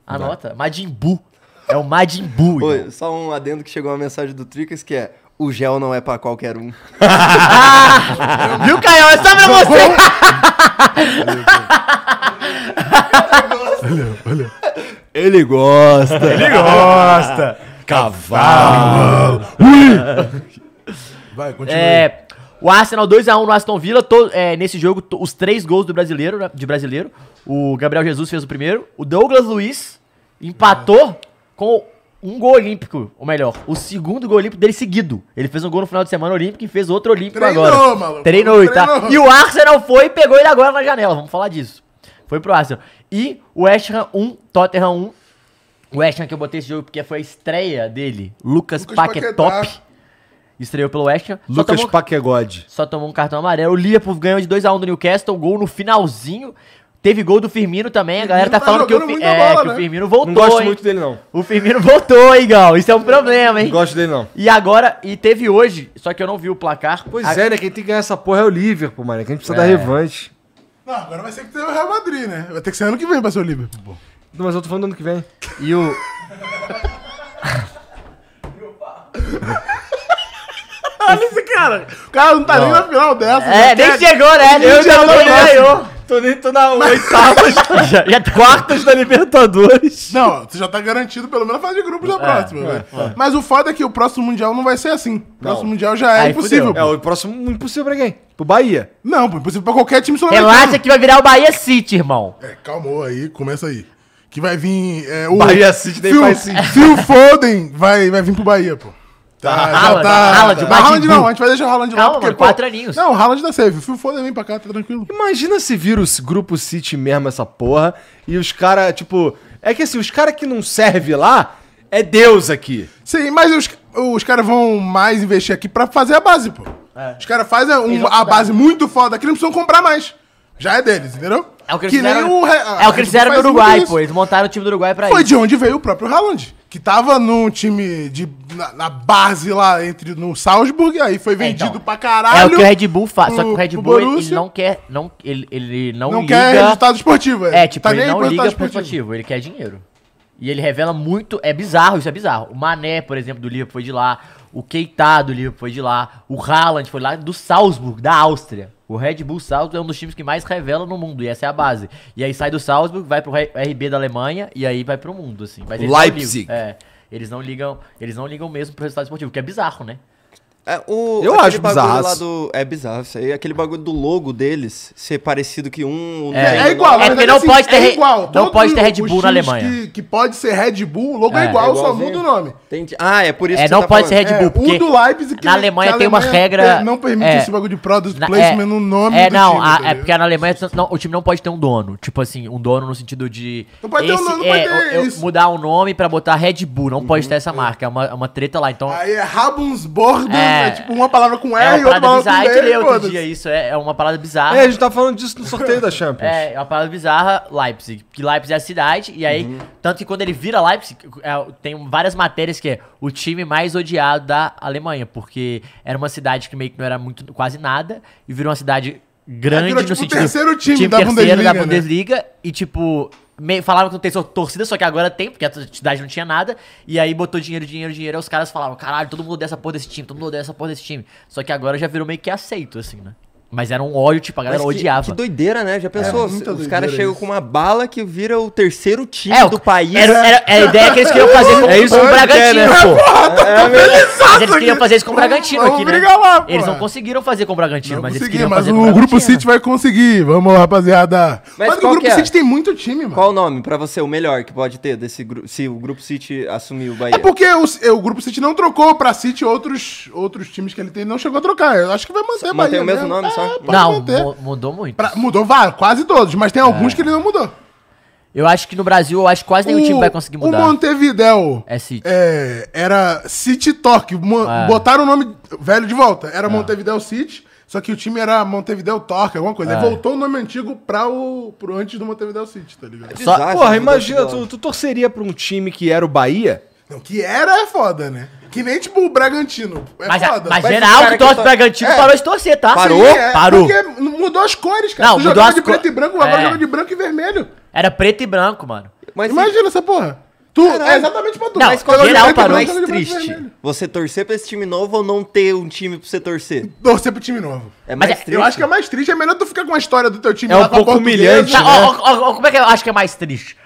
[SPEAKER 5] Anota, Majin Buu. É o Majin Buu, irmão.
[SPEAKER 4] Oi, só um adendo que chegou uma mensagem do Tricas que é: o gel não é pra qualquer um.
[SPEAKER 5] Viu, Caio? É só pra você!
[SPEAKER 4] Ele gosta.
[SPEAKER 3] Ele gosta. Cavalo. Vai, continua. aí.
[SPEAKER 5] É, o Arsenal 2x1 no Aston Villa. to- é, nesse jogo, to- os três gols do brasileiro, né, de brasileiro. O Gabriel Jesus fez o primeiro. O Douglas Luiz empatou com um gol olímpico. Ou melhor, o segundo gol olímpico dele seguido. Ele fez um gol no final de semana olímpico e fez outro olímpico
[SPEAKER 3] Treinou,
[SPEAKER 5] agora.
[SPEAKER 3] maluco.
[SPEAKER 5] Treinou, e tá?
[SPEAKER 3] Treinou.
[SPEAKER 5] E o Arsenal foi e pegou ele agora na janela. Vamos falar disso. Foi pro Arsenal. E o West Ham 1, Tottenham 1. O West Ham que eu botei esse jogo porque foi a estreia dele. Lucas,
[SPEAKER 3] Lucas
[SPEAKER 5] Paquetop.
[SPEAKER 3] Paquetá.
[SPEAKER 5] Estreou pelo West Ham. Só
[SPEAKER 2] Lucas
[SPEAKER 5] tomou-
[SPEAKER 2] Paquegode.
[SPEAKER 5] só tomou um cartão amarelo. O Liverpool ganhou de 2x1 do Newcastle, gol no finalzinho. Teve gol do Firmino também. A galera tá,
[SPEAKER 3] Firmino tá
[SPEAKER 5] falando que, o,
[SPEAKER 3] jogando
[SPEAKER 5] Fi-
[SPEAKER 3] muita
[SPEAKER 5] é,
[SPEAKER 3] bola,
[SPEAKER 5] que o
[SPEAKER 3] né?
[SPEAKER 5] Firmino voltou.
[SPEAKER 2] Não gosto
[SPEAKER 5] hein?
[SPEAKER 2] muito dele, não.
[SPEAKER 5] O Firmino voltou, hein, Gal? Isso é um problema, hein?
[SPEAKER 2] Não gosto dele, não.
[SPEAKER 5] E agora, e teve hoje, só que eu não vi o placar.
[SPEAKER 2] Pois
[SPEAKER 5] A-
[SPEAKER 2] é, né? Quem tem que ganhar essa porra é o Liverpool, mano. Que a gente precisa dar revanche.
[SPEAKER 3] Não, agora vai ser que tem o Real Madrid, né? Vai ter que ser ano que vem pra ser o Liverpool. pô.
[SPEAKER 2] Não, mas eu tô falando do ano que vem.
[SPEAKER 5] E o.
[SPEAKER 3] Olha esse cara. O cara não tá nem na final dessa.
[SPEAKER 5] É, nem chegou, né? Eu já não ganhou.
[SPEAKER 2] Tô nem tô na oitava
[SPEAKER 5] Já, já tá-
[SPEAKER 2] da Libertadores.
[SPEAKER 3] Não, você já tá garantido pelo menos a fase de grupos da próxima, velho. Mas o foda é que o próximo Mundial não vai ser assim. O próximo Mundial já é
[SPEAKER 5] Aí
[SPEAKER 3] impossível.
[SPEAKER 2] É,
[SPEAKER 3] pô.
[SPEAKER 2] o próximo impossível pra quem? Pro Bahia.
[SPEAKER 3] Não, pô, impossível pra qualquer time sul-americano.
[SPEAKER 5] Relaxa que vai virar o Bahia City, irmão.
[SPEAKER 3] É, calmou aí, começa aí. Que vai vir. É, o
[SPEAKER 2] Bahia City nem
[SPEAKER 3] Phil,
[SPEAKER 2] faz sentido.
[SPEAKER 3] Phil Foden vai, vai vir pro Bahia, pô. Tá,
[SPEAKER 5] Haaland, Haaland,
[SPEAKER 3] Mas
[SPEAKER 5] Majin
[SPEAKER 3] Haaland
[SPEAKER 5] Buu.
[SPEAKER 3] não, a gente vai deixar o Haaland lá.
[SPEAKER 5] Calma, mano, quatro aninhos.
[SPEAKER 3] Não, o Haaland tá safe. O Phil Foden vem pra cá, tá tranquilo.
[SPEAKER 2] Imagina se vira o grupo City mesmo essa porra e os cara, tipo, é que assim, os cara que não serve lá é Deus aqui.
[SPEAKER 3] Sim, mas os, os caras vão mais investir aqui pra fazer a base, pô.
[SPEAKER 5] É.
[SPEAKER 3] Os caras fazem um- a base muito foda aqui, não precisam comprar mais. Já é deles, entendeu?
[SPEAKER 5] É o que eles
[SPEAKER 3] nem
[SPEAKER 5] fizeram,
[SPEAKER 3] o Re-
[SPEAKER 5] é o que eles fizeram no
[SPEAKER 3] faz muito
[SPEAKER 5] Uruguai,
[SPEAKER 3] isso.
[SPEAKER 5] pô. Eles montaram o time do Uruguai pra
[SPEAKER 3] Foi
[SPEAKER 5] isso.
[SPEAKER 3] de onde veio o próprio Haaland, que tava num time de, na, na base lá entre no Salzburg, aí foi vendido
[SPEAKER 5] então,
[SPEAKER 3] pra
[SPEAKER 5] É
[SPEAKER 3] caralho.
[SPEAKER 5] o que o Red Bull faz. Só que
[SPEAKER 3] pro-
[SPEAKER 5] o Red
[SPEAKER 3] pro
[SPEAKER 5] Bull ele- ele
[SPEAKER 3] Borussia.
[SPEAKER 5] não quer. Não, ele, ele não,
[SPEAKER 3] não
[SPEAKER 5] liga.
[SPEAKER 3] quer resultado esportivo, Tá
[SPEAKER 5] É, tipo, ele
[SPEAKER 3] nem
[SPEAKER 5] não
[SPEAKER 3] pro
[SPEAKER 5] liga pro esportivo, ele quer dinheiro. E ele revela muito. É bizarro, isso é bizarro. O Mané, por exemplo, do Liverpool foi de lá. O Keita do Liverpool foi de lá. O Haaland foi lá do Salzburg, da Áustria. O Red Bull Salzburg é um dos times que mais revela no mundo, e essa é a base. E aí sai do Salzburg, vai pro Re- RB da Alemanha, e aí vai pro mundo, assim. Mas eles não
[SPEAKER 2] Leipzig.
[SPEAKER 5] ligam- É. Eles não ligam, eles não ligam mesmo pro resultado esportivo, que é bizarro, né?
[SPEAKER 4] É, o,
[SPEAKER 2] Eu
[SPEAKER 4] aquele
[SPEAKER 2] acho
[SPEAKER 4] bagulho
[SPEAKER 2] bizarraço.
[SPEAKER 4] lá do- É bizarro isso aí. Aquele bagulho do logo deles ser parecido que um. não tem
[SPEAKER 3] É,
[SPEAKER 4] o
[SPEAKER 3] igual,
[SPEAKER 4] nome.
[SPEAKER 3] na
[SPEAKER 5] É porque
[SPEAKER 3] verdade,
[SPEAKER 5] não pode ter Re- não
[SPEAKER 3] Todos
[SPEAKER 5] pode ter Red
[SPEAKER 3] os
[SPEAKER 5] Bull na
[SPEAKER 3] times
[SPEAKER 5] Alemanha.
[SPEAKER 3] Que, que pode ser Red Bull, o logo é,
[SPEAKER 5] É,
[SPEAKER 3] igual,
[SPEAKER 4] é
[SPEAKER 3] só muda o nome.
[SPEAKER 4] Entendi. Ah, é por isso
[SPEAKER 5] É,
[SPEAKER 4] que
[SPEAKER 5] não
[SPEAKER 4] tá
[SPEAKER 5] pode
[SPEAKER 4] falando.
[SPEAKER 5] ser Red
[SPEAKER 3] É,
[SPEAKER 5] Bull, porque
[SPEAKER 3] o do Leipzig
[SPEAKER 5] na Alemanha tem uma regra-
[SPEAKER 3] Não permite
[SPEAKER 5] é.
[SPEAKER 3] esse bagulho de product
[SPEAKER 5] Na-
[SPEAKER 3] placement no nome
[SPEAKER 5] é,
[SPEAKER 3] do
[SPEAKER 5] não,
[SPEAKER 3] time,
[SPEAKER 5] a-
[SPEAKER 3] tá
[SPEAKER 5] é
[SPEAKER 3] ligado?
[SPEAKER 5] porque na Alemanha não, o time não pode ter um dono. Tipo assim, um dono no sentido de.
[SPEAKER 3] Não pode ter um dono, não pode
[SPEAKER 5] é,
[SPEAKER 3] ter
[SPEAKER 5] eu- eu
[SPEAKER 3] isso. Uhum,
[SPEAKER 5] Mudar o nome pra botar Red Bull. Não pode ter essa marca. É uma, é uma treta lá. Então.
[SPEAKER 3] Aí é Rabensborda,
[SPEAKER 5] É.
[SPEAKER 3] é, tipo uma palavra com
[SPEAKER 5] é
[SPEAKER 3] R e
[SPEAKER 5] uma
[SPEAKER 3] outra palavra
[SPEAKER 5] parada bizarra.
[SPEAKER 3] com
[SPEAKER 5] Eu te
[SPEAKER 3] D,
[SPEAKER 5] li outro
[SPEAKER 3] foda-se.
[SPEAKER 5] dia isso. É, é uma parada bizarra.
[SPEAKER 2] É, a gente tá falando disso no sorteio da Champions.
[SPEAKER 5] É, é uma parada bizarra, Leipzig. Que Leipzig é a cidade, e aí,
[SPEAKER 3] Uhum.
[SPEAKER 5] tanto que quando ele vira Leipzig, é, tem várias matérias que é o time mais odiado da Alemanha, porque era uma cidade que meio que não era muito, quase nada, e virou uma cidade grande
[SPEAKER 3] É, virou,
[SPEAKER 5] no
[SPEAKER 3] tipo, o
[SPEAKER 5] sentido.
[SPEAKER 3] terceiro time da Bundesliga, né?
[SPEAKER 5] Bundesliga, e tipo. meio- falavam que não tem só torcida, só que agora tem, porque a cidade não tinha nada. E aí botou dinheiro, dinheiro, dinheiro. Aí os caras falavam: caralho, todo mundo odeia essa porra desse time, todo mundo odeia essa porra desse time. Só que agora já virou meio que aceito, assim, né? Mas era um ódio, tipo, a
[SPEAKER 4] Mas
[SPEAKER 5] galera
[SPEAKER 4] que,
[SPEAKER 5] odiava.
[SPEAKER 4] que doideira, né? Já pensou?
[SPEAKER 3] É, muita
[SPEAKER 4] os
[SPEAKER 3] doideira
[SPEAKER 4] caras chegam
[SPEAKER 3] isso.
[SPEAKER 4] com uma bala que vira o terceiro time
[SPEAKER 5] É, o-
[SPEAKER 4] do país.
[SPEAKER 5] Era, era- era a ideia que eles queriam fazer com,
[SPEAKER 2] É isso
[SPEAKER 5] com o
[SPEAKER 2] que ele quer,
[SPEAKER 5] Bragantino,
[SPEAKER 2] né?
[SPEAKER 5] pô.
[SPEAKER 4] É,
[SPEAKER 3] tá
[SPEAKER 5] Mas eles
[SPEAKER 3] aqui.
[SPEAKER 5] queriam fazer isso com o Bragantino
[SPEAKER 3] Vamos
[SPEAKER 5] aqui, né?
[SPEAKER 3] brigar lá, pô.
[SPEAKER 5] eles não conseguiram fazer com o Bragantino,
[SPEAKER 3] Não
[SPEAKER 5] mas eles
[SPEAKER 3] consegui,
[SPEAKER 5] queriam
[SPEAKER 3] mas
[SPEAKER 5] fazer
[SPEAKER 3] o
[SPEAKER 5] com o Bragantino.
[SPEAKER 3] Grupo City vai conseguir. Vamos, rapaziada.
[SPEAKER 4] né? Mas
[SPEAKER 3] Mas, o
[SPEAKER 4] qual
[SPEAKER 3] Grupo
[SPEAKER 4] que é?
[SPEAKER 3] City tem muito time, mano.
[SPEAKER 4] Qual o nome pra você, o melhor que pode ter desse grupo? Se o Grupo City assumir o Bahia.
[SPEAKER 3] É porque o, é, o Grupo City não trocou pra City outros, outros times que ele tem, não chegou a trocar. Eu acho que vai manter
[SPEAKER 4] Mantém
[SPEAKER 3] Bahia
[SPEAKER 4] o mesmo
[SPEAKER 3] mesmo. É,
[SPEAKER 4] nome, só?
[SPEAKER 3] pode
[SPEAKER 5] Não,
[SPEAKER 3] manter.
[SPEAKER 5] mu- mudou muito.
[SPEAKER 3] Pra- mudou vários, quase todos, mas tem alguns que ele não mudou.
[SPEAKER 5] Eu acho que no Brasil, eu acho que quase É. nenhum time vai conseguir mudar.
[SPEAKER 3] O Montevideo
[SPEAKER 5] É City.
[SPEAKER 3] é, era City Torque. Mo-
[SPEAKER 5] Ah.
[SPEAKER 3] Botaram o nome velho de volta.
[SPEAKER 5] É.
[SPEAKER 3] Era Montevideo City, só que o time era Montevideo Torque, alguma coisa.
[SPEAKER 5] Ah.
[SPEAKER 3] Aí voltou o nome antigo pra o, pro antes do Montevideo City, tá ligado?
[SPEAKER 5] Só-
[SPEAKER 4] Bizarro,
[SPEAKER 2] Porra,
[SPEAKER 4] né?
[SPEAKER 2] imagina, tu, tu torceria pra um time que era o Bahia?
[SPEAKER 3] Não, que era é foda, né? Que nem tipo o Bragantino. É
[SPEAKER 5] Mas, a-
[SPEAKER 3] foda.
[SPEAKER 5] mas
[SPEAKER 4] Mas esse
[SPEAKER 5] geral
[SPEAKER 4] cara
[SPEAKER 5] que
[SPEAKER 4] que
[SPEAKER 5] torce
[SPEAKER 4] tá-
[SPEAKER 5] pro Bragantino
[SPEAKER 3] É.
[SPEAKER 5] parou de torcer, tá?
[SPEAKER 4] Parou?
[SPEAKER 3] Sim, é,
[SPEAKER 5] parou.
[SPEAKER 3] Porque mudou as cores, cara.
[SPEAKER 5] Não,
[SPEAKER 3] Tu
[SPEAKER 5] mudou
[SPEAKER 3] jogava
[SPEAKER 5] as
[SPEAKER 3] de
[SPEAKER 5] co-
[SPEAKER 3] preto e branco, agora
[SPEAKER 5] É.
[SPEAKER 3] joga de branco e vermelho.
[SPEAKER 5] Era preto e branco, mano.
[SPEAKER 4] Mas
[SPEAKER 3] Imagina essa porra. Tu, é exatamente pra tu.
[SPEAKER 5] Não,
[SPEAKER 3] Mas
[SPEAKER 5] geral
[SPEAKER 3] joga de preto e
[SPEAKER 5] parou. é
[SPEAKER 3] branco,
[SPEAKER 4] mais
[SPEAKER 3] joga de branco e
[SPEAKER 4] triste,
[SPEAKER 3] vermelho.
[SPEAKER 4] você torcer pra esse time novo ou não ter um time pra você torcer?
[SPEAKER 3] Torcer pro time novo.
[SPEAKER 4] É
[SPEAKER 5] Mas
[SPEAKER 4] mais
[SPEAKER 5] é- eu
[SPEAKER 4] triste.
[SPEAKER 3] Eu acho que é mais triste, é melhor tu ficar com a história do teu time
[SPEAKER 2] É um pouco
[SPEAKER 3] portuguesa.
[SPEAKER 2] humilhante,
[SPEAKER 5] Tá,
[SPEAKER 2] né?
[SPEAKER 5] ó, ó, ó, ó, como é que eu acho que é mais triste?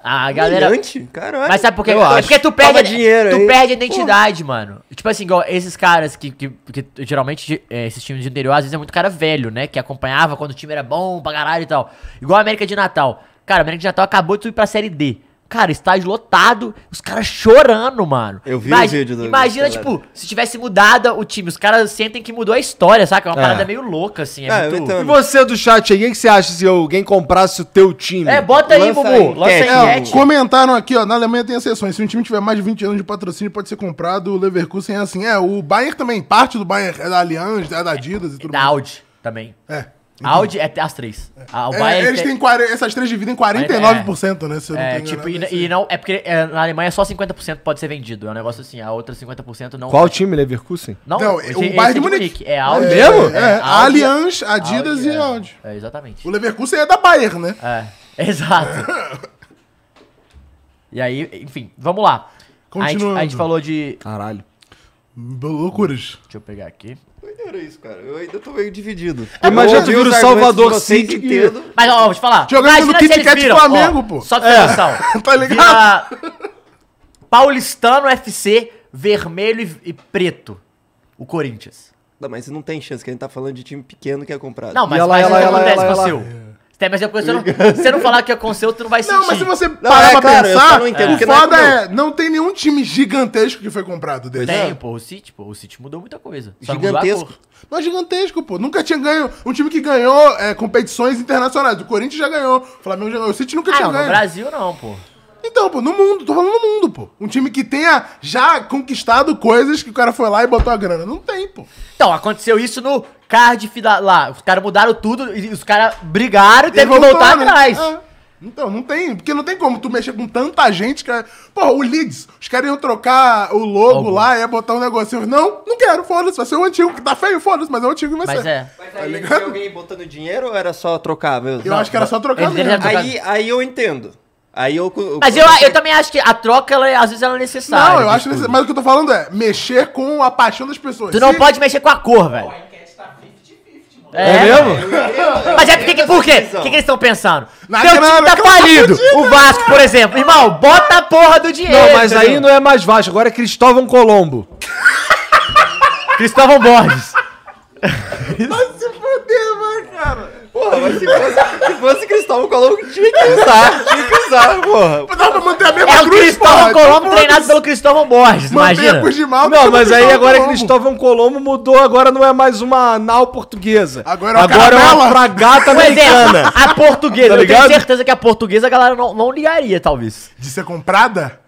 [SPEAKER 5] A
[SPEAKER 4] é
[SPEAKER 5] galera.
[SPEAKER 4] Brilhante? Caralho.
[SPEAKER 5] Mas sabe por quê?
[SPEAKER 2] Eu
[SPEAKER 5] É
[SPEAKER 2] acho.
[SPEAKER 5] porque tu perde, a,
[SPEAKER 4] Toma dinheiro
[SPEAKER 5] tu
[SPEAKER 4] aí.
[SPEAKER 5] perde a identidade, mano. Tipo assim, igual esses caras que, que, que geralmente é, esses times de interior, às vezes é muito cara velho, né? Que acompanhava quando o time era bom pra caralho e tal. Igual a América de Natal. Cara, a América de Natal acabou de subir pra Série D. Cara, estádio lotado, os caras chorando, mano.
[SPEAKER 4] Eu vi o
[SPEAKER 5] Imagi-
[SPEAKER 4] vídeo do-
[SPEAKER 5] Imagina,
[SPEAKER 4] do
[SPEAKER 5] tipo, se tivesse mudado o time, os caras sentem que mudou a história, saca? É uma parada meio louca, assim. É,
[SPEAKER 4] Ah, eu
[SPEAKER 5] muito...
[SPEAKER 4] entendo.
[SPEAKER 2] E você do chat aí, o que que você acha se alguém comprasse o teu time?
[SPEAKER 5] é bota aí,
[SPEAKER 4] Lança
[SPEAKER 5] Bubu.
[SPEAKER 4] aí,
[SPEAKER 5] Lança aí,
[SPEAKER 4] enquete.
[SPEAKER 3] É,
[SPEAKER 5] enquete.
[SPEAKER 3] comentaram aqui, ó, na Alemanha tem exceções. Se um time tiver mais de 20 anos de patrocínio, pode ser comprado. O Leverkusen é assim. É, o Bayern também. Parte do Bayern é da Allianz, é da Adidas e tudo
[SPEAKER 5] Da Audi também.
[SPEAKER 3] mais. É.
[SPEAKER 5] Audi é as três. A- o
[SPEAKER 3] É,
[SPEAKER 5] Bayern
[SPEAKER 3] eles
[SPEAKER 5] tem-
[SPEAKER 3] têm 40, essas três dividem 49%, né? Se eu não
[SPEAKER 5] É,
[SPEAKER 3] tô
[SPEAKER 5] tipo,
[SPEAKER 3] enganado,
[SPEAKER 5] e, e não. É porque é, na Alemanha só 50% pode ser vendido. É um negócio assim, a outra 50% não.
[SPEAKER 2] Qual time, Leverkusen?
[SPEAKER 5] Não,
[SPEAKER 3] Não,
[SPEAKER 5] esse-
[SPEAKER 3] o Bayern
[SPEAKER 5] esse é
[SPEAKER 3] de Munique.
[SPEAKER 5] É Audi.
[SPEAKER 3] É,
[SPEAKER 2] mesmo?
[SPEAKER 3] É, a
[SPEAKER 5] Audi,
[SPEAKER 3] Allianz, Adidas
[SPEAKER 5] Audi,
[SPEAKER 3] e
[SPEAKER 5] é.
[SPEAKER 3] Audi.
[SPEAKER 5] É, exatamente.
[SPEAKER 3] O Leverkusen é da Bayern, né?
[SPEAKER 5] É, exato. e aí, enfim, vamos lá. A gente,
[SPEAKER 3] Continuando.
[SPEAKER 5] a gente falou de.
[SPEAKER 2] Caralho.
[SPEAKER 3] Loucuras.
[SPEAKER 5] Deixa eu pegar aqui.
[SPEAKER 4] Era isso, cara. Eu ainda tô meio dividido.
[SPEAKER 2] Imagina
[SPEAKER 4] Eu ouvi
[SPEAKER 2] tu vira o
[SPEAKER 4] os
[SPEAKER 2] Salvador
[SPEAKER 4] argumentos de vocês,
[SPEAKER 2] City que-
[SPEAKER 4] entendo.
[SPEAKER 5] Mas, ó, vou te falar.
[SPEAKER 3] Jogando
[SPEAKER 5] Imagina
[SPEAKER 3] no
[SPEAKER 5] se
[SPEAKER 3] Kit
[SPEAKER 5] eles
[SPEAKER 3] Kat do
[SPEAKER 5] viram, ó,
[SPEAKER 3] Flamengo, pô.
[SPEAKER 5] Só pra ter noção.
[SPEAKER 3] Tá ligado?
[SPEAKER 5] Vira Paulistano FC, vermelho e- e preto. O Corinthians.
[SPEAKER 4] Não, mas não tem chance, que a gente tá falando de time pequeno que é comprado.
[SPEAKER 5] Não, mas,
[SPEAKER 2] ela,
[SPEAKER 5] mas
[SPEAKER 2] ela,
[SPEAKER 5] isso
[SPEAKER 2] ela,
[SPEAKER 5] acontece
[SPEAKER 2] ela,
[SPEAKER 5] com o
[SPEAKER 2] ela.
[SPEAKER 5] seu. Até mas é porque você não, se você não falar que aconteceu, tu não vai sentir.
[SPEAKER 3] Não, mas se você parar
[SPEAKER 4] é
[SPEAKER 3] pra
[SPEAKER 4] claro, eu só
[SPEAKER 3] pensar,
[SPEAKER 4] não entendo
[SPEAKER 3] o
[SPEAKER 4] porque não é
[SPEAKER 3] foda
[SPEAKER 4] meu.
[SPEAKER 3] é, não tem nenhum time gigantesco que foi comprado É. desse.
[SPEAKER 5] Tem, pô, o City, pô, o City mudou muita coisa. Só mudou a
[SPEAKER 4] é. Gigantesco.
[SPEAKER 5] cor.
[SPEAKER 3] Mas gigantesco, pô. Nunca tinha ganho. Um time que ganhou é, competições internacionais. O Corinthians já ganhou, o Flamengo já ganhou, o City nunca
[SPEAKER 5] Ah,
[SPEAKER 3] tinha
[SPEAKER 5] não, no
[SPEAKER 3] ganho.
[SPEAKER 5] Brasil não, pô.
[SPEAKER 3] Então, pô, no mundo, tô falando no mundo, pô. Um time que tenha já conquistado coisas que o cara foi lá e botou a grana. Não tem, pô.
[SPEAKER 5] Então, aconteceu isso no Cardiff da- lá. Os caras mudaram tudo, e os caras brigaram e teve que
[SPEAKER 3] voltou,
[SPEAKER 5] voltar
[SPEAKER 3] né?
[SPEAKER 5] atrás.
[SPEAKER 3] É. Então, não tem, porque não tem como tu mexer com tanta gente que. Pô, o Leeds, os caras iam trocar o logo
[SPEAKER 5] Logo.
[SPEAKER 3] lá, ia botar um negocinho. Não, não quero, foda-se, vai ser o antigo, que tá feio, foda-se, mas é o antigo e vai
[SPEAKER 5] Mas
[SPEAKER 3] ser. Tá
[SPEAKER 5] é.
[SPEAKER 4] Mas tá aí tinha alguém botando dinheiro ou era só trocar mesmo?
[SPEAKER 3] Eu acho que era só trocar
[SPEAKER 5] Ele
[SPEAKER 3] mesmo.
[SPEAKER 5] deve-
[SPEAKER 4] Aí, aí eu entendo. Aí eu.
[SPEAKER 5] Mas eu, eu também acho que a troca, ela, é- às vezes, ela é necessária.
[SPEAKER 3] Não, eu
[SPEAKER 5] de
[SPEAKER 3] acho
[SPEAKER 5] tudo.
[SPEAKER 3] necessário. Mas o que eu tô falando é mexer com a paixão das pessoas.
[SPEAKER 5] Tu não
[SPEAKER 3] Se-
[SPEAKER 5] pode mexer com a cor, velho. É,
[SPEAKER 2] mesmo?
[SPEAKER 5] Mas é porque que, por quê? O que, que eles estão pensando?
[SPEAKER 3] Na
[SPEAKER 5] Seu
[SPEAKER 3] grana,
[SPEAKER 5] time tá
[SPEAKER 3] aquela
[SPEAKER 5] falido. O Vasco,
[SPEAKER 3] né?
[SPEAKER 5] por exemplo. Irmão, bota a porra do dinheiro.
[SPEAKER 2] Não, mas aí
[SPEAKER 5] entendeu?
[SPEAKER 2] não é mais Vasco, agora é Cristóvão Colombo.
[SPEAKER 5] Cristóvão Borges.
[SPEAKER 4] Porra, mas se fosse, se fosse Cristóvão Colombo, tinha que usar. Tinha que usar, porra.
[SPEAKER 3] Dá pra manter a mesma
[SPEAKER 5] É o
[SPEAKER 3] cruz,
[SPEAKER 5] Cristóvão
[SPEAKER 3] porra.
[SPEAKER 5] Colombo
[SPEAKER 3] Então,
[SPEAKER 5] treinado pelo Cristóvão Borges,
[SPEAKER 3] Manter a
[SPEAKER 5] imagina.
[SPEAKER 3] cruz de mal,
[SPEAKER 2] Não, mas aí agora é
[SPEAKER 3] é
[SPEAKER 2] Cristóvão Colombo mudou, agora não é mais uma nau portuguesa.
[SPEAKER 3] Agora é uma
[SPEAKER 2] é uma
[SPEAKER 3] caravela.
[SPEAKER 2] fragata
[SPEAKER 5] Pois é,
[SPEAKER 2] americana.
[SPEAKER 5] a portuguesa.
[SPEAKER 2] Tá
[SPEAKER 5] eu tenho
[SPEAKER 2] ligado?
[SPEAKER 5] certeza que a portuguesa a galera não, não ligaria, talvez.
[SPEAKER 3] De ser comprada?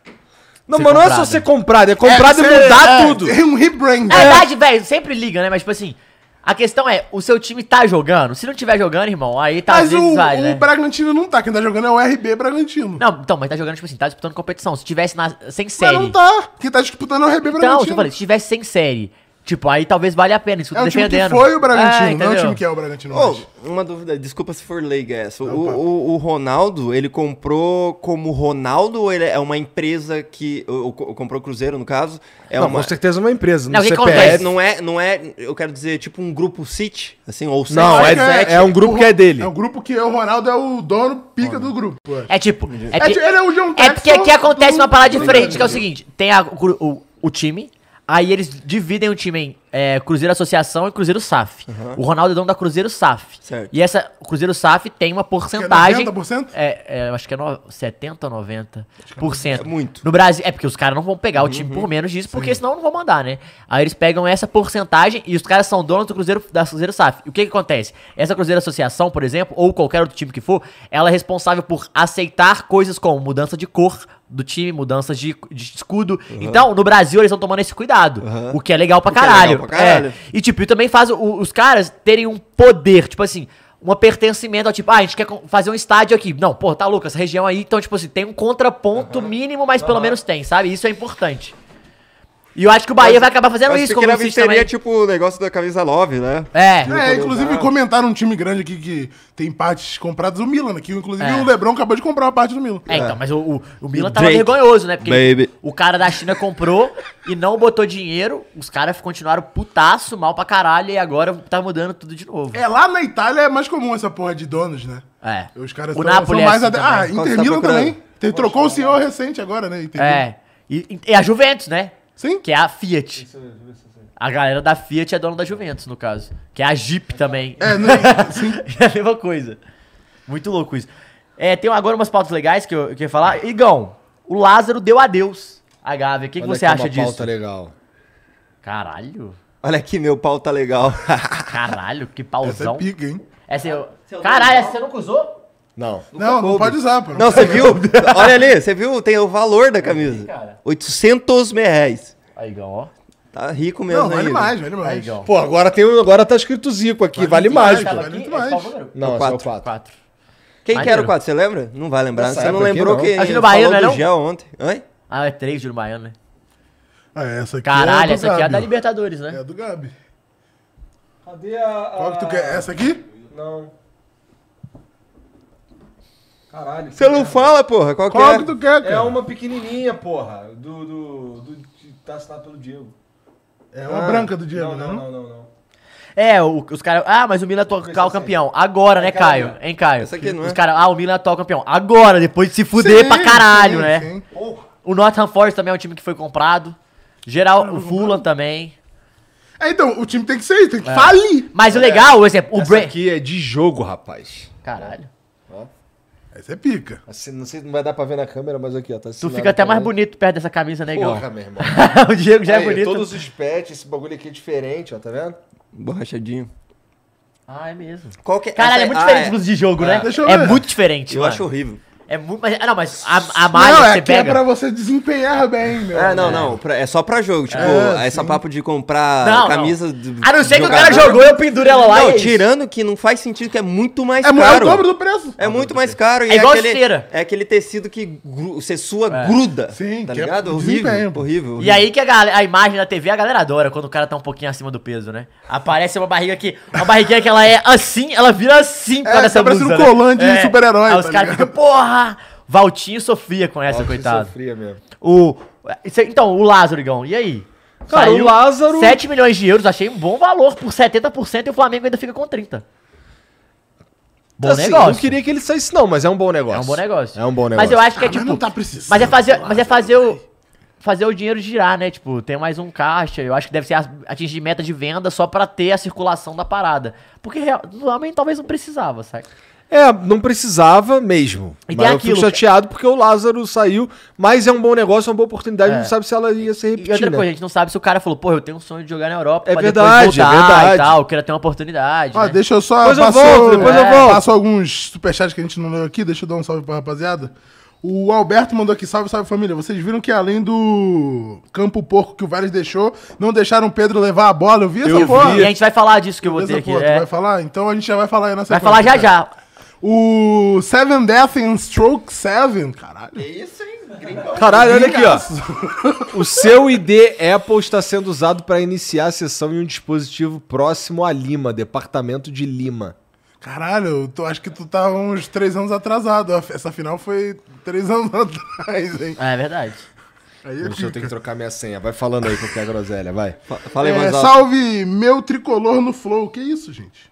[SPEAKER 2] Não,
[SPEAKER 5] Ser
[SPEAKER 2] mas não é só
[SPEAKER 5] comprado.
[SPEAKER 2] ser comprado, é comprado e
[SPEAKER 3] ser-
[SPEAKER 2] mudar
[SPEAKER 3] é,
[SPEAKER 2] tudo.
[SPEAKER 3] É um rebrand.
[SPEAKER 5] Na verdade, velho, sempre liga, né? Mas, tipo assim, a questão é, o seu time tá jogando? Se não tiver jogando, irmão, aí tá, às
[SPEAKER 3] Mas
[SPEAKER 5] vezes
[SPEAKER 3] o,
[SPEAKER 5] vale,
[SPEAKER 3] o
[SPEAKER 5] né?
[SPEAKER 3] Bragantino não tá. Quem tá jogando é o RB Bragantino.
[SPEAKER 5] Não, então, mas tá jogando, tipo assim, tá disputando competição. Se tivesse na- sem
[SPEAKER 3] Mas
[SPEAKER 5] série...
[SPEAKER 3] não tá. Quem tá disputando é o RB
[SPEAKER 5] Então,
[SPEAKER 3] Bragantino.
[SPEAKER 5] eu falei, se tivesse sem série, tipo, aí talvez valha a pena, isso que
[SPEAKER 3] é
[SPEAKER 5] eu
[SPEAKER 3] o
[SPEAKER 5] tô
[SPEAKER 3] time que
[SPEAKER 5] defendendo.
[SPEAKER 3] foi o Bragantino, não é o
[SPEAKER 5] entendeu?
[SPEAKER 3] time que é o Bragantino.
[SPEAKER 4] Ô,
[SPEAKER 3] hoje.
[SPEAKER 4] uma dúvida, desculpa se for leiga essa. O,
[SPEAKER 3] Opa.
[SPEAKER 4] o, o Ronaldo, ele comprou como Ronaldo ou ele é uma empresa que. Ou, ou co- comprou Cruzeiro, no caso? É
[SPEAKER 2] Não,
[SPEAKER 4] uma.
[SPEAKER 2] com certeza é uma empresa, não,
[SPEAKER 5] Não, o que
[SPEAKER 4] Mas
[SPEAKER 5] acontece?
[SPEAKER 2] CPF.
[SPEAKER 4] não é, não é, eu quero dizer, tipo um grupo City, assim, ou City.
[SPEAKER 2] Não, é,
[SPEAKER 3] Acho que
[SPEAKER 2] é um grupo que é dele.
[SPEAKER 3] É o grupo que o Ronaldo é o dono pica do grupo. ué.
[SPEAKER 5] É tipo... É,
[SPEAKER 3] É
[SPEAKER 5] pe-
[SPEAKER 3] ti- ele é o John
[SPEAKER 5] É porque
[SPEAKER 3] Texton
[SPEAKER 5] aqui acontece
[SPEAKER 3] do-
[SPEAKER 5] uma parada
[SPEAKER 3] do-
[SPEAKER 5] diferente, que é o seguinte: tem a- o, o- o time, aí eles dividem o time em é, Cruzeiro Associação e Cruzeiro SAF. O Ronaldo é dono da Cruzeiro SAF.
[SPEAKER 4] Certo.
[SPEAKER 5] E essa o Cruzeiro SAF tem
[SPEAKER 3] é
[SPEAKER 5] uma porcentagem.
[SPEAKER 3] 90%?
[SPEAKER 5] É, é, eu acho que é no, 70 ou 90%.
[SPEAKER 4] é muito. Uhum,
[SPEAKER 5] No Brasil, é porque os caras não vão pegar o time por menos disso, porque senão não vão mandar, né? Aí eles pegam essa porcentagem e os caras são donos do Cruzeiro da Cruzeiro SAF. E o que que acontece? Essa Cruzeiro Associação, por exemplo, ou qualquer outro time que for, ela é responsável por aceitar coisas como mudança de cor do time, mudanças de, de escudo. Então, no Brasil, eles estão tomando esse cuidado,
[SPEAKER 4] Uhum.
[SPEAKER 5] o que é legal pra
[SPEAKER 4] que é legal
[SPEAKER 5] caralho.
[SPEAKER 4] pra caralho.
[SPEAKER 5] É. E, tipo, e também faz o- os caras terem um poder, tipo assim, um pertencimento ao tipo, ah, a gente quer co- fazer um estádio aqui. Não, pô, tá louco, essa região aí, então, tipo assim, tem um contraponto mínimo, mas pelo menos tem, sabe? Isso é importante. E eu acho que o Bahia vai acabar fazendo
[SPEAKER 4] Mas
[SPEAKER 5] Então isso
[SPEAKER 4] pequena
[SPEAKER 5] Cid
[SPEAKER 4] vistoria
[SPEAKER 5] também.
[SPEAKER 4] é tipo o negócio da camisa 9, né?
[SPEAKER 5] É.
[SPEAKER 3] É,
[SPEAKER 4] "Ah."
[SPEAKER 3] inclusive comentaram um time grande aqui que tem partes compradas do Milan, né, que inclusive
[SPEAKER 5] É.
[SPEAKER 3] o Lebron acabou de comprar uma parte do Milan.
[SPEAKER 5] É, então, mas o, o, o Milan
[SPEAKER 4] O
[SPEAKER 5] tava
[SPEAKER 4] Drake,
[SPEAKER 5] vergonhoso, né? Porque
[SPEAKER 4] baby.
[SPEAKER 5] o cara da China comprou e não botou dinheiro, os caras continuaram putaço, mal pra caralho, e agora tá mudando tudo de novo.
[SPEAKER 3] É, lá na Itália é mais comum essa porra de donos, né?
[SPEAKER 5] É.
[SPEAKER 3] Os caras
[SPEAKER 5] o
[SPEAKER 3] tão-
[SPEAKER 5] Napoli é
[SPEAKER 3] mais
[SPEAKER 5] assim
[SPEAKER 3] ade-
[SPEAKER 5] também.
[SPEAKER 3] Ah,
[SPEAKER 4] Qual que
[SPEAKER 3] Inter
[SPEAKER 4] tá
[SPEAKER 3] Milan
[SPEAKER 4] procurando?
[SPEAKER 3] também. Ele trocou o senhor recente agora, né? Inter Milan.
[SPEAKER 5] É. E, e a Juventus, né?
[SPEAKER 3] Sim?
[SPEAKER 5] Que é a Fiat. A galera da Fiat é dona da Juventus, no caso. Que é a Jeep também.
[SPEAKER 3] É, né? sim.
[SPEAKER 5] É a mesma coisa. Muito louco isso. É, tem agora umas pautas legais que eu, que eu ia falar. Igão, o Lázaro deu adeus à Gávea. O que, que você acha disso?
[SPEAKER 2] legal.
[SPEAKER 5] Caralho.
[SPEAKER 4] Olha aqui, meu pau tá legal.
[SPEAKER 5] Caralho, que
[SPEAKER 3] Essa
[SPEAKER 5] pauzão.
[SPEAKER 3] é pica, hein?
[SPEAKER 5] Essa eu... Caralho, essa você nunca usou?
[SPEAKER 2] Não.
[SPEAKER 3] Não, não pode usar, pô.
[SPEAKER 4] Não, você viu? Olha ali, você viu? Tem o valor da camisa.
[SPEAKER 5] cara.
[SPEAKER 4] 800 mil reais.
[SPEAKER 5] Aí, Igão, ó.
[SPEAKER 3] é
[SPEAKER 4] Tá rico mesmo
[SPEAKER 3] Não, vale
[SPEAKER 4] ainda.
[SPEAKER 3] mais, vale
[SPEAKER 5] Aí,
[SPEAKER 3] mais.
[SPEAKER 5] Igão.
[SPEAKER 2] Pô, agora, tem, um- agora tá escrito Zico aqui, vale, mais,
[SPEAKER 5] Tava
[SPEAKER 2] pô.
[SPEAKER 3] vale muito
[SPEAKER 5] aqui, é qual
[SPEAKER 3] mais.
[SPEAKER 5] número?
[SPEAKER 2] Não, é só
[SPEAKER 4] Quatro.
[SPEAKER 2] quatro.
[SPEAKER 5] Quatro.
[SPEAKER 4] Quem que era
[SPEAKER 5] Maneiro.
[SPEAKER 4] o quadro? Você lembra? Não vai lembrar.
[SPEAKER 2] Nessa
[SPEAKER 4] Você não
[SPEAKER 2] época aqui,
[SPEAKER 4] lembrou
[SPEAKER 2] não.
[SPEAKER 4] que
[SPEAKER 5] Aqui no Bahia, não é
[SPEAKER 4] falou
[SPEAKER 5] não?
[SPEAKER 4] do Gel ontem. Oi?
[SPEAKER 5] Ah, é três de Júlio Baiano, né?
[SPEAKER 3] Ah, essa aqui
[SPEAKER 5] Caralho,
[SPEAKER 3] do
[SPEAKER 5] essa aqui é a
[SPEAKER 3] Gabi,
[SPEAKER 5] da
[SPEAKER 3] ó.
[SPEAKER 5] Libertadores, né?
[SPEAKER 3] É a do Gabi.
[SPEAKER 8] Cadê a.
[SPEAKER 3] Qual que tu quer? Essa aqui?
[SPEAKER 8] Não. Caralho.
[SPEAKER 4] Você não fala, porra. Qual,
[SPEAKER 3] Qual
[SPEAKER 4] que
[SPEAKER 3] que
[SPEAKER 4] é?
[SPEAKER 3] tu quer, cara?
[SPEAKER 8] É uma pequenininha, porra. Do. do, do, tá assinado pelo Diego.
[SPEAKER 3] É uma branca do Diego,
[SPEAKER 8] não,
[SPEAKER 3] né?
[SPEAKER 8] não, não, não, não.
[SPEAKER 5] É, o- os caras. Ah, mas o Milan é atual campeão. Agora, né, Caio? Hein, Caio?
[SPEAKER 4] Essa aqui não é?
[SPEAKER 5] Os caras. Ah, o Milan é atual campeão. Agora, depois de se fuder pra caralho,
[SPEAKER 3] sim,
[SPEAKER 5] né?
[SPEAKER 3] sim.
[SPEAKER 5] O Northam Forest também é um time que foi comprado. Geral, o Fulham também.
[SPEAKER 3] É, então, o time tem que ser isso, tem
[SPEAKER 5] É.
[SPEAKER 3] que falir.
[SPEAKER 5] Mas o legal, o exemplo, o
[SPEAKER 2] Essa
[SPEAKER 5] Brent.
[SPEAKER 2] aqui é de jogo, rapaz.
[SPEAKER 5] Caralho.
[SPEAKER 3] Essa é pica.
[SPEAKER 2] Assim, não sei se não vai dar pra ver na câmera, mas aqui, ó. Tá
[SPEAKER 5] Tu fica até mais bonito perto dessa camisa, né, Igão?
[SPEAKER 2] Porra, meu irmão.
[SPEAKER 5] o Diego já é
[SPEAKER 2] Aí,
[SPEAKER 5] bonito. é
[SPEAKER 2] Todos os pets, esse bagulho aqui é diferente, ó, tá vendo?
[SPEAKER 4] Borrachadinho.
[SPEAKER 5] Ah, é mesmo.
[SPEAKER 4] Qual que
[SPEAKER 5] Caralho, é muito diferente
[SPEAKER 4] do
[SPEAKER 5] dos de jogo, né?
[SPEAKER 3] Deixa eu
[SPEAKER 5] É
[SPEAKER 3] ver.
[SPEAKER 5] muito diferente,
[SPEAKER 4] ah, Eu
[SPEAKER 5] mano.
[SPEAKER 4] acho horrível.
[SPEAKER 5] É muito. Mas, ah, não, mas a, a malha
[SPEAKER 3] não,
[SPEAKER 5] que
[SPEAKER 3] é
[SPEAKER 5] você
[SPEAKER 3] que é
[SPEAKER 5] pega.
[SPEAKER 3] pra você desempenhar bem, meu.
[SPEAKER 4] Ah, não, não. pra- é só pra jogo. Tipo,
[SPEAKER 3] É,
[SPEAKER 4] essa papo de comprar
[SPEAKER 5] Não, não.
[SPEAKER 4] camisa.
[SPEAKER 5] A não ser que o cara jogou, eu penduro ela lá. e é
[SPEAKER 4] Não,
[SPEAKER 5] isso.
[SPEAKER 4] tirando que não faz sentido, que é muito mais
[SPEAKER 3] É, mu- é
[SPEAKER 4] caro.
[SPEAKER 3] o dobro do preço.
[SPEAKER 4] É muito mais caro. e
[SPEAKER 5] É igual
[SPEAKER 4] aquele,
[SPEAKER 5] esteira.
[SPEAKER 4] É aquele tecido que gru- você sua, gruda.
[SPEAKER 3] Sim,
[SPEAKER 4] tá
[SPEAKER 3] que é
[SPEAKER 4] ligado?
[SPEAKER 3] um
[SPEAKER 4] horrível,
[SPEAKER 3] desempenho.
[SPEAKER 4] horrível,
[SPEAKER 5] E aí que a, galera- a imagem da TV a galera adora quando o cara tá um pouquinho acima do peso, né? Aparece uma barriga que. Uma barriguinha que ela é assim, ela vira assim
[SPEAKER 3] É, tá parecendo um colã de super-herói,
[SPEAKER 5] É. Aí os
[SPEAKER 3] tá
[SPEAKER 5] caras
[SPEAKER 3] ligado?
[SPEAKER 5] ficam, porra! Valtinho sofria com essa, coitado.
[SPEAKER 2] Sofria mesmo.
[SPEAKER 5] O. isso aí- Então, o Lázaro, Igão, e aí?
[SPEAKER 8] Cara, o Lázaro-
[SPEAKER 5] 7 milhões de euros, achei um bom valor por 70% e o Flamengo ainda fica com 30%. Bom
[SPEAKER 2] Assim,
[SPEAKER 5] negócio.
[SPEAKER 2] Não queria que ele saísse, não, mas é um bom negócio.
[SPEAKER 5] É um bom negócio.
[SPEAKER 2] É um bom negócio.
[SPEAKER 5] Mas eu acho que é
[SPEAKER 3] Ah,
[SPEAKER 5] tipo.
[SPEAKER 3] mas não tá precisando.
[SPEAKER 5] Mas é fazer, mas é fazer o fazer o dinheiro girar, né? Tipo, tem mais um caixa, eu acho que deve ser a- atingir meta de venda só pra ter a circulação da parada. Porque real- realmente talvez não precisava, sabe?
[SPEAKER 2] É, não precisava mesmo.
[SPEAKER 5] E
[SPEAKER 2] mas
[SPEAKER 5] tem
[SPEAKER 2] eu
[SPEAKER 5] aquilo,
[SPEAKER 2] fico chateado porque o Lázaro saiu, mas é um bom negócio, é uma boa oportunidade, não sabe se ela ia se
[SPEAKER 5] E outra
[SPEAKER 2] repetir, né?
[SPEAKER 5] coisa, a gente não sabe se o cara falou, pô, eu tenho um sonho de jogar na Europa,
[SPEAKER 2] É
[SPEAKER 5] pra
[SPEAKER 2] verdade, é
[SPEAKER 5] e
[SPEAKER 2] verdade.
[SPEAKER 5] tal, eu queria ter uma oportunidade.
[SPEAKER 3] Ó,
[SPEAKER 5] né?
[SPEAKER 3] Ah, deixa eu só.
[SPEAKER 2] Depois eu volto, depois eu
[SPEAKER 3] é,
[SPEAKER 2] volto.
[SPEAKER 3] Passo alguns superchats que a gente não leu aqui, deixa eu dar um salve pra rapaziada. O Alberto mandou aqui, salve, salve família. Vocês viram que além do campo porco que o Vélez deixou, não deixaram o Pedro levar a bola? Eu vi essa
[SPEAKER 2] Eu
[SPEAKER 3] porra.
[SPEAKER 5] E a gente vai falar disso que eu vou ter
[SPEAKER 3] Essa
[SPEAKER 5] aqui.
[SPEAKER 3] porra,
[SPEAKER 5] é.
[SPEAKER 3] tu vai falar? Então a gente já vai falar aí na
[SPEAKER 5] vai
[SPEAKER 3] sequência,
[SPEAKER 5] falar já
[SPEAKER 3] cara.
[SPEAKER 5] já.
[SPEAKER 3] O Seven Death and Stroke Seven, caralho.
[SPEAKER 2] Caralho, olha aqui, ó. O seu ID Apple está sendo usado para iniciar a sessão em um dispositivo próximo a Lima, departamento de Lima.
[SPEAKER 3] Caralho, eu tô- acho que tu tá uns três anos atrasado. Essa final foi três anos atrás, hein?
[SPEAKER 5] É verdade.
[SPEAKER 3] Aí é
[SPEAKER 2] Deixa eu
[SPEAKER 3] pica.
[SPEAKER 2] tenho que trocar minha senha. Vai falando aí qualquer groselha, vai.
[SPEAKER 4] Fa- Fala aí,
[SPEAKER 3] É,
[SPEAKER 4] mais alto.
[SPEAKER 3] salve meu tricolor no Flow. Que isso, gente?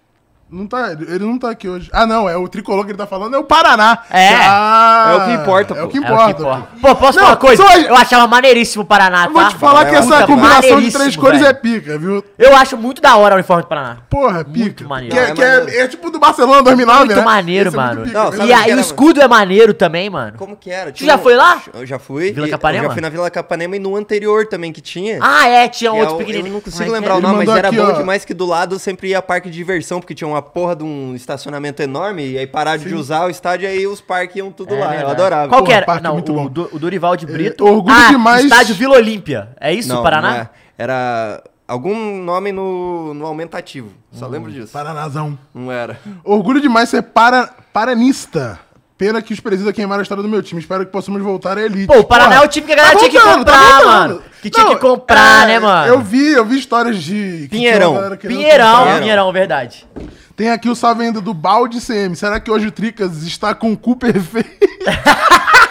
[SPEAKER 3] Não tá, ele não tá aqui hoje. Ah, não, é o tricolor que ele tá falando, é o Paraná.
[SPEAKER 5] É.
[SPEAKER 3] Ah,
[SPEAKER 4] É o que importa,
[SPEAKER 3] É o
[SPEAKER 4] pô.
[SPEAKER 3] que
[SPEAKER 5] É o que
[SPEAKER 3] importa.
[SPEAKER 5] importa. Pô, posso
[SPEAKER 3] Não,
[SPEAKER 5] falar uma coisa?
[SPEAKER 3] só-
[SPEAKER 5] Eu achava maneiríssimo o Paraná, tá?
[SPEAKER 3] Eu vou te falar que essa
[SPEAKER 5] Puta,
[SPEAKER 3] combinação de três
[SPEAKER 5] maneiríssimo,
[SPEAKER 3] cores é
[SPEAKER 5] velho.
[SPEAKER 3] pica, viu?
[SPEAKER 5] Eu acho muito da hora o uniforme do Paraná.
[SPEAKER 3] Porra, pica.
[SPEAKER 5] maneiro.
[SPEAKER 3] Que é,
[SPEAKER 4] É
[SPEAKER 3] que é-
[SPEAKER 4] maneiro.
[SPEAKER 3] é tipo do Barcelona 2009,
[SPEAKER 5] Muito
[SPEAKER 3] né?
[SPEAKER 5] maneiro,
[SPEAKER 3] Esse é muito
[SPEAKER 5] mano.
[SPEAKER 3] pica,
[SPEAKER 4] Não,
[SPEAKER 3] né?
[SPEAKER 4] sabe
[SPEAKER 5] e
[SPEAKER 4] o que
[SPEAKER 5] aí o
[SPEAKER 4] era,
[SPEAKER 5] escudo é maneiro também, mano.
[SPEAKER 4] Como que era? Tu
[SPEAKER 5] já foi lá?
[SPEAKER 4] Eu já fui.
[SPEAKER 5] Vila
[SPEAKER 4] e-
[SPEAKER 5] Capanema?
[SPEAKER 4] Eu já fui na Vila Capanema e no anterior também que tinha.
[SPEAKER 5] Ah, é, tinha
[SPEAKER 4] Que
[SPEAKER 5] outro
[SPEAKER 4] é o-
[SPEAKER 5] pequenininho.
[SPEAKER 4] Eu não consigo
[SPEAKER 5] Como é que
[SPEAKER 4] lembrar o
[SPEAKER 3] Ele
[SPEAKER 4] nome, mas
[SPEAKER 3] mandou
[SPEAKER 4] era
[SPEAKER 3] aqui,
[SPEAKER 4] bom
[SPEAKER 3] ó.
[SPEAKER 4] demais que do lado sempre ia parque de diversão, porque tinha uma porra de um estacionamento enorme, e aí pararam de usar o estádio, aí os parques iam tudo
[SPEAKER 5] É
[SPEAKER 4] lá. Eu
[SPEAKER 5] verdade.
[SPEAKER 4] adorava.
[SPEAKER 5] Qual
[SPEAKER 3] Porra,
[SPEAKER 5] que era?
[SPEAKER 3] parque
[SPEAKER 5] Não,
[SPEAKER 3] muito
[SPEAKER 5] o,
[SPEAKER 3] bom. É,
[SPEAKER 5] Du- o Dorival de Brito. Ah,
[SPEAKER 3] orgulho demais.
[SPEAKER 5] estádio Vila Olímpia. É isso,
[SPEAKER 4] Não,
[SPEAKER 5] Paraná?
[SPEAKER 4] não é. Era algum nome no, no aumentativo. Só
[SPEAKER 3] Hum,
[SPEAKER 4] lembro disso.
[SPEAKER 3] Paranazão.
[SPEAKER 4] Não era.
[SPEAKER 3] Orgulho demais ser para, paranista. Pena que os presídios queimaram a história do meu time. Espero que possamos voltar à elite.
[SPEAKER 5] Pô, o Paraná
[SPEAKER 3] Porra,
[SPEAKER 5] é o time que a galera tinha que
[SPEAKER 3] voltando, tá
[SPEAKER 5] comprar,
[SPEAKER 3] voltando. é,
[SPEAKER 5] mano. Que tinha que comprar, né, mano?
[SPEAKER 3] Eu vi, eu vi histórias de... que tinha uma
[SPEAKER 4] Pinheirão.
[SPEAKER 3] galera querendo
[SPEAKER 5] Pinheirão,
[SPEAKER 3] comprar.
[SPEAKER 5] Pinheirão, verdade.
[SPEAKER 3] Tem aqui o salve ainda do balde CM. Será que hoje o Tricas está com o cu perfeito?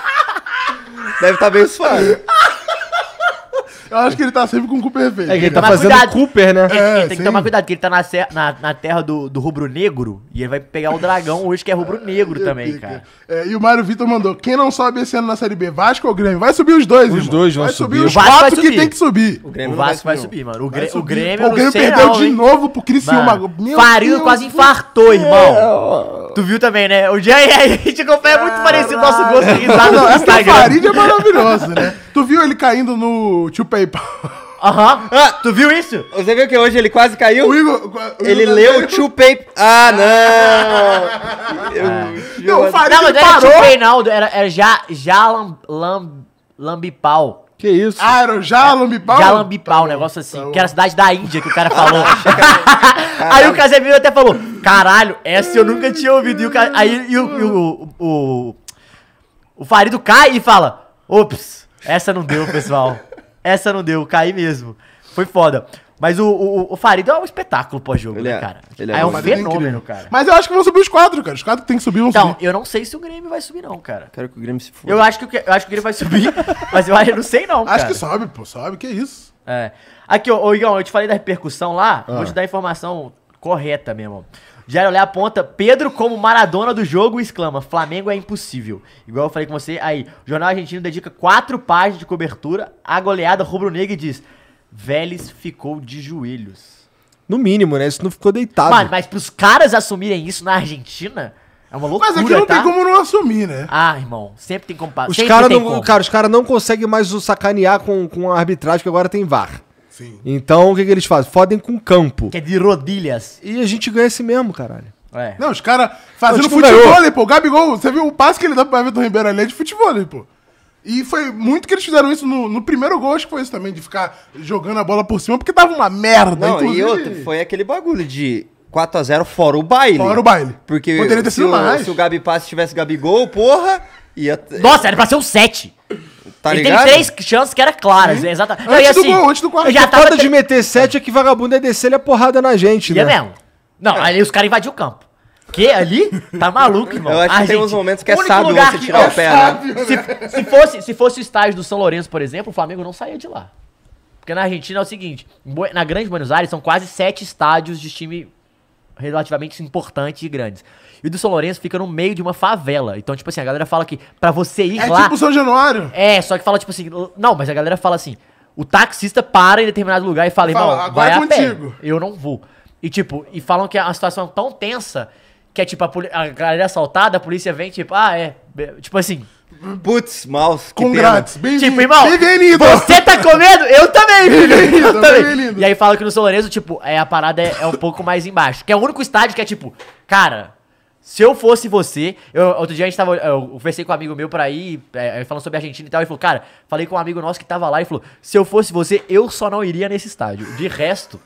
[SPEAKER 4] Deve estar bem suave.
[SPEAKER 3] Eu acho que ele tá sempre com o cu perfeito.
[SPEAKER 6] É que ele tá
[SPEAKER 5] Mas
[SPEAKER 6] fazendo
[SPEAKER 5] cuidado.
[SPEAKER 6] Cooper, né?
[SPEAKER 5] É,
[SPEAKER 3] É,
[SPEAKER 5] tem
[SPEAKER 3] sim.
[SPEAKER 5] que tomar cuidado, que ele tá na, ser- na- na terra do, do rubro-negro e ele vai pegar o dragão hoje, que é rubro-negro também,
[SPEAKER 3] Fica.
[SPEAKER 5] cara.
[SPEAKER 3] É, e o Mário Vitor mandou: quem não sobe esse ano na Série B, Vasco ou Grêmio? Vai subir os dois,
[SPEAKER 2] Os
[SPEAKER 3] irmão.
[SPEAKER 2] dois vão
[SPEAKER 3] Vai subir
[SPEAKER 2] subir.
[SPEAKER 3] os
[SPEAKER 5] O Vasco
[SPEAKER 3] quatro
[SPEAKER 5] vai
[SPEAKER 3] que
[SPEAKER 5] subir.
[SPEAKER 3] tem que subir.
[SPEAKER 4] O
[SPEAKER 5] O
[SPEAKER 4] Grêmio não
[SPEAKER 5] Vasco vai
[SPEAKER 4] não.
[SPEAKER 5] subir, mano. O,
[SPEAKER 3] Vai
[SPEAKER 5] Grê- o
[SPEAKER 3] subir.
[SPEAKER 5] Grêmio,
[SPEAKER 3] Pô,
[SPEAKER 5] eu
[SPEAKER 3] o
[SPEAKER 5] não
[SPEAKER 3] Grêmio
[SPEAKER 5] sei
[SPEAKER 3] perdeu
[SPEAKER 5] não,
[SPEAKER 3] de
[SPEAKER 5] hein.
[SPEAKER 3] novo pro Criciúma.
[SPEAKER 5] Mano,
[SPEAKER 3] um Meu
[SPEAKER 5] Farido
[SPEAKER 3] Deus
[SPEAKER 5] quase
[SPEAKER 3] do-
[SPEAKER 5] infartou, irmão. Tu viu também, né? O Jean a gente é muito parecido o nosso gosto de risada
[SPEAKER 3] Não, é
[SPEAKER 5] no
[SPEAKER 3] essa do Farid é
[SPEAKER 5] Instagram.
[SPEAKER 3] maravilhoso, né? Tu viu ele caindo no Tio PayPal?
[SPEAKER 5] Aham. Ah, Tu viu isso?
[SPEAKER 4] Você viu que hoje ele quase
[SPEAKER 3] O
[SPEAKER 4] caiu?
[SPEAKER 3] Igor. o
[SPEAKER 4] Ele
[SPEAKER 3] Igor-
[SPEAKER 4] leu o Tio Pay. Ah, não! Eu-
[SPEAKER 3] Não, o Farid
[SPEAKER 5] Não, mas
[SPEAKER 3] ele
[SPEAKER 5] não era tipo
[SPEAKER 3] parou.
[SPEAKER 5] Reinaldo, era, era já, já lam, lam, lambipau.
[SPEAKER 2] Que isso?
[SPEAKER 3] Ah, era o Jalombi Paulo?
[SPEAKER 5] já lambipau, um negócio assim, que era a cidade da Índia que o cara falou. aí o Casemiro até falou, caralho, essa eu nunca tinha ouvido. E o, ca- aí e o, e o, o, o, o Farido cai e fala, ops, essa não deu, pessoal. Essa não deu, caí mesmo. Foi foda. Mas o, o, o Farido é um espetáculo pós-jogo,
[SPEAKER 4] Ele
[SPEAKER 5] né,
[SPEAKER 4] é.
[SPEAKER 5] cara?
[SPEAKER 4] Ele é
[SPEAKER 5] é, um
[SPEAKER 4] um
[SPEAKER 3] Farid é incrível.
[SPEAKER 5] fenômeno, cara.
[SPEAKER 3] Mas eu acho que vão subir os quatro, cara. Os quatro que tem que subir vão
[SPEAKER 5] Então,
[SPEAKER 3] subir.
[SPEAKER 5] eu não sei se o Grêmio vai subir não, cara.
[SPEAKER 4] Quero que o Grêmio se foda.
[SPEAKER 5] Eu acho que, o que- eu acho que ele vai subir, mas eu acho- eu não sei não,
[SPEAKER 3] Acho
[SPEAKER 5] cara.
[SPEAKER 3] que sobe, pô, sobe, que isso.
[SPEAKER 5] É. Aqui, ô, ô Igão, eu te falei da repercussão lá,
[SPEAKER 3] Ah.
[SPEAKER 5] vou te dar a informação correta, meu irmão. Diário Olé aponta Pedro como Maradona do jogo e exclama: Flamengo é impossível. Igual eu falei com você, aí, o Jornal Argentino dedica quatro páginas de cobertura à goleada rubro-negra e diz: Vélez ficou de joelhos.
[SPEAKER 2] No mínimo, né? Isso não ficou deitado.
[SPEAKER 5] Mano, mas pros caras assumirem isso na Argentina, é uma loucura.
[SPEAKER 3] Mas aqui não
[SPEAKER 5] tá?
[SPEAKER 3] tem como não assumir, né?
[SPEAKER 5] Ah, irmão, sempre tem como
[SPEAKER 2] Os
[SPEAKER 5] passar.
[SPEAKER 2] caras não, cara, os cara não conseguem mais o sacanear com, com a arbitragem, que agora tem VAR.
[SPEAKER 3] Sim.
[SPEAKER 2] Então, o que, que eles fazem? Fodem com o campo.
[SPEAKER 5] Que é de rodilhas.
[SPEAKER 2] E a gente ganha esse mesmo, caralho.
[SPEAKER 5] É.
[SPEAKER 3] Não, os caras fazendo
[SPEAKER 2] Não, tipo,
[SPEAKER 3] futebol,
[SPEAKER 2] ganhou.
[SPEAKER 3] pô. O Gabigol, você viu o passe que ele dá pro Everton Ribeiro ali é de futebol, pô. E foi muito que eles fizeram isso no, no primeiro gol, acho que foi isso também, de ficar jogando a bola por cima, porque tava uma merda.
[SPEAKER 4] Não, e
[SPEAKER 3] inclusive,
[SPEAKER 4] outro, foi aquele bagulho de 4x0 fora o baile.
[SPEAKER 3] Fora o baile.
[SPEAKER 4] Porque
[SPEAKER 3] Poderia ter
[SPEAKER 4] se,
[SPEAKER 3] sido
[SPEAKER 4] o,
[SPEAKER 3] mais.
[SPEAKER 4] se o Gabi Passe tivesse Gabigol, porra, ia. t-
[SPEAKER 5] Nossa, era pra ser um 7.
[SPEAKER 4] Tá
[SPEAKER 5] ele
[SPEAKER 4] ligado? Hum?
[SPEAKER 5] teve três chances que eram claras, exatamente. assim,
[SPEAKER 3] Antes do gol, antes do quarto.
[SPEAKER 5] Então, Eu já
[SPEAKER 3] Porque
[SPEAKER 5] tava
[SPEAKER 2] Foda de meter sete é que vagabundo é descer ele a porrada na gente,
[SPEAKER 5] Ia
[SPEAKER 2] né?
[SPEAKER 5] mesmo. Não,
[SPEAKER 4] É.
[SPEAKER 5] ali os caras invadiam o campo. Que ali? Tá maluco, irmão.
[SPEAKER 4] Eu acho que tem
[SPEAKER 5] Argentina-
[SPEAKER 4] uns momentos que é
[SPEAKER 5] o único
[SPEAKER 4] sábio
[SPEAKER 5] lugar
[SPEAKER 4] você
[SPEAKER 5] que-
[SPEAKER 4] tirar o pé, né?
[SPEAKER 5] Se, se fosse, se fosse o estágio do São Lourenço, por exemplo, o Flamengo não saía de lá. Porque na Argentina é o seguinte: em Bue- na Grande Buenos Aires são quase sete estádios de time relativamente importantes e grandes. E o do São Lourenço fica no meio de uma favela. Então, tipo assim, a galera fala que pra você ir
[SPEAKER 3] É
[SPEAKER 5] lá.
[SPEAKER 3] tipo o São Januário.
[SPEAKER 5] É, só que fala tipo assim, não, mas a galera fala assim, o taxista para em determinado lugar e fala, irmão,
[SPEAKER 3] Fala, agora
[SPEAKER 5] vai
[SPEAKER 3] é
[SPEAKER 5] a pé,
[SPEAKER 3] contigo.
[SPEAKER 5] eu não vou. E tipo, e falam que a situação é tão tensa que é tipo a, poli- a galera é assaltada, a polícia vem tipo, ah, é, be- tipo assim,
[SPEAKER 4] Putz, mouse. que
[SPEAKER 3] Com
[SPEAKER 4] pena.
[SPEAKER 3] grátis. Bem-vindo.
[SPEAKER 5] tipo, irmão,
[SPEAKER 3] Bem-vindo.
[SPEAKER 5] você tá com medo? Eu também, filho,
[SPEAKER 3] Bem-vindo,
[SPEAKER 5] eu também.
[SPEAKER 3] bem-vindo.
[SPEAKER 5] E aí fala que no São Lourenço, tipo, é, a parada é, é um pouco mais embaixo, que é o único estádio que é tipo, cara... Se eu fosse você, eu, outro dia a gente tava. Eu conversei com um amigo meu pra ir, é, é, falando sobre a Argentina e tal. Ele falou, cara, falei com um amigo nosso que tava lá e falou: se eu fosse você, eu só não iria nesse estádio. De resto.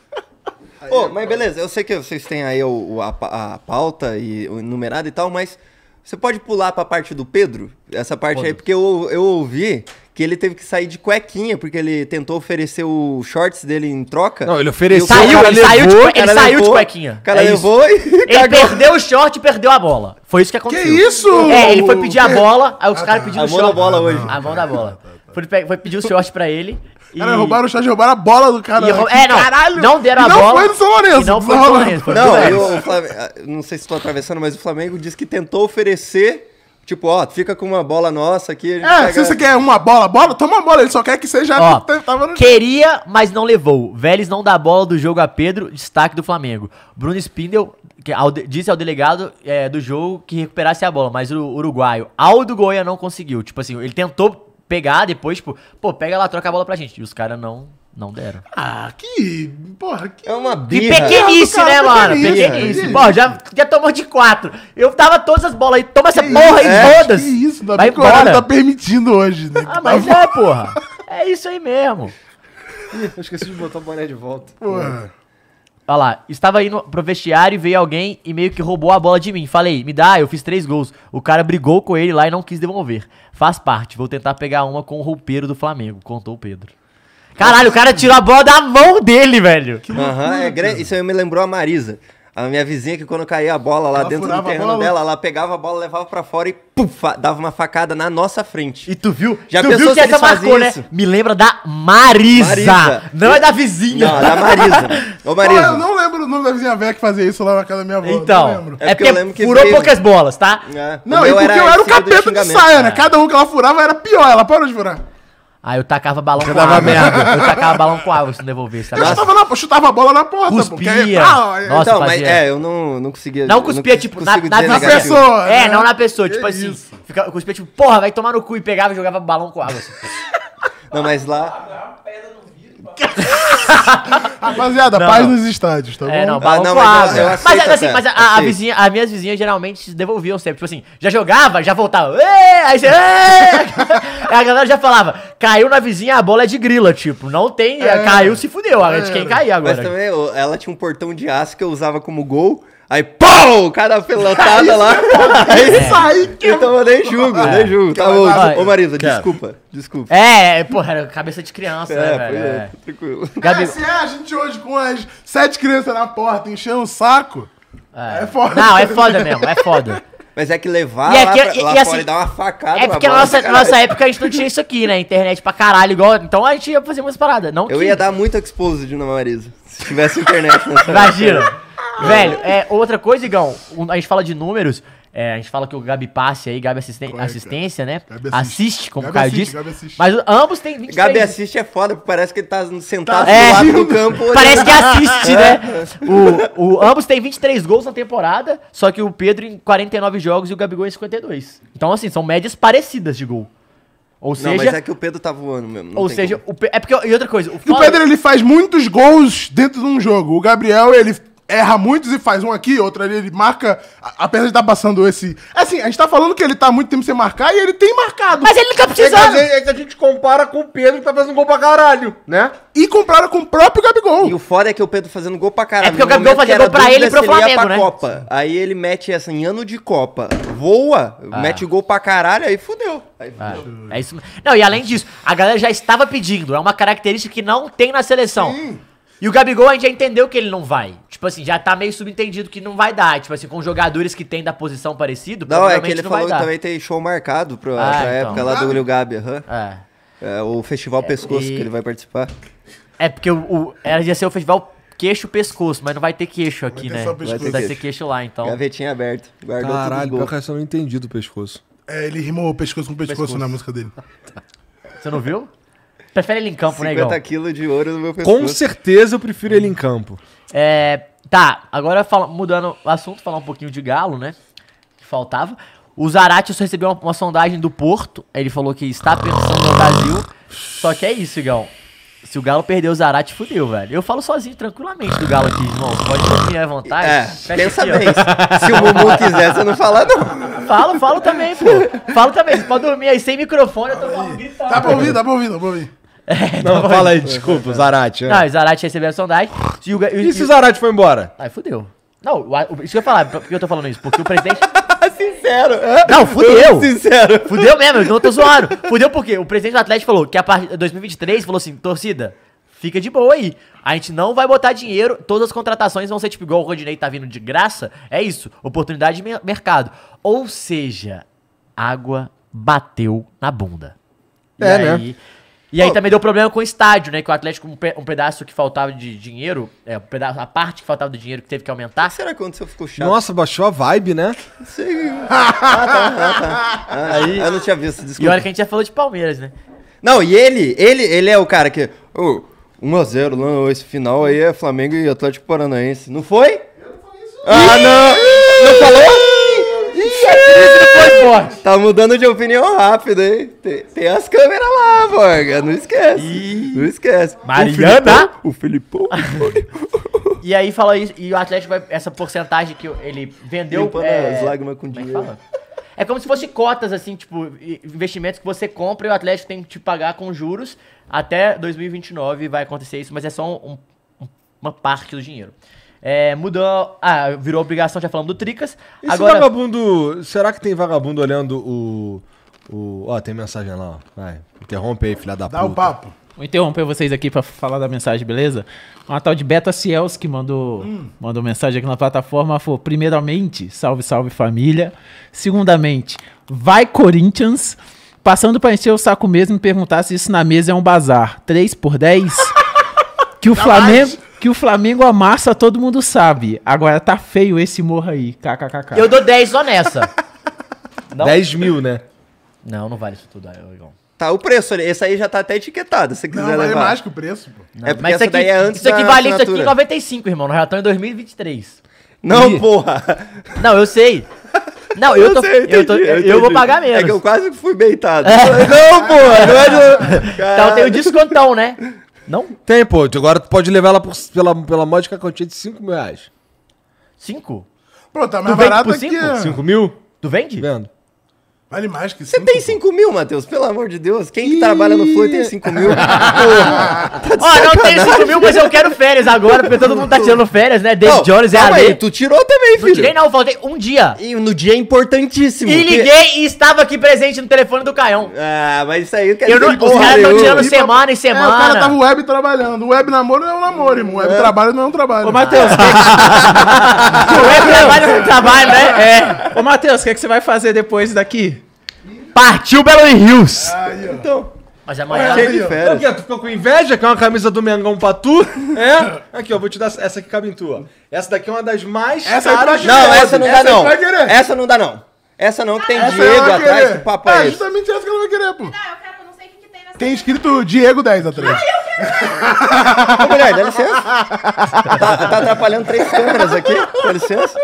[SPEAKER 3] Tá
[SPEAKER 4] Ô, mas beleza, eu sei que vocês têm aí o, o- a, pa- a pauta e o numerado e tal, mas você pode pular pra parte do Pedro? Essa parte aí, porque eu, eu ouvi que ele teve que sair de cuequinha, porque ele tentou oferecer o shorts dele em troca.
[SPEAKER 2] Não, ele ofereceu,
[SPEAKER 4] E o
[SPEAKER 5] Saiu,
[SPEAKER 4] cara
[SPEAKER 5] ele saiu de
[SPEAKER 4] levou,
[SPEAKER 5] cue-
[SPEAKER 4] o cara
[SPEAKER 5] ele saiu de
[SPEAKER 4] levou,
[SPEAKER 5] cuequinha.
[SPEAKER 4] O cara
[SPEAKER 5] É
[SPEAKER 4] levou e
[SPEAKER 5] Ele perdeu o short e perdeu a bola. Foi isso que aconteceu.
[SPEAKER 3] isso? Ah, tá.
[SPEAKER 5] É, ele foi pedir a bola, aí os caras pediram
[SPEAKER 4] A mão da bola hoje.
[SPEAKER 5] A mão da bola. Foi, pe- foi pedir o short pra ele.
[SPEAKER 3] Cara, roubaram o chá, roubaram a bola do cara.
[SPEAKER 5] E
[SPEAKER 3] né?
[SPEAKER 5] rou- é, não, não deram
[SPEAKER 3] E
[SPEAKER 5] a
[SPEAKER 3] não
[SPEAKER 5] bola.
[SPEAKER 3] foi do São Lourenço. tá
[SPEAKER 5] E não foi do São Lourenço, foi do
[SPEAKER 4] Não,
[SPEAKER 5] Fluminense.
[SPEAKER 4] eu, o Flamengo, não sei se estou atravessando, mas o Flamengo disse que tentou oferecer, tipo, ó, fica com uma bola nossa aqui. A gente
[SPEAKER 3] É,
[SPEAKER 4] pega-
[SPEAKER 3] se você quer uma bola, bola, toma uma bola. Ele só quer que seja.
[SPEAKER 5] Ó,
[SPEAKER 3] tava no
[SPEAKER 5] queria, mas não levou. Vélez não dá bola do jogo a Pedro, destaque do Flamengo. Bruno Spindel que ao de- disse ao delegado é, do jogo que recuperasse a bola, mas o uruguaio Aldo Goia não conseguiu. Tipo assim, ele tentou pegar depois, tipo, pô, pega lá, troca a bola pra gente. E os caras não, não deram.
[SPEAKER 3] Ah, que. Porra, que.
[SPEAKER 4] É uma
[SPEAKER 5] Que
[SPEAKER 4] birra.
[SPEAKER 5] pequenice,
[SPEAKER 3] Cara,
[SPEAKER 5] né, mano?
[SPEAKER 3] pequenice,
[SPEAKER 5] Pequenice.
[SPEAKER 3] pequenice.
[SPEAKER 5] Pô, já, já tomou de quatro. Eu tava todas as bolas aí. Toma essa porra aí,
[SPEAKER 4] é,
[SPEAKER 3] Que
[SPEAKER 5] todas.
[SPEAKER 3] isso, ainda
[SPEAKER 5] Vai
[SPEAKER 3] bem que o horário
[SPEAKER 5] embora.
[SPEAKER 3] tá permitindo hoje, né?
[SPEAKER 5] Ah, mas é, porra. É isso aí mesmo.
[SPEAKER 4] Eu esqueci de botar o boné de volta.
[SPEAKER 3] Porra.
[SPEAKER 5] Olha lá, estava indo pro vestiário e veio alguém e meio que roubou a bola de mim. Falei, me dá, eu fiz três gols. O cara brigou com ele lá e não quis devolver. Faz parte, vou tentar pegar uma com o roupeiro do Flamengo, contou o Pedro. Caralho, o cara tirou a bola da mão dele, velho.
[SPEAKER 4] Aham, é grande. Isso aí me lembrou a Marisa. A minha vizinha que quando caía a bola lá
[SPEAKER 3] Ela
[SPEAKER 4] dentro do
[SPEAKER 3] furava a
[SPEAKER 4] terreno
[SPEAKER 3] bola?
[SPEAKER 4] dela, ela pegava a bola, levava pra fora e puf, fa- dava uma facada na nossa frente.
[SPEAKER 5] E tu viu?
[SPEAKER 4] Já
[SPEAKER 5] tu
[SPEAKER 4] pensou
[SPEAKER 5] viu
[SPEAKER 4] se eles fazem isso?
[SPEAKER 5] Me lembra da Marisa.
[SPEAKER 4] né? Marisa.
[SPEAKER 5] Não é da vizinha.
[SPEAKER 4] Não, da Marisa. Ô
[SPEAKER 3] Porra,
[SPEAKER 4] Marisa.
[SPEAKER 3] eu não lembro o nome da vizinha velha que fazia isso lá na casa da minha avó. Não
[SPEAKER 5] Então,
[SPEAKER 3] lembro.
[SPEAKER 4] É
[SPEAKER 5] é
[SPEAKER 4] porque
[SPEAKER 5] porque,
[SPEAKER 4] eu lembro que
[SPEAKER 5] furou
[SPEAKER 4] veio-
[SPEAKER 5] poucas bolas, tá?
[SPEAKER 4] É, o
[SPEAKER 3] Não, e
[SPEAKER 4] meu
[SPEAKER 3] porque eu era o
[SPEAKER 4] em cima do
[SPEAKER 3] capeta de
[SPEAKER 4] xingamento.
[SPEAKER 3] saia, né?
[SPEAKER 5] Ah.
[SPEAKER 3] Cada um que ela furava era pior, ela parou de furar.
[SPEAKER 5] Tá Aí eu tacava balão com
[SPEAKER 2] dava
[SPEAKER 5] água. Eu tacava balão com água se não devolvesse, tá
[SPEAKER 3] Eu
[SPEAKER 5] ligado?
[SPEAKER 3] chutava, na, eu chutava a bola na porta, pô, porque aí-
[SPEAKER 5] Cuspia.
[SPEAKER 3] Ah, aí-
[SPEAKER 5] Nossa,
[SPEAKER 4] Então, mas
[SPEAKER 5] fazia.
[SPEAKER 4] é, eu não, não conseguia.
[SPEAKER 5] Não
[SPEAKER 4] eu
[SPEAKER 5] cuspia,
[SPEAKER 4] cons-
[SPEAKER 5] tipo, na,
[SPEAKER 4] consigo
[SPEAKER 5] na,
[SPEAKER 4] dizer
[SPEAKER 5] na
[SPEAKER 4] negativo.
[SPEAKER 3] pessoa. né?
[SPEAKER 5] É, não na pessoa. Tipo
[SPEAKER 3] Que
[SPEAKER 5] assim,
[SPEAKER 3] isso.
[SPEAKER 5] fica, cuspia, tipo, porra, vai tomar no cu. E pegava e jogava balão com água. assim.
[SPEAKER 4] Não, mas lá.
[SPEAKER 3] Rapaziada,
[SPEAKER 5] Não,
[SPEAKER 3] paz
[SPEAKER 5] não.
[SPEAKER 3] nos estádios, tá bom?
[SPEAKER 5] É, não, balão
[SPEAKER 4] Ah, não,
[SPEAKER 5] com
[SPEAKER 4] mas eu-
[SPEAKER 5] água.
[SPEAKER 4] eu
[SPEAKER 5] mas
[SPEAKER 4] aceito
[SPEAKER 5] assim,
[SPEAKER 4] até,
[SPEAKER 5] mas a, a,
[SPEAKER 4] aceito.
[SPEAKER 5] vizinha, as minhas vizinhas geralmente devolviam sempre. Tipo assim, já jogava, já voltava. "Ê", Aí você. "Ê". Aí a galera já falava, caiu na vizinha, a bola é de grila, tipo. Não tem. Caiu, se fudeu. É de quem cair agora.
[SPEAKER 4] Mas também eu- ela tinha um portão de aço que eu usava como gol. Aí, pau! Cada pelotada lá.
[SPEAKER 3] Isso aí que
[SPEAKER 4] Então eu nem julgo, nem julgo. Tá bom.
[SPEAKER 5] Vai.
[SPEAKER 4] Ô, Marisa,
[SPEAKER 2] Cara.
[SPEAKER 4] desculpa. Desculpa.
[SPEAKER 5] É, é, porra, era cabeça de criança, né, velho?
[SPEAKER 4] pois
[SPEAKER 5] É.
[SPEAKER 4] tá tranquilo.
[SPEAKER 5] Gabi-
[SPEAKER 3] É, se é a gente hoje com as sete crianças na porta enchendo o saco, é, foda.
[SPEAKER 5] Não, é foda mesmo, é foda.
[SPEAKER 4] Mas é que levar
[SPEAKER 5] E é
[SPEAKER 4] lá,
[SPEAKER 5] que-
[SPEAKER 4] pra-
[SPEAKER 5] e-
[SPEAKER 4] lá
[SPEAKER 5] e
[SPEAKER 4] fora
[SPEAKER 5] assim,
[SPEAKER 4] e dar uma facada
[SPEAKER 5] É
[SPEAKER 4] na
[SPEAKER 5] porque na
[SPEAKER 4] bola,
[SPEAKER 5] nossa, na
[SPEAKER 4] cara.
[SPEAKER 5] nossa época a gente não tinha isso aqui, né? Internet pra caralho, igual. Então a gente ia fazer umas paradas. Não
[SPEAKER 4] Eu
[SPEAKER 5] que-
[SPEAKER 4] ia dar muito expose de Nova Marisa. Se tivesse internet nessa
[SPEAKER 5] Imagina. Velho, é, outra coisa, Igão, um- a gente fala de números, é, a gente fala que o Gabi passe aí, Gabi assisten-
[SPEAKER 3] Correto.
[SPEAKER 5] assistência, né?
[SPEAKER 3] Gabi
[SPEAKER 5] assiste.
[SPEAKER 3] assiste.
[SPEAKER 5] como o
[SPEAKER 3] Gabi
[SPEAKER 5] Caio
[SPEAKER 3] assiste,
[SPEAKER 5] disse.
[SPEAKER 3] Gabi assiste.
[SPEAKER 5] Mas o- ambos têm 23.
[SPEAKER 4] Gabi assiste é foda, porque parece que ele tá sentado
[SPEAKER 5] É.
[SPEAKER 4] do lado do campo. olhando-
[SPEAKER 5] Parece que assiste, né? O, o- ambos têm 23 gols na temporada, só que o Pedro em 49 jogos e o Gabigol em 52. Então, assim, são médias parecidas de gol. Ou
[SPEAKER 4] Não,
[SPEAKER 5] seja,
[SPEAKER 4] mas é que o Pedro tá voando mesmo. não
[SPEAKER 5] ou
[SPEAKER 4] tem
[SPEAKER 5] seja
[SPEAKER 4] como.
[SPEAKER 5] o Pe- é porque. E outra coisa, o,
[SPEAKER 3] E o
[SPEAKER 5] Fala-
[SPEAKER 3] Pedro ele faz muitos gols dentro de um jogo. O Gabriel ele erra muitos e faz um aqui, outro ali, ele marca, a- apesar de estar passando esse. Assim, a gente tá falando que ele tá há muito tempo sem marcar e ele tem marcado.
[SPEAKER 5] Mas ele tá nunca
[SPEAKER 8] É que, às
[SPEAKER 5] precisava.
[SPEAKER 8] vezes, é que a gente compara com o Pedro que tá fazendo gol pra caralho, né?
[SPEAKER 3] E compraram com o próprio Gabigol.
[SPEAKER 4] E o foda é que o Pedro fazendo gol pra caralho.
[SPEAKER 5] É porque o
[SPEAKER 4] No
[SPEAKER 5] Gabigol
[SPEAKER 4] momento
[SPEAKER 5] fazia
[SPEAKER 4] que era
[SPEAKER 5] gol pra ele e
[SPEAKER 4] dúvida
[SPEAKER 5] pro
[SPEAKER 4] se ia
[SPEAKER 5] Flamengo, né?
[SPEAKER 4] Copa. Aí ele mete essa em ano de Copa. Voa, mete gol pra caralho, aí fudeu. Aí
[SPEAKER 5] Ah,
[SPEAKER 4] fudeu.
[SPEAKER 5] é isso. Não, e além disso, a galera já estava pedindo. É uma característica que não tem na seleção. E o Gabigol a gente já entendeu que ele não vai. Tipo assim, já tá meio subentendido que não vai dar. Tipo assim, com jogadores que tem da posição parecido,
[SPEAKER 4] Não, é que ele falou que
[SPEAKER 5] vai
[SPEAKER 4] também tem show marcado pra,
[SPEAKER 5] Ah,
[SPEAKER 4] pra
[SPEAKER 5] então.
[SPEAKER 4] época lá do Lil Gabi. aham.
[SPEAKER 5] dar.
[SPEAKER 4] É, o Festival Pescoço
[SPEAKER 5] e-
[SPEAKER 4] que ele vai participar.
[SPEAKER 5] É. é porque o, o, era ia ser o festival queixo-pescoço, mas não vai ter queixo aqui,
[SPEAKER 3] ter
[SPEAKER 5] né?
[SPEAKER 3] só
[SPEAKER 5] Vai ter,
[SPEAKER 3] pescoço.
[SPEAKER 5] vai ter queixo lá, então.
[SPEAKER 4] Gavetinha é aberta. Guardou
[SPEAKER 2] Caralho,
[SPEAKER 4] tudo
[SPEAKER 2] pior
[SPEAKER 4] os
[SPEAKER 2] que
[SPEAKER 4] gols.
[SPEAKER 2] essa eu não entendi do pescoço.
[SPEAKER 3] É, ele rimou o pescoço com o pescoço,
[SPEAKER 5] Pescoço.
[SPEAKER 3] na música dele.
[SPEAKER 5] Você não viu? Prefere ele em campo, né, Igão?
[SPEAKER 4] 50 quilos de ouro no meu pescoço.
[SPEAKER 2] Com certeza eu prefiro ele em campo.
[SPEAKER 5] É, tá, agora fala- mudando o assunto, falar um pouquinho de Galo, né? Que faltava. O Zarate só recebeu uma, uma sondagem do Porto. Ele falou que está pensando no Brasil. Só que é isso, Igão. Se o Galo perder o Zarate, fudeu, velho. Eu falo sozinho, tranquilamente, do Galo aqui, irmão. Pode dormir à vontade.
[SPEAKER 4] É,
[SPEAKER 5] Fecha
[SPEAKER 4] pensa
[SPEAKER 5] aqui, ó.
[SPEAKER 4] bem. Se o Mumu quiser, você não fala, não.
[SPEAKER 5] Falo, falo também, pô. Falo também. Você pode dormir aí sem microfone, eu tô falando gritando.
[SPEAKER 3] Dá Tá pra ouvir, dá pra ouvir, dá pra ouvir.
[SPEAKER 2] Não, fala aí, desculpa, Zarate. é.
[SPEAKER 5] Não, Ah, o Zarate recebeu a sondagem. E o, Ga- e,
[SPEAKER 2] E se o Zarate foi embora?
[SPEAKER 5] Aí fudeu. Não, o- o- isso que eu ia falar, por que eu tô falando isso? Porque o presidente.
[SPEAKER 4] Sincero.
[SPEAKER 5] Não, fudeu!
[SPEAKER 4] Sincero.
[SPEAKER 5] Fudeu mesmo, então eu não tô zoando. Fudeu por quê? O presidente do Atlético falou que a partir de 2023 falou assim: torcida, fica de boa aí. A gente não vai botar dinheiro, todas as contratações vão ser tipo igual o Rodinei tá vindo de graça. É isso, oportunidade de mer- mercado. Ou seja, água bateu na bunda. E
[SPEAKER 2] É, né?
[SPEAKER 5] aí, E aí também deu problema com o estádio, né? Que o Atlético, um, pe- um pedaço que faltava de dinheiro, é, um pedaço, a parte que faltava do dinheiro que teve que aumentar.
[SPEAKER 4] Será que aconteceu? Ficou chato?
[SPEAKER 2] Nossa, baixou a vibe, né?
[SPEAKER 4] Não sei. Ah, tá, ah, tá. Ah, eu não tinha visto,
[SPEAKER 5] E olha
[SPEAKER 4] desculpa.
[SPEAKER 5] que a gente já falou de Palmeiras, né?
[SPEAKER 4] Não, e ele, ele, ele é o cara que. Ô, 1x0 lá, esse final aí é Flamengo e Atlético Paranaense. Não foi? Eu não falei isso. Ah, não! Não falou? Ih, a crise foi forte. Tá mudando de opinião rápido, hein? Tem, tem as câmeras lá, Borga. Não esquece. Não esquece.
[SPEAKER 5] Mariana?
[SPEAKER 4] O Filipão. O Filipão.
[SPEAKER 5] E aí falou isso, e o Atlético vai. Essa porcentagem que ele vendeu.
[SPEAKER 4] Limpando
[SPEAKER 5] é,
[SPEAKER 4] as lágrimas com
[SPEAKER 5] como é que
[SPEAKER 4] dinheiro.
[SPEAKER 5] fala? É como se fosse cotas, assim, tipo, i- investimentos que você compra e o Atlético tem que te pagar com juros até 2029 vai acontecer isso, mas é só um- um- uma parte do dinheiro. É, mudou. Ah, virou obrigação, já falamos do Tricas.
[SPEAKER 2] E se
[SPEAKER 5] Agora.
[SPEAKER 2] vagabundo. Será que tem vagabundo olhando o. o- Ó, tem mensagem lá, ó. Vai. Interrompe aí, filha da
[SPEAKER 3] Dá
[SPEAKER 2] puta.
[SPEAKER 3] o papo.
[SPEAKER 6] Vou interromper vocês aqui pra falar da mensagem, beleza? Uma tal de Beta Ciels que mandou,
[SPEAKER 4] Hum.
[SPEAKER 6] mandou mensagem aqui na plataforma. Falou, primeiramente, salve, salve família. Segundamente, vai Corinthians. Passando pra encher o saco mesmo e perguntar se isso na mesa é um bazar. 3 por 10? que,
[SPEAKER 4] Tá
[SPEAKER 6] o Flamengo, que o Flamengo amassa, todo mundo sabe. Agora tá feio esse morro aí.
[SPEAKER 4] Tá.
[SPEAKER 6] KKKK.
[SPEAKER 5] Eu dou 10 só nessa. Não?
[SPEAKER 2] 10 mil, né?
[SPEAKER 5] Não, não vale isso tudo, ah, Igão.
[SPEAKER 4] Tá, o preço, ali, esse aí já tá até etiquetado, se quiser
[SPEAKER 3] Não, vale
[SPEAKER 4] levar.
[SPEAKER 3] mais que o preço, pô.
[SPEAKER 5] Não,
[SPEAKER 4] É porque essa daí é antes
[SPEAKER 5] isso aqui
[SPEAKER 4] da
[SPEAKER 5] vale isso aqui em
[SPEAKER 4] assinatura.
[SPEAKER 5] 95, irmão. é Nós já estamos em 2023.
[SPEAKER 4] Não, porra.
[SPEAKER 5] Não, eu sei. Não, eu, tô,
[SPEAKER 4] sei,
[SPEAKER 5] eu, tô-
[SPEAKER 4] entendi,
[SPEAKER 5] eu- eu
[SPEAKER 4] entendi.
[SPEAKER 5] vou pagar menos.
[SPEAKER 4] É que eu quase fui tá? beitado. Não, porra, não é do...
[SPEAKER 5] Então tem o descontão, né? Não?
[SPEAKER 2] Tem, pô. Agora tu pode levar ela por, pela, pela módica quantia de 5 mil reais.
[SPEAKER 5] Cinco?
[SPEAKER 3] Pô, tá mais
[SPEAKER 5] vende
[SPEAKER 3] barato
[SPEAKER 5] por
[SPEAKER 3] que...
[SPEAKER 5] cinco?
[SPEAKER 3] a-
[SPEAKER 2] 5 mil?
[SPEAKER 5] Tu vende?
[SPEAKER 2] Vendo?
[SPEAKER 3] Vale mais que
[SPEAKER 4] Você tem 5 mil, Matheus, pelo amor de Deus. Quem que trabalha no Flow e tem 5 mil? Porra, tá de
[SPEAKER 5] Ó, não
[SPEAKER 4] sacanagem.
[SPEAKER 5] tenho 5 mil, mas eu quero férias agora, porque todo mundo tá tirando férias, né? David
[SPEAKER 4] Não,
[SPEAKER 5] Jones é a
[SPEAKER 4] calma aí,
[SPEAKER 5] lei.
[SPEAKER 4] tu tirou também,
[SPEAKER 5] Não
[SPEAKER 4] filho.
[SPEAKER 5] tirei não, faltei um dia.
[SPEAKER 4] E no dia é importantíssimo.
[SPEAKER 5] E
[SPEAKER 4] porque-
[SPEAKER 5] liguei e estava aqui presente no telefone do Caião.
[SPEAKER 4] Ah, mas isso aí eu quero
[SPEAKER 5] Eu não, os caras estão tirando É semana em
[SPEAKER 3] É, o cara tava
[SPEAKER 5] semana.
[SPEAKER 3] web trabalhando. Web namoro não é um namoro, irmão. Web trabalho não é um trabalho.
[SPEAKER 6] Ô, Matheus, que-
[SPEAKER 5] Não é trabalho com trabalho, né? É.
[SPEAKER 6] ô, Matheus, o que, é que você vai fazer depois daqui?
[SPEAKER 5] Partiu Belo Rios.
[SPEAKER 3] Aí, ó.
[SPEAKER 5] Mas amanhã...
[SPEAKER 3] Chega de
[SPEAKER 2] É o quê? Tu ficou com inveja? Quer uma camisa do Mengão pra tu? É? Aqui, ó, vou te dar. Essa aqui cabe em tu, ó. Essa daqui é uma das mais
[SPEAKER 3] Essa aí tu vai
[SPEAKER 4] Não, essa não dá
[SPEAKER 3] Essa
[SPEAKER 4] não.
[SPEAKER 3] vai querer.
[SPEAKER 4] Essa não dá não. Essa não, que tem
[SPEAKER 3] Essa
[SPEAKER 4] Diego
[SPEAKER 3] ela vai
[SPEAKER 4] atrás,
[SPEAKER 3] querer.
[SPEAKER 4] que papo
[SPEAKER 3] É,
[SPEAKER 4] é esse?
[SPEAKER 3] justamente essa que ela vai querer, pô.
[SPEAKER 9] Não, Ah, eu quero, eu não sei o que, que tem nessa.
[SPEAKER 3] Tem escrito Diego 10 atrás.
[SPEAKER 4] Ô, mulher, dá licença. tá, tá atrapalhando três câmeras aqui. Dá licença.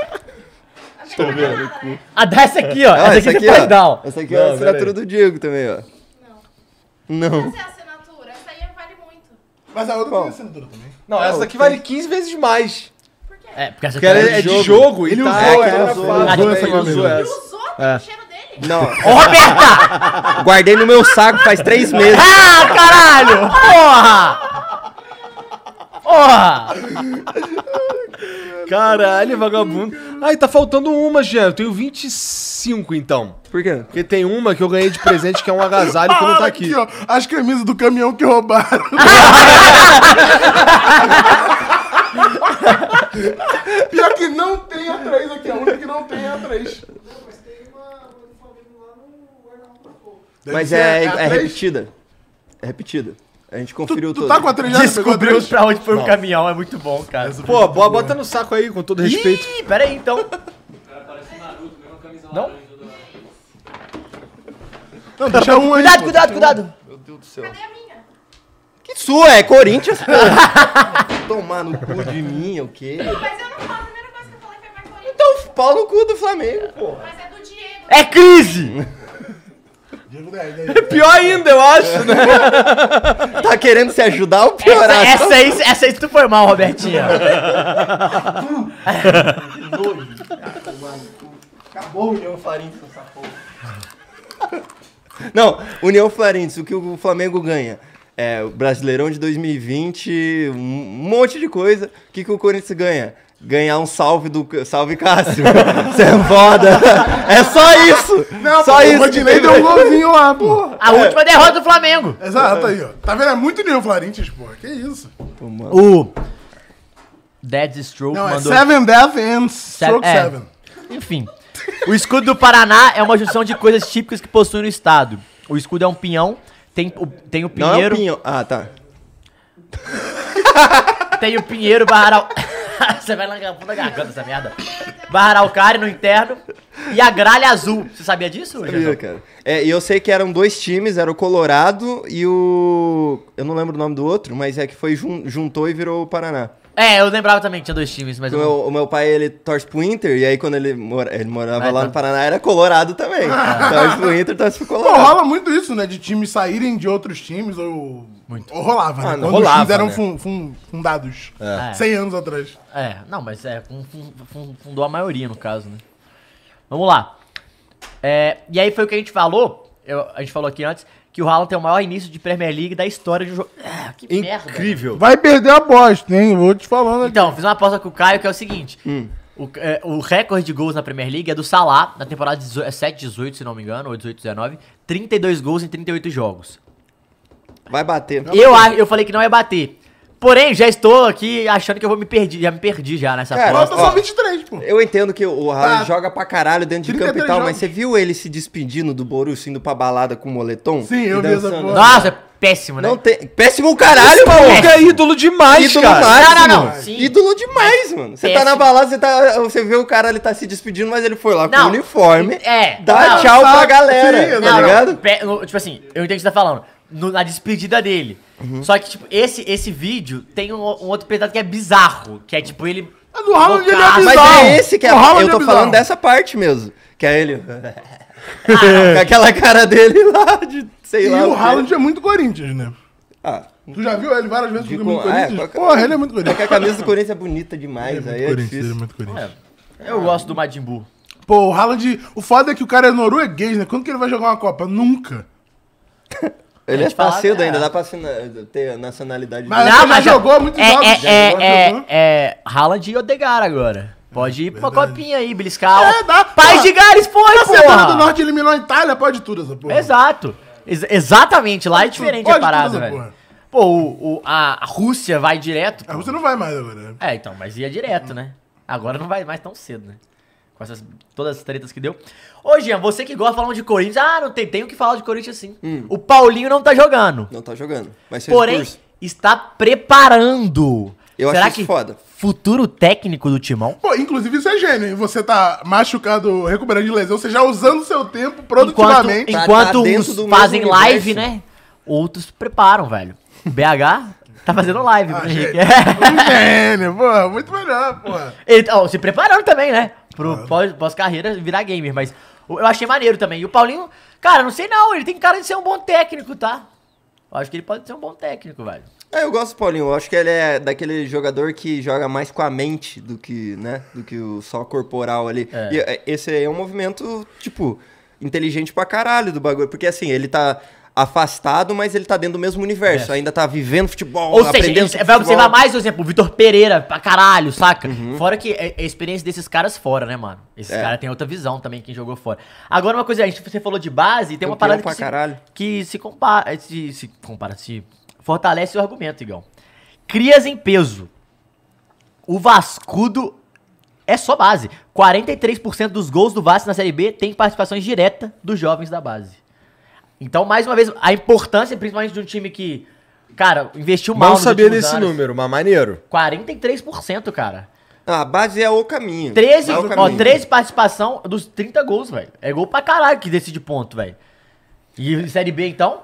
[SPEAKER 9] Estou vendo.
[SPEAKER 5] Ah, dá essa aqui, ó.
[SPEAKER 4] Ah,
[SPEAKER 5] essa aqui você
[SPEAKER 4] ó,
[SPEAKER 5] faz down.
[SPEAKER 4] Essa aqui é a assinatura do Diego também, ó.
[SPEAKER 9] Não.
[SPEAKER 4] Não.
[SPEAKER 9] Essa é a assinatura. Essa aí vale muito.
[SPEAKER 3] Mas a outra tem assinatura também.
[SPEAKER 2] Não, essa daqui vale 15 vezes mais.
[SPEAKER 5] É, porque essa
[SPEAKER 2] Porque ela
[SPEAKER 5] aqui
[SPEAKER 2] é de jogo e
[SPEAKER 3] Ele
[SPEAKER 2] tá-
[SPEAKER 3] usou
[SPEAKER 2] é,
[SPEAKER 3] essa,
[SPEAKER 2] ela
[SPEAKER 3] usou,
[SPEAKER 2] fala,
[SPEAKER 3] usou
[SPEAKER 2] é,
[SPEAKER 3] essa
[SPEAKER 2] ele usou
[SPEAKER 3] camisa.
[SPEAKER 2] essa.
[SPEAKER 9] Os outros, tem o cheiro dele.
[SPEAKER 4] Não.
[SPEAKER 5] Ô, Roberta!
[SPEAKER 4] Guardei no meu saco faz três meses.
[SPEAKER 5] Ah, caralho! Porra! Porra!
[SPEAKER 2] Caralho, vagabundo. Ai, tá faltando uma, Jean. Eu tenho 25, então.
[SPEAKER 4] Por quê?
[SPEAKER 2] Porque tem uma que eu ganhei de presente que é um agasalho que não tá
[SPEAKER 3] Olha
[SPEAKER 2] aqui.
[SPEAKER 3] aqui, ó. As camisas do caminhão que roubaram. Pior que não tem a 3 aqui. A única que não tem é a 3.
[SPEAKER 4] Mas é, é, repetida. É repetida. A gente conferiu
[SPEAKER 3] Tu,
[SPEAKER 4] tudo.
[SPEAKER 3] tu tá com a 3 já?
[SPEAKER 5] Descobriu pra onde foi o caminhão, é muito bom, cara.
[SPEAKER 2] Pô, bo- bota no saco aí, com todo respeito.
[SPEAKER 5] Ih, peraí então. Não?
[SPEAKER 3] Não, deixa um aí.
[SPEAKER 5] Cuidado,
[SPEAKER 3] pô.
[SPEAKER 5] cuidado, cuidado.
[SPEAKER 9] Cadê a minha?
[SPEAKER 4] Que sua, é Corinthians, porra. Tomar no cu de mim, o quê?
[SPEAKER 9] Mas eu não falo. A primeira coisa que eu falei foi pra Corinthians.
[SPEAKER 4] Então, pau no cu do Flamengo, porra.
[SPEAKER 9] Mas é do Diego.
[SPEAKER 5] É crise! É
[SPEAKER 3] Diego 10, 10.
[SPEAKER 4] Pior ainda, eu acho, né? tá querendo se ajudar ou
[SPEAKER 5] Essa,
[SPEAKER 4] piorar?
[SPEAKER 5] essa aí, essa aí tu foi mal, Robertinha.
[SPEAKER 4] Acabou o União Florentes, essa porra. Não, União Florentes, o que o Flamengo ganha? É, o Brasileirão de 2020, um monte de coisa. O que, que o Corinthians ganha? Ganhar um salve do salve Cássio. Você é foda. É só isso.
[SPEAKER 3] Não,
[SPEAKER 4] só
[SPEAKER 3] pô,
[SPEAKER 4] isso.
[SPEAKER 3] o Rodinei deu um golzinho lá, pô.
[SPEAKER 5] A última derrota do Flamengo.
[SPEAKER 3] Exato, aí, ó. Tá vendo? É muito Neo Flarintes, pô. Que isso?
[SPEAKER 5] O Dead Stroke
[SPEAKER 3] Não, é
[SPEAKER 5] mandou.
[SPEAKER 3] Seven Death and Stroke
[SPEAKER 5] é.
[SPEAKER 3] Seven.
[SPEAKER 5] Enfim. O escudo do Paraná é uma junção de coisas típicas que possui no estado. O escudo é um pinhão, Tem o, tem o
[SPEAKER 4] Não é o
[SPEAKER 5] Pinheiro.
[SPEAKER 4] Pinho. Ah, tá.
[SPEAKER 5] Tem o Pinheiro Barral. Você vai na puta garganta essa merda. Barralcari no interno e a gralha azul. Você sabia disso?
[SPEAKER 4] Sabia, cara. É, e eu sei que eram dois times, era o Colorado e o. Eu não lembro o nome do outro, mas é que foi jun- juntou e virou o Paraná.
[SPEAKER 5] É, eu lembrava também que tinha dois times, mas
[SPEAKER 4] O
[SPEAKER 5] eu
[SPEAKER 4] meu,
[SPEAKER 3] Hum.
[SPEAKER 4] o meu pai, ele torce pro Inter, e aí quando ele, mora, ele morava
[SPEAKER 5] Ah,
[SPEAKER 4] lá
[SPEAKER 5] tá.
[SPEAKER 3] então.
[SPEAKER 4] no Paraná, era colorado também.
[SPEAKER 3] Ah.
[SPEAKER 4] torce pro Inter, torce pro
[SPEAKER 3] Pô,
[SPEAKER 4] Colorado.
[SPEAKER 3] rola muito isso, né? De times saírem de outros times, ou. Ou rolava, né?
[SPEAKER 4] Ah, não,
[SPEAKER 3] Quando
[SPEAKER 4] rolava,
[SPEAKER 3] os times eram
[SPEAKER 4] né?
[SPEAKER 3] fun- fun- fundados.
[SPEAKER 5] É.
[SPEAKER 3] 100 anos atrás.
[SPEAKER 5] É, não, mas é, fun- fun- fun- fundou a maioria no caso, né? Vamos lá. É, e aí foi o que a gente falou, eu- a gente falou aqui antes, que o Haaland é o maior início de Premier League da história de um jogo. Ah, que merda.
[SPEAKER 2] Incrível.
[SPEAKER 3] Vai perder a aposta, hein? Vou te falando aqui.
[SPEAKER 5] Então, fiz uma aposta com o Caio que é o seguinte.
[SPEAKER 4] Hum.
[SPEAKER 5] O, é, o recorde de gols na Premier League é do Salah, na temporada 7-18, se não me engano, ou 18-19. 32 gols em 38 jogos.
[SPEAKER 4] Vai bater.
[SPEAKER 5] Eu, a- eu falei que não ia bater. Porém, já estou aqui achando que eu vou me perder. Já me perdi já nessa
[SPEAKER 4] Cara,
[SPEAKER 5] aposta.
[SPEAKER 3] Falta só
[SPEAKER 4] É, ó.
[SPEAKER 3] 23, pô.
[SPEAKER 4] Eu entendo que o Haaland
[SPEAKER 3] Tá.
[SPEAKER 4] joga pra caralho dentro de campo e
[SPEAKER 3] 33
[SPEAKER 4] tal,
[SPEAKER 3] jogos.
[SPEAKER 4] mas você viu ele se despedindo do Borussia indo pra balada com o moletom?
[SPEAKER 3] Sim,
[SPEAKER 4] E
[SPEAKER 3] eu vi essa
[SPEAKER 4] dançando?
[SPEAKER 3] porra.
[SPEAKER 5] Nossa, é péssimo, né?
[SPEAKER 4] Não tem... Péssimo o caralho, mano!
[SPEAKER 5] maluco é
[SPEAKER 4] ídolo demais,
[SPEAKER 5] cara.
[SPEAKER 4] Não, não,
[SPEAKER 5] Não,
[SPEAKER 4] não.
[SPEAKER 5] sim.
[SPEAKER 4] Ídolo demais, mano. Você tá
[SPEAKER 5] Péssimo.
[SPEAKER 4] na balada, você, tá, você vê o cara, ele tá se despedindo, mas ele foi lá com
[SPEAKER 5] Não.
[SPEAKER 4] o uniforme.
[SPEAKER 5] É.
[SPEAKER 4] Dá
[SPEAKER 5] Não,
[SPEAKER 4] tchau pra
[SPEAKER 3] sabe,
[SPEAKER 4] galera,
[SPEAKER 3] sim,
[SPEAKER 4] tá
[SPEAKER 5] Não, não,
[SPEAKER 4] ligado?
[SPEAKER 5] pe- no- tipo assim, eu entendo o que você tá falando. No- na despedida dele.
[SPEAKER 3] Uhum.
[SPEAKER 5] Só que, tipo, esse, esse vídeo tem um, um outro pedaço que é bizarro. Que é tipo ele.
[SPEAKER 3] É do Haaland, ele é
[SPEAKER 5] Ah,
[SPEAKER 4] Mas
[SPEAKER 3] bizarro.
[SPEAKER 4] é esse que é.
[SPEAKER 3] O Haaland
[SPEAKER 4] Eu tô
[SPEAKER 3] é
[SPEAKER 4] falando
[SPEAKER 3] bizarro.
[SPEAKER 4] dessa parte mesmo. Que é ele.
[SPEAKER 5] Ah.
[SPEAKER 4] com aquela cara dele lá de. Sei
[SPEAKER 3] E
[SPEAKER 4] lá.
[SPEAKER 3] o
[SPEAKER 4] quê.
[SPEAKER 3] Haaland é muito Corinthians, né?
[SPEAKER 4] Ah,
[SPEAKER 3] Tu já viu ele várias vezes
[SPEAKER 4] de
[SPEAKER 3] com o
[SPEAKER 4] com...
[SPEAKER 3] Corinthians?
[SPEAKER 4] ah, é, com a...
[SPEAKER 3] Porra, ele é muito
[SPEAKER 4] É que
[SPEAKER 3] Corinthians.
[SPEAKER 4] a camisa do Corinthians é bonita demais. aí
[SPEAKER 3] Corinthians,
[SPEAKER 4] é
[SPEAKER 3] ele é
[SPEAKER 4] difícil.
[SPEAKER 3] muito Corinthians.
[SPEAKER 5] Eu gosto do Majin Buu.
[SPEAKER 3] Pô, o Haaland. O foda é que o cara é norueguês, né? Quando que ele vai jogar uma Copa? Nunca.
[SPEAKER 4] Ele
[SPEAKER 5] A
[SPEAKER 4] é
[SPEAKER 5] gente fala,
[SPEAKER 4] parceiro
[SPEAKER 5] é.
[SPEAKER 4] ainda, dá pra assina- ter a nacionalidade
[SPEAKER 3] Mas-
[SPEAKER 4] dele.
[SPEAKER 3] ele já Ah, jogou há muitos
[SPEAKER 5] é,
[SPEAKER 3] jogos,
[SPEAKER 5] É,
[SPEAKER 3] já jogou, né?
[SPEAKER 5] é,
[SPEAKER 3] jogou.
[SPEAKER 5] é, é, Haaland e Odegar agora. Pode ir pra uma copinha aí, beliscar.
[SPEAKER 3] É, dá,
[SPEAKER 5] Pai
[SPEAKER 3] porra.
[SPEAKER 5] de Gales, foi,
[SPEAKER 3] Macedônia é do
[SPEAKER 5] porra!
[SPEAKER 3] Norte eliminou a Itália, pode tudo essa porra.
[SPEAKER 5] Exato. Ex- exatamente, lá é diferente
[SPEAKER 3] Pode
[SPEAKER 5] a parada,
[SPEAKER 3] tudo,
[SPEAKER 5] velho.
[SPEAKER 3] porra.
[SPEAKER 5] Pô, o, o- a a Rússia vai direto.
[SPEAKER 3] A
[SPEAKER 5] pô.
[SPEAKER 3] Rússia não vai mais agora. né?
[SPEAKER 5] É, então, mas ia
[SPEAKER 4] Hum.
[SPEAKER 5] direto, né? Agora não vai mais tão cedo, né? Com essas, todas as tretas que deu. Ô, Jean, você que gosta de falar de Corinthians, ah, não tem, tem o que falar de Corinthians sim. O Paulinho não tá jogando.
[SPEAKER 4] Hum. Não tá jogando. Mas fez
[SPEAKER 5] porém,
[SPEAKER 4] curso.
[SPEAKER 5] está preparando.
[SPEAKER 4] Eu acho isso foda.
[SPEAKER 5] futuro técnico do Timão?
[SPEAKER 3] Pô, inclusive isso é gênio, hein? Você tá machucado, recuperando de lesão, você já usando seu tempo
[SPEAKER 5] Enquanto,
[SPEAKER 3] produtivamente.
[SPEAKER 4] Tá-
[SPEAKER 5] enquanto
[SPEAKER 4] tá dentro
[SPEAKER 5] uns
[SPEAKER 4] do mesmo
[SPEAKER 5] fazem live,
[SPEAKER 4] universo.
[SPEAKER 5] né? Outros preparam, velho. O BH tá fazendo live,
[SPEAKER 3] Ah,
[SPEAKER 5] pro
[SPEAKER 3] gênio.
[SPEAKER 5] Henrique.
[SPEAKER 3] Um gênio, porra, muito melhor, porra.
[SPEAKER 5] Ele tá ó, se preparando também, né? Pro pós- pós-carreira virar gamer, mas eu achei maneiro também. E o Paulinho, cara, não sei não, ele tem cara de ser um bom técnico, tá? Eu acho que ele pode ser um bom técnico, velho.
[SPEAKER 4] É, eu gosto do Paulinho. Eu acho que ele é daquele jogador que joga mais com a mente do que, né, do que o só corporal ali.
[SPEAKER 5] É.
[SPEAKER 4] E é, esse aí é um movimento, tipo, inteligente pra caralho do bagulho. Porque assim, ele tá afastado, mas ele tá dentro do mesmo universo. Ainda tá vivendo um futebol,
[SPEAKER 5] É. Ou seja, ele
[SPEAKER 4] aprendendo
[SPEAKER 5] vai observar mais, por exemplo, o Vitor Pereira pra caralho, saca? Fora que é- é a experiência desses caras fora, né, mano? Esses
[SPEAKER 4] É.
[SPEAKER 5] caras têm outra visão também, quem jogou fora. Agora, uma coisa, a gente, você falou de base, tem
[SPEAKER 4] Campeão
[SPEAKER 5] uma parada
[SPEAKER 4] pra
[SPEAKER 5] que se,
[SPEAKER 4] caralho.
[SPEAKER 5] que se compara, se, se compara, se fortalece o argumento, Igão. Crias em peso. O Vascudo é só base. 43% dos gols do Vasco na Série B tem participações direta dos jovens da base. Então, mais uma vez, a importância, principalmente de um time que, cara, investiu mal
[SPEAKER 2] Não
[SPEAKER 5] nos
[SPEAKER 2] sabia
[SPEAKER 5] últimos
[SPEAKER 2] desse
[SPEAKER 5] anos.
[SPEAKER 2] número, mas maneiro.
[SPEAKER 5] 43%, cara.
[SPEAKER 4] Ah, a base é o caminho.
[SPEAKER 5] 13,
[SPEAKER 4] É o
[SPEAKER 5] ó,
[SPEAKER 4] caminho.
[SPEAKER 5] 13 participação dos 30 gols, velho. É gol pra caralho que decide ponto, velho. E Série B, então?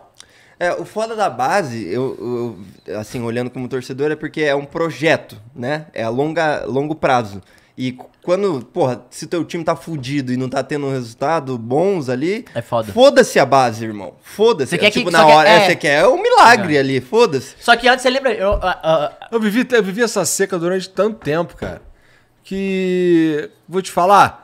[SPEAKER 4] É, o foda da base, eu, eu- assim, olhando como torcedor, é porque é um projeto, né? É a longa, longo prazo. E c- quando, porra, se teu time tá fudido e não tá tendo um resultado bons ali.
[SPEAKER 5] É foda.
[SPEAKER 4] Foda-se a base, irmão. Foda-se.
[SPEAKER 5] Você quer que-
[SPEAKER 4] tipo,
[SPEAKER 5] só
[SPEAKER 4] na
[SPEAKER 5] quer-
[SPEAKER 4] hora.
[SPEAKER 5] é.
[SPEAKER 4] É, você quer um milagre ali, foda-se.
[SPEAKER 5] Só que antes, você lembra... Eu, ah, ah,
[SPEAKER 2] Eu vivi, eu vivi essa seca durante tanto tempo, cara, que vou te falar.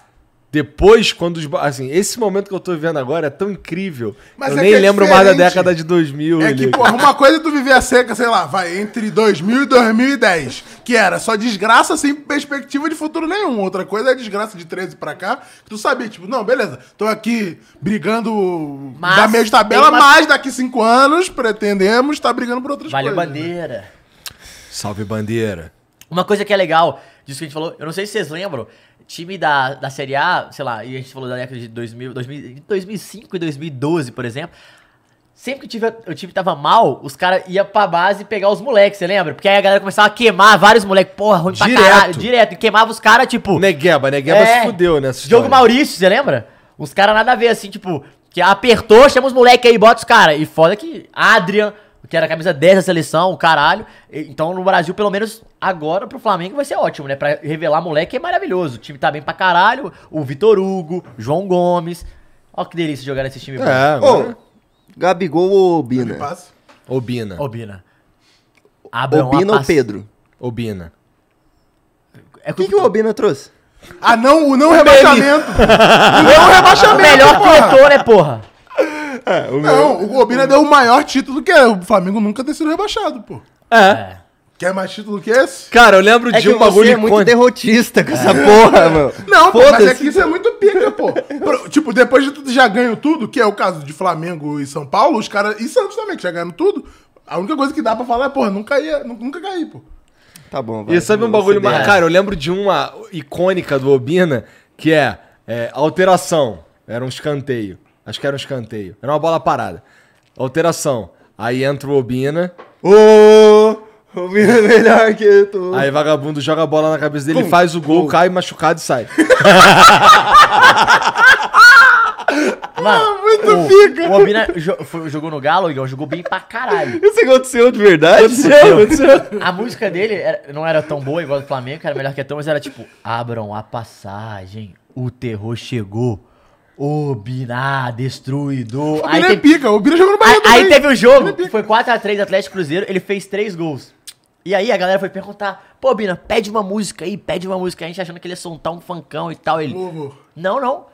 [SPEAKER 2] Depois, quando os. ba- Assim, esse momento que eu tô vivendo agora é tão incrível.
[SPEAKER 3] Mas
[SPEAKER 2] eu
[SPEAKER 3] é
[SPEAKER 2] nem
[SPEAKER 3] que é
[SPEAKER 2] lembro mais da
[SPEAKER 3] diferente.
[SPEAKER 2] década de 2000.
[SPEAKER 3] É que,
[SPEAKER 2] ali,
[SPEAKER 3] porra, uma coisa é tu viver a seca, sei lá, vai entre 2000 e 2010, que era só desgraça sem perspectiva de futuro nenhum. Outra coisa é desgraça de 13 pra cá, que tu sabia, tipo, não, beleza, tô aqui brigando
[SPEAKER 5] Mas
[SPEAKER 3] da meia de tabela,
[SPEAKER 5] tem uma-
[SPEAKER 3] mas daqui 5 anos, pretendemos, tá brigando por outras
[SPEAKER 5] valeu
[SPEAKER 3] coisas. né?
[SPEAKER 5] bandeira.
[SPEAKER 2] Salve bandeira.
[SPEAKER 5] Uma coisa que é legal disso que a gente falou, eu não sei se vocês lembram, time da, da Série A, sei lá, e a gente falou da década de 2000, 2000, 2005 e 2012, por exemplo, Sempre que o time, o time tava mal, os caras iam pra base pegar os moleques, você lembra? Porque aí a galera começava a queimar vários moleques. Porra, ruim pra
[SPEAKER 2] Direto.
[SPEAKER 5] caralho. Direto. E queimava os caras, tipo.
[SPEAKER 2] Uh, Negueba, Negueba
[SPEAKER 3] É.
[SPEAKER 2] se
[SPEAKER 4] né,
[SPEAKER 2] fudeu nessa
[SPEAKER 5] Jogo
[SPEAKER 2] história.
[SPEAKER 5] Maurício, você lembra? Os caras nada a ver, assim, tipo, que apertou, chama os moleques aí, bota os caras. E foda que Adrian, que era a camisa 10 da seleção, o caralho. E- Então no Brasil, pelo menos agora pro Flamengo vai ser ótimo, né? Pra revelar moleque é maravilhoso. O time tá bem pra caralho. O Vitor Hugo, João Gomes. Ó que delícia jogar nesse time.
[SPEAKER 4] É,
[SPEAKER 5] bom.
[SPEAKER 4] agora- Gabigol ou Bina?
[SPEAKER 2] Obina.
[SPEAKER 5] Obina. Abraão,
[SPEAKER 4] Obina ou
[SPEAKER 5] Apas-
[SPEAKER 4] Pedro?
[SPEAKER 2] Obina.
[SPEAKER 5] É
[SPEAKER 4] o que, que o Obina trouxe?
[SPEAKER 3] Ah, não, o não rebaixamento. o não rebaixamento.
[SPEAKER 5] Melhor
[SPEAKER 3] porra.
[SPEAKER 5] diretor, né, porra?
[SPEAKER 3] Não, o Obina deu o maior título que é. O Flamengo nunca ter sido rebaixado, pô.
[SPEAKER 2] É.
[SPEAKER 3] Quer mais título que esse?
[SPEAKER 2] Cara, eu lembro
[SPEAKER 4] É
[SPEAKER 2] de
[SPEAKER 4] que
[SPEAKER 2] um
[SPEAKER 4] você
[SPEAKER 2] bagulho
[SPEAKER 4] é muito
[SPEAKER 2] icônico.
[SPEAKER 4] derrotista com
[SPEAKER 5] É.
[SPEAKER 4] essa porra, mano.
[SPEAKER 3] Não, pô, mas é
[SPEAKER 4] Foda-se.
[SPEAKER 3] que isso é muito pica, pô. Pro- tipo, depois de tudo já ganham tudo, que é o caso de Flamengo e São Paulo, os caras. E Santos também, que já ganham tudo. A única coisa que dá pra falar é, porra, nunca ia, nu- nunca caí, pô.
[SPEAKER 4] Tá bom, vai.
[SPEAKER 2] E sabe um bagulho
[SPEAKER 4] Você
[SPEAKER 2] mais.
[SPEAKER 4] deu.
[SPEAKER 2] Cara, eu lembro de uma icônica do Obina, que é, é, alteração. Era um escanteio. Acho que era um escanteio. Era uma bola parada. Alteração. Aí entra o Obina.
[SPEAKER 4] Ô, o Obina é melhor que eu tô.
[SPEAKER 2] Aí vagabundo joga a bola na cabeça dele,
[SPEAKER 4] Pum,
[SPEAKER 2] faz o gol,
[SPEAKER 4] pum.
[SPEAKER 2] cai machucado e sai.
[SPEAKER 5] Mano,
[SPEAKER 4] Ah, muito
[SPEAKER 5] o,
[SPEAKER 4] pica.
[SPEAKER 5] O Obina jo- foi- jogou no Galo, Igão, jogou bem pra caralho.
[SPEAKER 4] Isso aconteceu de verdade?
[SPEAKER 5] A música dele era- não era tão boa igual a do Flamengo, que era melhor que a Tom, mas era tipo: abram a passagem, o terror chegou. Ô, Biná, destruidor.
[SPEAKER 3] O
[SPEAKER 5] Aí,
[SPEAKER 3] Bira é
[SPEAKER 5] teve,
[SPEAKER 3] pica, o Bira jogou no
[SPEAKER 5] aí,
[SPEAKER 3] Bahia
[SPEAKER 5] aí
[SPEAKER 3] também. é
[SPEAKER 5] teve o jogo, foi 4x3 Atlético Cruzeiro, ele fez 3 gols. E aí a galera foi perguntar: pô, Bina, pede uma música aí, pede uma música. A gente achando que ele ia soltar um funkão e tal. Ele:
[SPEAKER 3] Ovo.
[SPEAKER 5] não, não.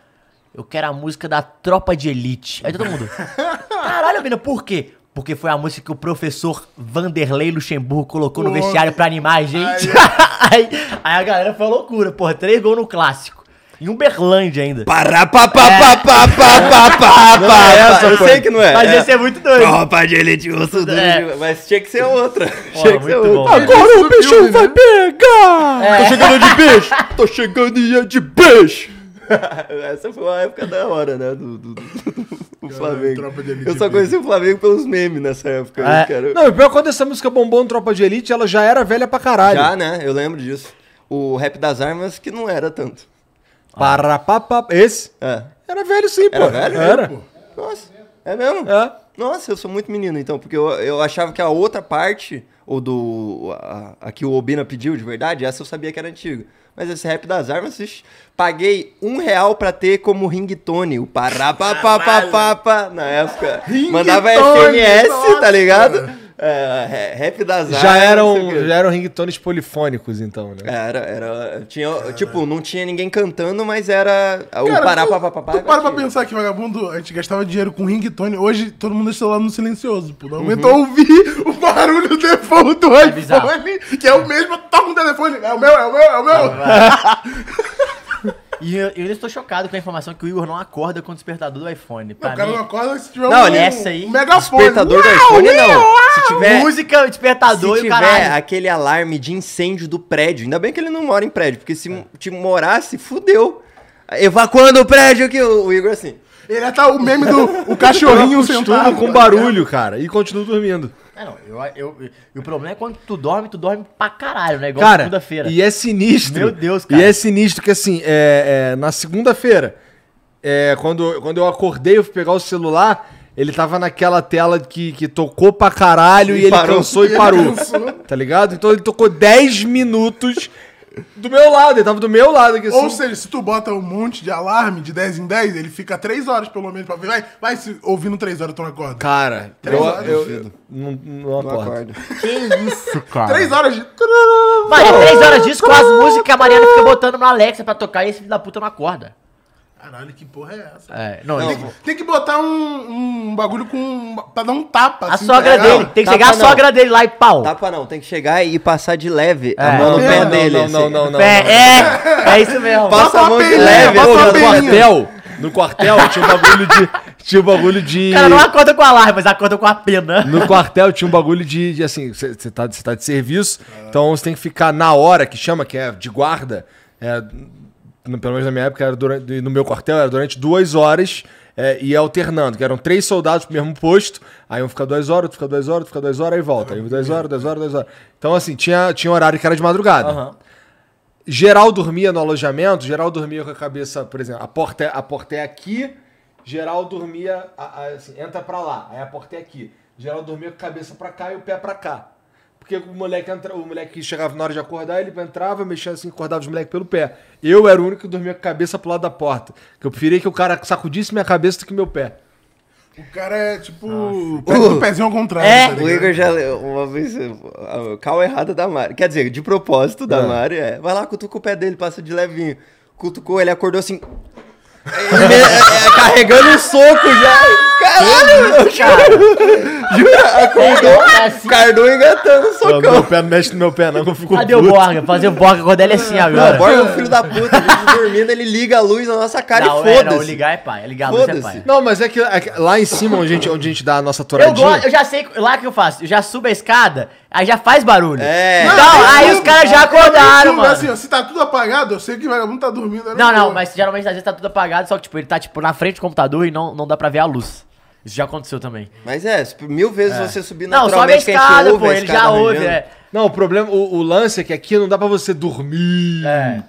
[SPEAKER 5] Eu quero a música da Tropa de Elite. Aí todo mundo. Caralho, menina, por quê? Porque foi a música que o professor Vanderlei Luxemburgo colocou no
[SPEAKER 3] Nossa.
[SPEAKER 5] vestiário pra animar a gente. aí, aí a galera foi uma loucura, porra. Três gols no clássico. Em Uberlândia ainda.
[SPEAKER 4] Pará, pá, pá, pá, pá, pá, pá, pá, pá.
[SPEAKER 2] essa,
[SPEAKER 4] Eu
[SPEAKER 2] pô.
[SPEAKER 4] sei que não é.
[SPEAKER 5] Mas
[SPEAKER 4] é.
[SPEAKER 5] esse é muito doido.
[SPEAKER 4] Tropa de elite, urso duro.
[SPEAKER 5] É.
[SPEAKER 4] de- Mas tinha que ser outra.
[SPEAKER 5] Porra,
[SPEAKER 4] tinha que ser
[SPEAKER 5] muito
[SPEAKER 4] outra.
[SPEAKER 5] bom.
[SPEAKER 4] Agora o bicho
[SPEAKER 3] filme,
[SPEAKER 4] vai pegar!
[SPEAKER 2] É.
[SPEAKER 4] Tô chegando de bicho! Tô chegando e é de bicho! Essa foi uma época da hora, né? Do, do- do- do Flamengo.
[SPEAKER 3] tropa de elite
[SPEAKER 4] Eu só
[SPEAKER 3] mesmo.
[SPEAKER 4] conheci o Flamengo pelos memes nessa época. né,
[SPEAKER 5] É.
[SPEAKER 4] cara.
[SPEAKER 2] Não, e pior quando essa música bombou no Tropa de Elite, ela já era velha pra caralho.
[SPEAKER 4] Já, né? Eu lembro disso. O rap das armas que não era tanto.
[SPEAKER 2] Para, pa, pa- Esse?
[SPEAKER 4] É.
[SPEAKER 2] Era velho sim, pô.
[SPEAKER 4] Era velho?
[SPEAKER 2] Era.
[SPEAKER 4] Nossa, é mesmo?
[SPEAKER 2] É.
[SPEAKER 4] Nossa, eu sou muito menino, então, porque eu, eu achava que a outra parte, ou do. A, a que o Obina pediu de verdade, essa eu sabia que era antiga. Mas esse rap das armas, ixi, paguei um real pra ter como ringtone, o pará pá, pá, pá, pá, pá, na época. Mandava
[SPEAKER 2] Ringtone,
[SPEAKER 4] SMS,
[SPEAKER 2] nossa.
[SPEAKER 4] tá ligado? É, ra- rap das armas.
[SPEAKER 2] Já
[SPEAKER 4] Ah, não
[SPEAKER 2] eram,
[SPEAKER 4] sei o quê.
[SPEAKER 2] já eram ringtones polifônicos, então, né?
[SPEAKER 4] Era, era. Tinha, tipo, não tinha ninguém cantando, mas era. O
[SPEAKER 3] Cara,
[SPEAKER 4] pará
[SPEAKER 3] tu-
[SPEAKER 4] pá, pá, pá, é pá.
[SPEAKER 3] Tu para pra
[SPEAKER 4] tinha.
[SPEAKER 3] pensar que vagabundo, a gente gastava dinheiro com ringtone. Hoje todo mundo deixa o celular no silencioso, pô. Não aguentou ouvir o barulho do telefone do
[SPEAKER 5] bizarro.
[SPEAKER 3] iPhone, que é o mesmo, toca o telefone. É o meu, é o meu, é o meu.
[SPEAKER 5] E eu, eu estou chocado com a informação que o Igor não acorda com o despertador do iPhone.
[SPEAKER 3] Não,
[SPEAKER 5] Pra
[SPEAKER 3] o cara
[SPEAKER 5] mim,
[SPEAKER 3] não acorda se tiver um
[SPEAKER 5] Não, olha, essa aí,
[SPEAKER 3] megafone.
[SPEAKER 4] Despertador do iPhone, não. Se tiver.
[SPEAKER 5] música,
[SPEAKER 4] Se
[SPEAKER 5] despertador e
[SPEAKER 4] tiver
[SPEAKER 5] o caralho.
[SPEAKER 4] aquele alarme de incêndio do prédio, ainda bem que ele não mora em prédio, porque se te morasse, fudeu. Evacuando o prédio que o o Igor assim.
[SPEAKER 3] Ele é tá o meme do o
[SPEAKER 2] Cachorrinho
[SPEAKER 3] cachorrinho
[SPEAKER 2] estudo
[SPEAKER 3] sentado.
[SPEAKER 2] Tá com barulho, cara. E continuo dormindo.
[SPEAKER 5] É, não, eu, eu- eu- e o problema é quando tu dorme, tu dorme pra caralho, né? Igual
[SPEAKER 2] Cara,
[SPEAKER 5] segunda-feira.
[SPEAKER 2] e é sinistro.
[SPEAKER 5] Meu Deus, cara.
[SPEAKER 2] E é sinistro que, assim, é, é, na segunda-feira, é, quando, quando eu acordei, eu fui pegar o celular, ele tava naquela tela que, que tocou pra caralho e,
[SPEAKER 4] E
[SPEAKER 2] ele
[SPEAKER 4] parou.
[SPEAKER 2] cansou
[SPEAKER 3] E
[SPEAKER 2] e
[SPEAKER 3] ele
[SPEAKER 2] parou.
[SPEAKER 3] cansou.
[SPEAKER 2] Tá ligado? Então ele tocou 10 minutos do meu lado. Ele tava do meu lado aqui,
[SPEAKER 3] Ou
[SPEAKER 2] assim.
[SPEAKER 3] seja, se tu bota um monte de alarme de 10 em 10, ele fica 3 horas pelo menos pra ver. Vai, vai se ouvindo 3 horas tu não acorda.
[SPEAKER 2] Cara,
[SPEAKER 3] Três
[SPEAKER 2] eu,
[SPEAKER 3] horas,
[SPEAKER 2] eu- eu- não, não
[SPEAKER 4] Não
[SPEAKER 2] acordo.
[SPEAKER 4] acordo.
[SPEAKER 6] Cara.
[SPEAKER 3] 3 horas de...
[SPEAKER 5] Mano, é três horas disso com as músicas que a Mariana fica botando na Alexa pra tocar e esse filho da puta não acorda.
[SPEAKER 3] Caralho, que porra é essa?
[SPEAKER 5] É, não,
[SPEAKER 3] Tem que, tem que botar um, um bagulho com. pra dar um tapa.
[SPEAKER 5] A sogra
[SPEAKER 3] tá ligado?
[SPEAKER 5] dele, tem que
[SPEAKER 4] Tapa
[SPEAKER 5] chegar a
[SPEAKER 4] não. Tá
[SPEAKER 5] sogra dele lá e pau.
[SPEAKER 4] Tapa não, tem que chegar e passar de leve
[SPEAKER 5] É.
[SPEAKER 4] a mão no
[SPEAKER 2] Não,
[SPEAKER 4] pé
[SPEAKER 2] não,
[SPEAKER 4] dele.
[SPEAKER 2] não,
[SPEAKER 4] assim.
[SPEAKER 2] não, não, não,
[SPEAKER 5] é,
[SPEAKER 2] não.
[SPEAKER 5] é, é isso mesmo.
[SPEAKER 4] Passa é, a mão de
[SPEAKER 3] Passa a
[SPEAKER 4] leve.
[SPEAKER 3] perna,
[SPEAKER 4] ô,
[SPEAKER 3] passa
[SPEAKER 2] no
[SPEAKER 3] a
[SPEAKER 4] meu
[SPEAKER 3] perna.
[SPEAKER 4] amor.
[SPEAKER 2] quartel, no quartel tinha um bagulho de. Tinha um bagulho de.
[SPEAKER 5] O cara não acorda com a alarme, mas acorda com a pena.
[SPEAKER 2] No quartel tinha um bagulho de, de, assim, você tá, cê tá de serviço, então você tem que ficar na hora que chama, que é de guarda. é, no- pelo menos na minha época, era durante, no meu quartel, era durante duas horas. é, ia alternando, que eram três soldados pro mesmo posto, aí um fica duas horas, outro fica duas horas, outro fica duas horas, aí volta. Aí duas horas, duas horas, duas horas. Então, assim, tinha, tinha horário que era de madrugada. Geral dormia no alojamento, geral dormia com a cabeça, por exemplo, a porta é, a porta é aqui, geral dormia, a- a- assim, entra pra lá, aí a porta é aqui. Geral dormia com a cabeça pra cá e o pé pra cá. Porque o moleque, entra, o moleque que chegava na hora de acordar, ele entrava, mexia assim, acordava os moleques pelo pé. Eu era o único que dormia com a cabeça pro lado da porta. Que eu preferia que o cara sacudisse minha cabeça do que meu pé.
[SPEAKER 3] O cara é tipo. Pega o pezinho ao contrário.
[SPEAKER 5] É.
[SPEAKER 3] tá
[SPEAKER 4] o
[SPEAKER 3] ligado?
[SPEAKER 4] Igor já leu uma vez a a cal errada da Mari. Quer dizer, de propósito da
[SPEAKER 3] É.
[SPEAKER 4] Mari, é. Vai lá, cutuca o pé dele, passa de levinho. Cutucou, ele acordou assim. Ele me- é, é, carregando um soco já. Caralho, eu juro. Jura, acordou,
[SPEAKER 5] É, assim,
[SPEAKER 4] cardou engatando o
[SPEAKER 2] Não, meu
[SPEAKER 4] socão.
[SPEAKER 2] pé não mexe no meu pé, não, que eu fico
[SPEAKER 5] Cadê o
[SPEAKER 2] puto.
[SPEAKER 5] Borga? Fazer o Borga quando ele é assim agora.
[SPEAKER 4] Não, Borga é o filho da puta, a gente dormindo, ele liga a luz na nossa cara
[SPEAKER 5] Não,
[SPEAKER 4] e
[SPEAKER 5] é, não,
[SPEAKER 4] foda-se.
[SPEAKER 5] ligar é pai. Ligar a luz é pai.
[SPEAKER 2] Foda-se. Não, mas é que, é que lá em cima, onde a gente, onde a gente dá a nossa
[SPEAKER 5] Eu,
[SPEAKER 2] toradinha...
[SPEAKER 5] gosto, eu já sei lá que eu faço. Eu já subo a escada, aí já faz barulho.
[SPEAKER 4] É.
[SPEAKER 5] Então,
[SPEAKER 3] Não,
[SPEAKER 5] aí
[SPEAKER 3] tem
[SPEAKER 5] os
[SPEAKER 3] tudo,
[SPEAKER 5] caras já
[SPEAKER 3] cara. Tem
[SPEAKER 5] acordaram,
[SPEAKER 3] tudo,
[SPEAKER 5] mano.
[SPEAKER 3] assim, ó, se tá tudo apagado, eu sei que o vagabundo tá dormindo.
[SPEAKER 5] Não, não, mas geralmente às vezes tá tudo apagado, só que tipo, ele tá tipo na frente do computador e não, não dá pra ver a luz. Isso já aconteceu também.
[SPEAKER 4] Mas é, mil vezes você subir
[SPEAKER 5] Não, sobe a
[SPEAKER 4] naturalmente que a gente
[SPEAKER 5] escada,
[SPEAKER 4] ouve
[SPEAKER 5] pô,
[SPEAKER 4] a
[SPEAKER 5] ele
[SPEAKER 4] escada
[SPEAKER 5] já ouve,
[SPEAKER 4] arranhando.
[SPEAKER 5] é.
[SPEAKER 2] Não, o problema, o, o lance é que aqui não dá pra você dormir. É.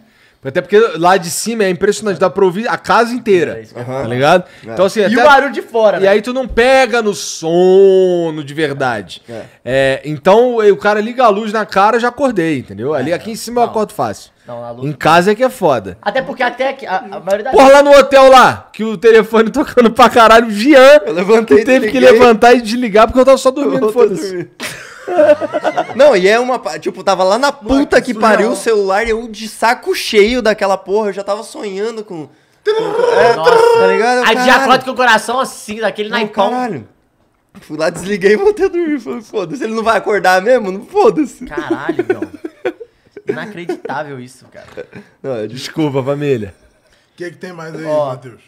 [SPEAKER 2] Até porque lá de cima é impressionante, dá pra ouvir a casa
[SPEAKER 5] É
[SPEAKER 2] inteira. Tá ligado?
[SPEAKER 4] É.
[SPEAKER 2] Então, assim,
[SPEAKER 5] E o barulho de fora,
[SPEAKER 2] E
[SPEAKER 5] né?
[SPEAKER 2] aí tu não pega no sono de verdade. É, então o cara liga a luz na cara, eu já acordei, entendeu? Ali aqui em cima eu acordo fácil.
[SPEAKER 5] É, Não, a luz.
[SPEAKER 2] Em casa é que é foda.
[SPEAKER 5] Até porque até que a, a maioria das
[SPEAKER 2] Porra, lá no hotel lá, que o telefone tocando pra caralho, o Jean
[SPEAKER 4] Eu levantei
[SPEAKER 2] que teve que
[SPEAKER 4] desliguei.
[SPEAKER 2] levantar e desligar porque eu tava só dormindo,
[SPEAKER 4] Eu tô
[SPEAKER 2] foda-se.
[SPEAKER 4] Não, e é uma. pa- Tipo, tava lá na puta que
[SPEAKER 3] surreal.
[SPEAKER 4] pariu o celular e eu de saco cheio daquela porra. Eu já tava sonhando com.
[SPEAKER 5] Nossa.
[SPEAKER 4] Tá ligado? Eu,
[SPEAKER 5] Aí já
[SPEAKER 4] caralho,
[SPEAKER 5] acorda com o coração assim, daquele
[SPEAKER 4] não,
[SPEAKER 5] naipão.
[SPEAKER 4] Caralho. Fui lá, desliguei e voltei a dormir. Falei, foda-se, ele não vai acordar mesmo? Não, Foda-se.
[SPEAKER 5] Caralho, não. Inacreditável isso, cara.
[SPEAKER 4] Não, é de-
[SPEAKER 2] Desculpa, família.
[SPEAKER 3] O que, que tem mais aí,
[SPEAKER 5] Ó.
[SPEAKER 3] Matheus?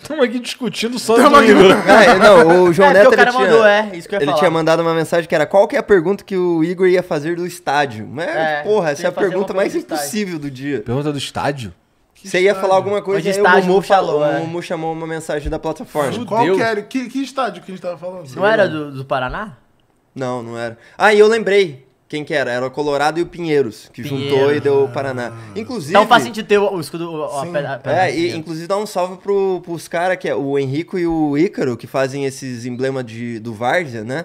[SPEAKER 2] Estamos aqui discutindo só
[SPEAKER 3] Tamo aqui.
[SPEAKER 4] Ah, não, o João
[SPEAKER 5] É, porque
[SPEAKER 4] Neto
[SPEAKER 5] o
[SPEAKER 4] ele
[SPEAKER 5] cara
[SPEAKER 4] tinha,
[SPEAKER 5] mandou, é, isso que eu ia
[SPEAKER 4] ele
[SPEAKER 5] falar.
[SPEAKER 4] tinha mandado uma mensagem que era qual que é a pergunta que o Igor ia fazer do estádio. Mas,
[SPEAKER 5] É,
[SPEAKER 4] porra,
[SPEAKER 5] tem
[SPEAKER 4] essa é a
[SPEAKER 5] que fazer
[SPEAKER 4] pergunta
[SPEAKER 5] uma
[SPEAKER 4] mais
[SPEAKER 5] pergunta do
[SPEAKER 4] impossível do dia.
[SPEAKER 2] Pergunta do estádio?
[SPEAKER 4] Você ia falar alguma coisa
[SPEAKER 5] Onde
[SPEAKER 4] aí o
[SPEAKER 5] estágio
[SPEAKER 4] Mumu
[SPEAKER 5] não falou,
[SPEAKER 4] falou,
[SPEAKER 5] é.
[SPEAKER 4] o Mumu chamou uma mensagem da plataforma.
[SPEAKER 3] Qual
[SPEAKER 2] Deus.
[SPEAKER 3] que era? Que, que estádio que a gente tava falando?
[SPEAKER 5] Não era
[SPEAKER 4] né?
[SPEAKER 5] do, do Paraná?
[SPEAKER 4] Não, não era. Ah, e eu lembrei. Quem que era? Era o Colorado e o Pinheiros, que juntou e
[SPEAKER 5] Pinheiros.
[SPEAKER 4] deu o Paraná.
[SPEAKER 3] Ah.
[SPEAKER 4] Inclusive.
[SPEAKER 5] Então faz sentido ter o, o escudo. o- a pedra- a pedra-
[SPEAKER 4] É, e, inclusive dá um salve pro, pros caras que é o Henrico e o Ícaro, que fazem esses emblemas de, do Várzea, né?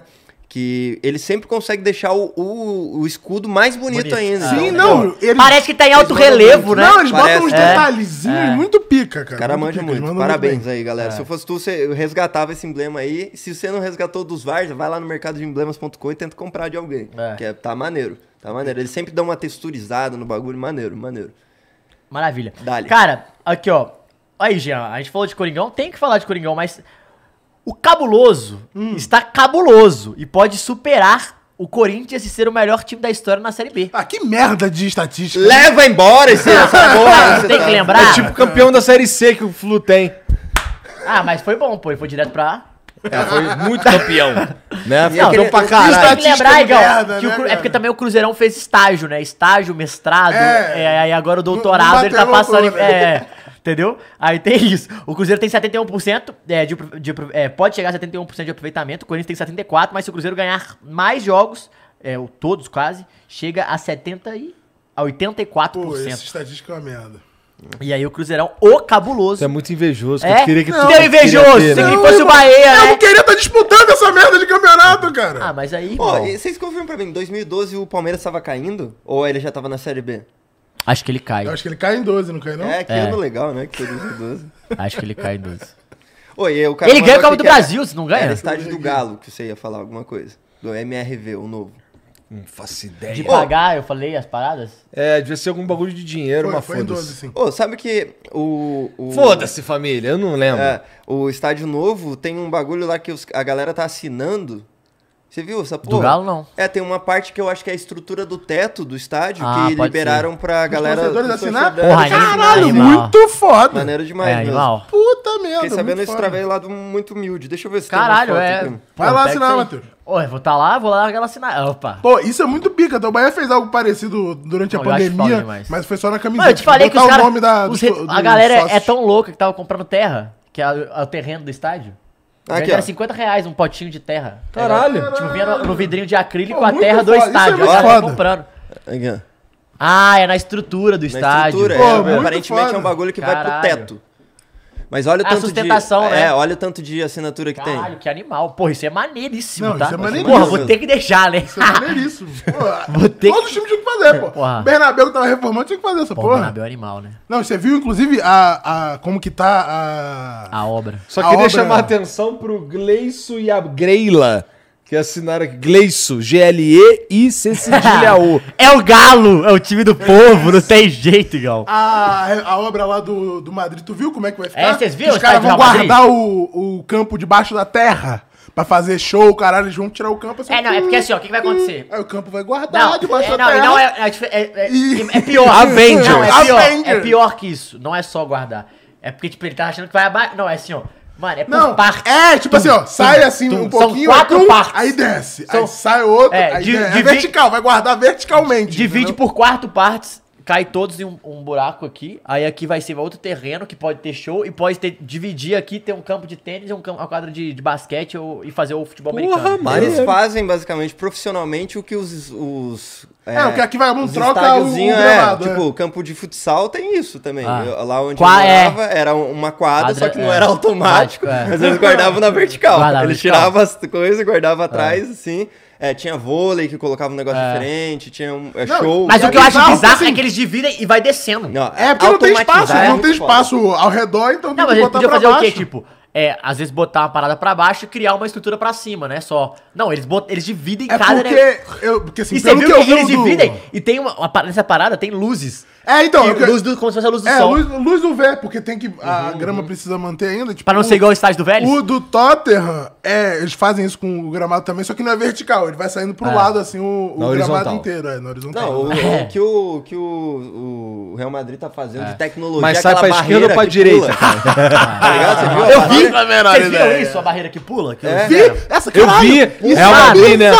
[SPEAKER 4] Que eles sempre conseguem deixar o, o, o escudo mais bonito,
[SPEAKER 5] Bonito. Ah,
[SPEAKER 4] ainda.
[SPEAKER 3] Sim,
[SPEAKER 4] Então,
[SPEAKER 3] não. Eles,
[SPEAKER 5] Parece que tá em alto relevo, né?
[SPEAKER 3] Não, eles botam
[SPEAKER 4] Parece,
[SPEAKER 3] uns
[SPEAKER 4] é.
[SPEAKER 3] detalhezinhos
[SPEAKER 5] É.
[SPEAKER 3] muito pica, cara.
[SPEAKER 4] O cara manja
[SPEAKER 3] pica,
[SPEAKER 4] muito.
[SPEAKER 3] eles mandam
[SPEAKER 4] Parabéns
[SPEAKER 3] bem.
[SPEAKER 4] aí, galera. Se eu fosse tu, você eu resgatava esse emblema aí. Se você não resgatou dos Varsa, vai lá no mercado de emblemas.com e tenta comprar de alguém.
[SPEAKER 5] É.
[SPEAKER 4] Que é- tá maneiro. Tá maneiro. Eles sempre dão uma texturizada no bagulho. Maneiro, maneiro.
[SPEAKER 5] Maravilha.
[SPEAKER 4] Dali.
[SPEAKER 5] Cara, aqui ó. Aí, Jean, a gente falou de Coringão, tem que falar de Coringão, mas o cabuloso está cabuloso e pode superar o Corinthians e ser o melhor time da história na Série B.
[SPEAKER 3] Ah, que merda de estatística.
[SPEAKER 4] Leva embora esse, essa porra.
[SPEAKER 5] Você tem que lembrar?
[SPEAKER 2] É tipo campeão da Série C que o Flu tem.
[SPEAKER 5] Ah, mas foi bom, pô, ele foi direto pra.
[SPEAKER 2] É, foi muito campeão. né? Foi
[SPEAKER 5] Não,
[SPEAKER 2] campeão pra caralho.
[SPEAKER 5] tem que lembrar,
[SPEAKER 3] de
[SPEAKER 5] Igão,
[SPEAKER 3] é merda,
[SPEAKER 5] Então, que o
[SPEAKER 3] né,
[SPEAKER 5] Cru- é
[SPEAKER 3] cara?
[SPEAKER 5] porque também o Cruzeirão fez estágio, né? Estágio, mestrado,
[SPEAKER 3] É.
[SPEAKER 5] é, aí agora o
[SPEAKER 3] Não- não
[SPEAKER 5] doutorado ele tá
[SPEAKER 3] bateu
[SPEAKER 5] passando. em-
[SPEAKER 3] loucura, né?
[SPEAKER 5] é, entendeu? Aí tem isso. O Cruzeiro tem 71%, é, de, apro- de apro- é, pode chegar a 71% de aproveitamento, o Corinthians tem 74%, mas se o Cruzeiro ganhar mais jogos, é, o- todos quase, chega a 70% e a 84%.
[SPEAKER 3] Pô, essa estatística é uma merda.
[SPEAKER 5] E aí o Cruzeirão, o cabuloso.
[SPEAKER 2] Você é muito invejoso. que
[SPEAKER 5] É?
[SPEAKER 2] eu queria que
[SPEAKER 5] Não, invejoso,
[SPEAKER 2] queria ter,
[SPEAKER 5] sim.
[SPEAKER 2] né?
[SPEAKER 5] Ele fosse o
[SPEAKER 3] irmão,
[SPEAKER 4] É.
[SPEAKER 5] Bahia,
[SPEAKER 3] Eu
[SPEAKER 5] né?
[SPEAKER 3] não queria estar disputando essa merda de campeonato, cara.
[SPEAKER 5] Ah, mas aí.
[SPEAKER 4] Pô,
[SPEAKER 5] irmão,
[SPEAKER 4] e vocês confirmam pra mim, em 2012 o Palmeiras tava caindo? Ou ele já tava na Série B?
[SPEAKER 5] Acho que ele cai.
[SPEAKER 3] Eu acho que ele cai em 12, não cai não?
[SPEAKER 4] É, que
[SPEAKER 5] É.
[SPEAKER 4] ano legal, né? Que foi 2012.
[SPEAKER 5] Acho que ele cai em 12.
[SPEAKER 4] Oi, e aí o cara
[SPEAKER 5] Ele ganha o
[SPEAKER 4] mandou
[SPEAKER 5] Copa
[SPEAKER 4] aqui
[SPEAKER 5] do
[SPEAKER 4] que era-
[SPEAKER 5] Brasil, se não
[SPEAKER 4] Era
[SPEAKER 5] ganha.
[SPEAKER 4] estádio do Galo que você ia falar alguma coisa. Do MRV, o novo.
[SPEAKER 2] Não faço
[SPEAKER 5] De
[SPEAKER 2] ideia.
[SPEAKER 5] pagar, eu falei as paradas.
[SPEAKER 2] É, devia ser algum bagulho de dinheiro,
[SPEAKER 3] Foi,
[SPEAKER 2] mas
[SPEAKER 3] foi em 12,
[SPEAKER 2] foda-se.
[SPEAKER 3] sim.
[SPEAKER 4] Ô, sabe que o. o-
[SPEAKER 2] Foda-se, família. Eu não lembro.
[SPEAKER 4] É, o estádio novo tem um bagulho lá que os- a galera tá assinando. Você viu essa porra?
[SPEAKER 5] Galo, não.
[SPEAKER 4] É, tem uma parte que eu acho que é a estrutura do teto do estádio
[SPEAKER 5] Ah,
[SPEAKER 4] que
[SPEAKER 5] pode
[SPEAKER 4] liberaram pra galera.
[SPEAKER 3] torcedores
[SPEAKER 4] do
[SPEAKER 3] assinar?
[SPEAKER 4] torcedor.
[SPEAKER 5] Porra, aí-
[SPEAKER 3] Caralho,
[SPEAKER 5] Animal.
[SPEAKER 3] muito foda.
[SPEAKER 4] Maneiro demais,
[SPEAKER 5] É,
[SPEAKER 4] mesmo.
[SPEAKER 5] animal.
[SPEAKER 3] Puta merda.
[SPEAKER 4] Fiquei sabendo
[SPEAKER 3] muito
[SPEAKER 4] isso
[SPEAKER 3] foda.
[SPEAKER 4] através lá do Muito Humilde. Deixa eu ver se
[SPEAKER 5] Caralho,
[SPEAKER 4] tem uma
[SPEAKER 5] é.
[SPEAKER 4] foto aqui.
[SPEAKER 3] Vai lá
[SPEAKER 5] pega
[SPEAKER 3] assinar,
[SPEAKER 5] isso aí.
[SPEAKER 3] Matheus.
[SPEAKER 5] Ô, eu vou tá lá, vou lá naquela assinar. Opa.
[SPEAKER 3] Pô, isso é muito pica. Então, o Bahia fez algo parecido durante
[SPEAKER 5] Não,
[SPEAKER 3] a
[SPEAKER 5] eu acho foda
[SPEAKER 3] pandemia,
[SPEAKER 5] demais.
[SPEAKER 3] mas foi só na camiseta.
[SPEAKER 5] Mano, eu te falei que
[SPEAKER 3] Botar
[SPEAKER 5] os
[SPEAKER 3] o
[SPEAKER 5] caras.
[SPEAKER 3] nome da-
[SPEAKER 5] os
[SPEAKER 3] dos
[SPEAKER 5] re-
[SPEAKER 3] co-
[SPEAKER 5] A
[SPEAKER 3] dos
[SPEAKER 5] galera é
[SPEAKER 3] sócios.
[SPEAKER 5] tão louca que tava comprando terra que é, a- o terreno do estádio.
[SPEAKER 4] Aqui,
[SPEAKER 5] Aqui, era
[SPEAKER 4] ó.
[SPEAKER 5] 50 reais um potinho de terra.
[SPEAKER 4] Caralho!
[SPEAKER 5] Tipo, vinha no, no vidrinho de acrílico
[SPEAKER 4] Pô,
[SPEAKER 5] a
[SPEAKER 4] muito
[SPEAKER 5] terra do
[SPEAKER 4] foda, isso é
[SPEAKER 5] estádio.
[SPEAKER 4] muito
[SPEAKER 5] a galera
[SPEAKER 4] foda.
[SPEAKER 5] comprando.
[SPEAKER 4] Aqui, ó.
[SPEAKER 5] Ah, é na estrutura do estádio.
[SPEAKER 4] estrutura, é, é, aparentemente é um bagulho que vai pro
[SPEAKER 5] Caralho. É
[SPEAKER 4] teto. Mas olha o
[SPEAKER 5] A
[SPEAKER 4] tanto
[SPEAKER 5] sustentação,
[SPEAKER 4] de...
[SPEAKER 5] né?
[SPEAKER 4] É, olha o tanto de assinatura que é. tem.
[SPEAKER 5] Caralho, que animal. Porra, isso é maneiríssimo,
[SPEAKER 4] Não,
[SPEAKER 5] tá?
[SPEAKER 4] isso é maneiríssimo.
[SPEAKER 5] Porra, vou ter que deixar, né? Isso
[SPEAKER 3] é maneiríssimo.
[SPEAKER 5] vou ter
[SPEAKER 3] Todo
[SPEAKER 5] que...
[SPEAKER 3] time tinha que fazer, pô.
[SPEAKER 5] Porra.
[SPEAKER 3] Bernabéu que tava reformando tinha que fazer essa
[SPEAKER 5] Pô,
[SPEAKER 3] porra.
[SPEAKER 5] Bernabéu é animal, né?
[SPEAKER 3] Não, você viu, inclusive, a, a, como que tá a...
[SPEAKER 5] A obra.
[SPEAKER 2] Só
[SPEAKER 3] A
[SPEAKER 2] queria
[SPEAKER 3] obra-
[SPEAKER 2] chamar a atenção pro Gleiço e a Greila, que assinaram aqui. Gleiço, G-L-E-I-C cedilha U.
[SPEAKER 5] É o Galo, é o time do povo, não tem jeito, Gal.
[SPEAKER 3] A, a obra lá do, do Madrid, tu viu como é que vai ficar?
[SPEAKER 5] É, vocês viram
[SPEAKER 3] Os
[SPEAKER 5] o
[SPEAKER 3] caras vão
[SPEAKER 5] estádio do Real
[SPEAKER 3] guardar o, o campo debaixo da terra pra fazer show, caralho, eles vão tirar o campo assim.
[SPEAKER 5] É, não, é porque assim, ó, o que, que vai acontecer?
[SPEAKER 3] Aí o campo vai guardar
[SPEAKER 5] Não,
[SPEAKER 3] debaixo
[SPEAKER 5] é,
[SPEAKER 3] da
[SPEAKER 5] não,
[SPEAKER 3] terra.
[SPEAKER 5] não é, é dif- é- é- é pior.
[SPEAKER 3] Avengers.
[SPEAKER 5] Não, é pior, é
[SPEAKER 3] Avengers.
[SPEAKER 5] pior que isso. Não é só guardar. É porque, tipo, ele tá achando que vai abaixo. Não, é assim, ó. Mano, é por
[SPEAKER 3] Não,
[SPEAKER 5] parte.
[SPEAKER 3] é, tipo assim, ó, sai assim um pouquinho,
[SPEAKER 5] São quatro
[SPEAKER 3] tum,
[SPEAKER 5] partes.
[SPEAKER 3] aí desce, aí
[SPEAKER 5] São-
[SPEAKER 3] sai outro,
[SPEAKER 5] É,
[SPEAKER 3] aí
[SPEAKER 5] di-
[SPEAKER 3] desce. é
[SPEAKER 5] divi-
[SPEAKER 3] vertical, vai guardar verticalmente.
[SPEAKER 5] Divide
[SPEAKER 3] entendeu?
[SPEAKER 5] por quatro partes, cai todos em um, um buraco aqui. Aí aqui vai ser outro terreno que pode ter show e pode ter, dividir aqui, ter um campo de tênis, um campo, uma quadra de, de basquete ou- e fazer o futebol
[SPEAKER 4] Porra,
[SPEAKER 5] americano.
[SPEAKER 4] mas eles fazem basicamente profissionalmente o que os. os
[SPEAKER 5] É, o que aqui vai, um
[SPEAKER 4] os
[SPEAKER 5] troca o- o
[SPEAKER 4] estádiozinho,
[SPEAKER 5] gramado,
[SPEAKER 4] é,
[SPEAKER 5] é.
[SPEAKER 4] Tipo, o campo de futsal tem isso também.
[SPEAKER 5] Ah.
[SPEAKER 4] Eu- Lá onde
[SPEAKER 5] Qua-
[SPEAKER 4] eu
[SPEAKER 5] é.
[SPEAKER 4] morava era um- uma quadra,
[SPEAKER 5] Quadra,
[SPEAKER 4] só que não
[SPEAKER 5] é.
[SPEAKER 4] era automático.
[SPEAKER 5] Automático, é.
[SPEAKER 4] Mas eles guardavam na vertical.
[SPEAKER 5] Guardava
[SPEAKER 4] eles
[SPEAKER 5] vertical.
[SPEAKER 4] tiravam as coisas e guardavam atrás, assim. É, tinha vôlei que colocava um negócio
[SPEAKER 5] É.
[SPEAKER 4] diferente, tinha um é,
[SPEAKER 3] Não,
[SPEAKER 4] show.
[SPEAKER 3] mas o que eu acho
[SPEAKER 5] O bizarro é que eles dividem e vai descendo.
[SPEAKER 3] É, porque assim? não tem espaço,
[SPEAKER 5] automatizar é
[SPEAKER 3] não
[SPEAKER 5] muito
[SPEAKER 3] tem espaço ao redor, então
[SPEAKER 5] Não,
[SPEAKER 3] tem
[SPEAKER 5] mas
[SPEAKER 3] que
[SPEAKER 5] eles
[SPEAKER 3] botar
[SPEAKER 5] podiam
[SPEAKER 3] pra
[SPEAKER 5] fazer o
[SPEAKER 3] baixo.
[SPEAKER 5] quê? Tipo, é, às vezes botar uma parada pra baixo e criar uma estrutura pra cima, né? Só. Não, eles, bot... eles dividem
[SPEAKER 3] É
[SPEAKER 5] cada.
[SPEAKER 3] porque, eu, porque assim,
[SPEAKER 5] E você
[SPEAKER 3] pelo
[SPEAKER 5] viu
[SPEAKER 3] que
[SPEAKER 5] que,
[SPEAKER 3] eu vi
[SPEAKER 5] eles
[SPEAKER 3] do-
[SPEAKER 5] dividem e tem uma, uma parada- nessa parada tem luzes.
[SPEAKER 3] É, então,
[SPEAKER 5] Que
[SPEAKER 3] eu que-
[SPEAKER 5] luz do, como se fosse a luz do
[SPEAKER 3] é,
[SPEAKER 5] sol. Uhum.
[SPEAKER 3] luz, luz do V, porque tem que. A grama precisa manter ainda. Tipo,
[SPEAKER 5] Pra não ser igual o estádio do Vélez?
[SPEAKER 3] O do Tottenham, é, eles fazem isso com o gramado também, só que não é vertical, ele vai saindo pro
[SPEAKER 4] É.
[SPEAKER 3] lado, assim, o, o
[SPEAKER 4] Na
[SPEAKER 3] gramado
[SPEAKER 4] horizontal.
[SPEAKER 3] inteiro, é, na horizontal.
[SPEAKER 4] Não, o,
[SPEAKER 3] É.
[SPEAKER 4] o que, o, o que o, o Real Madrid tá fazendo
[SPEAKER 5] É.
[SPEAKER 4] de tecnologia.
[SPEAKER 2] Mas sai
[SPEAKER 4] aquela
[SPEAKER 2] pra esquerda ou
[SPEAKER 4] barreira
[SPEAKER 2] pra
[SPEAKER 4] que
[SPEAKER 2] direita,
[SPEAKER 4] pula.
[SPEAKER 2] cara?
[SPEAKER 4] Tá ligado? Você viu a
[SPEAKER 5] Eu
[SPEAKER 4] barreira?
[SPEAKER 5] vi!
[SPEAKER 3] é
[SPEAKER 5] Vocês viram isso? A barreira que pula? Que
[SPEAKER 4] É.
[SPEAKER 5] eu
[SPEAKER 4] Vi!
[SPEAKER 3] Essa, é
[SPEAKER 2] Eu vi, Real
[SPEAKER 5] é
[SPEAKER 2] Madrid,
[SPEAKER 5] um
[SPEAKER 2] né?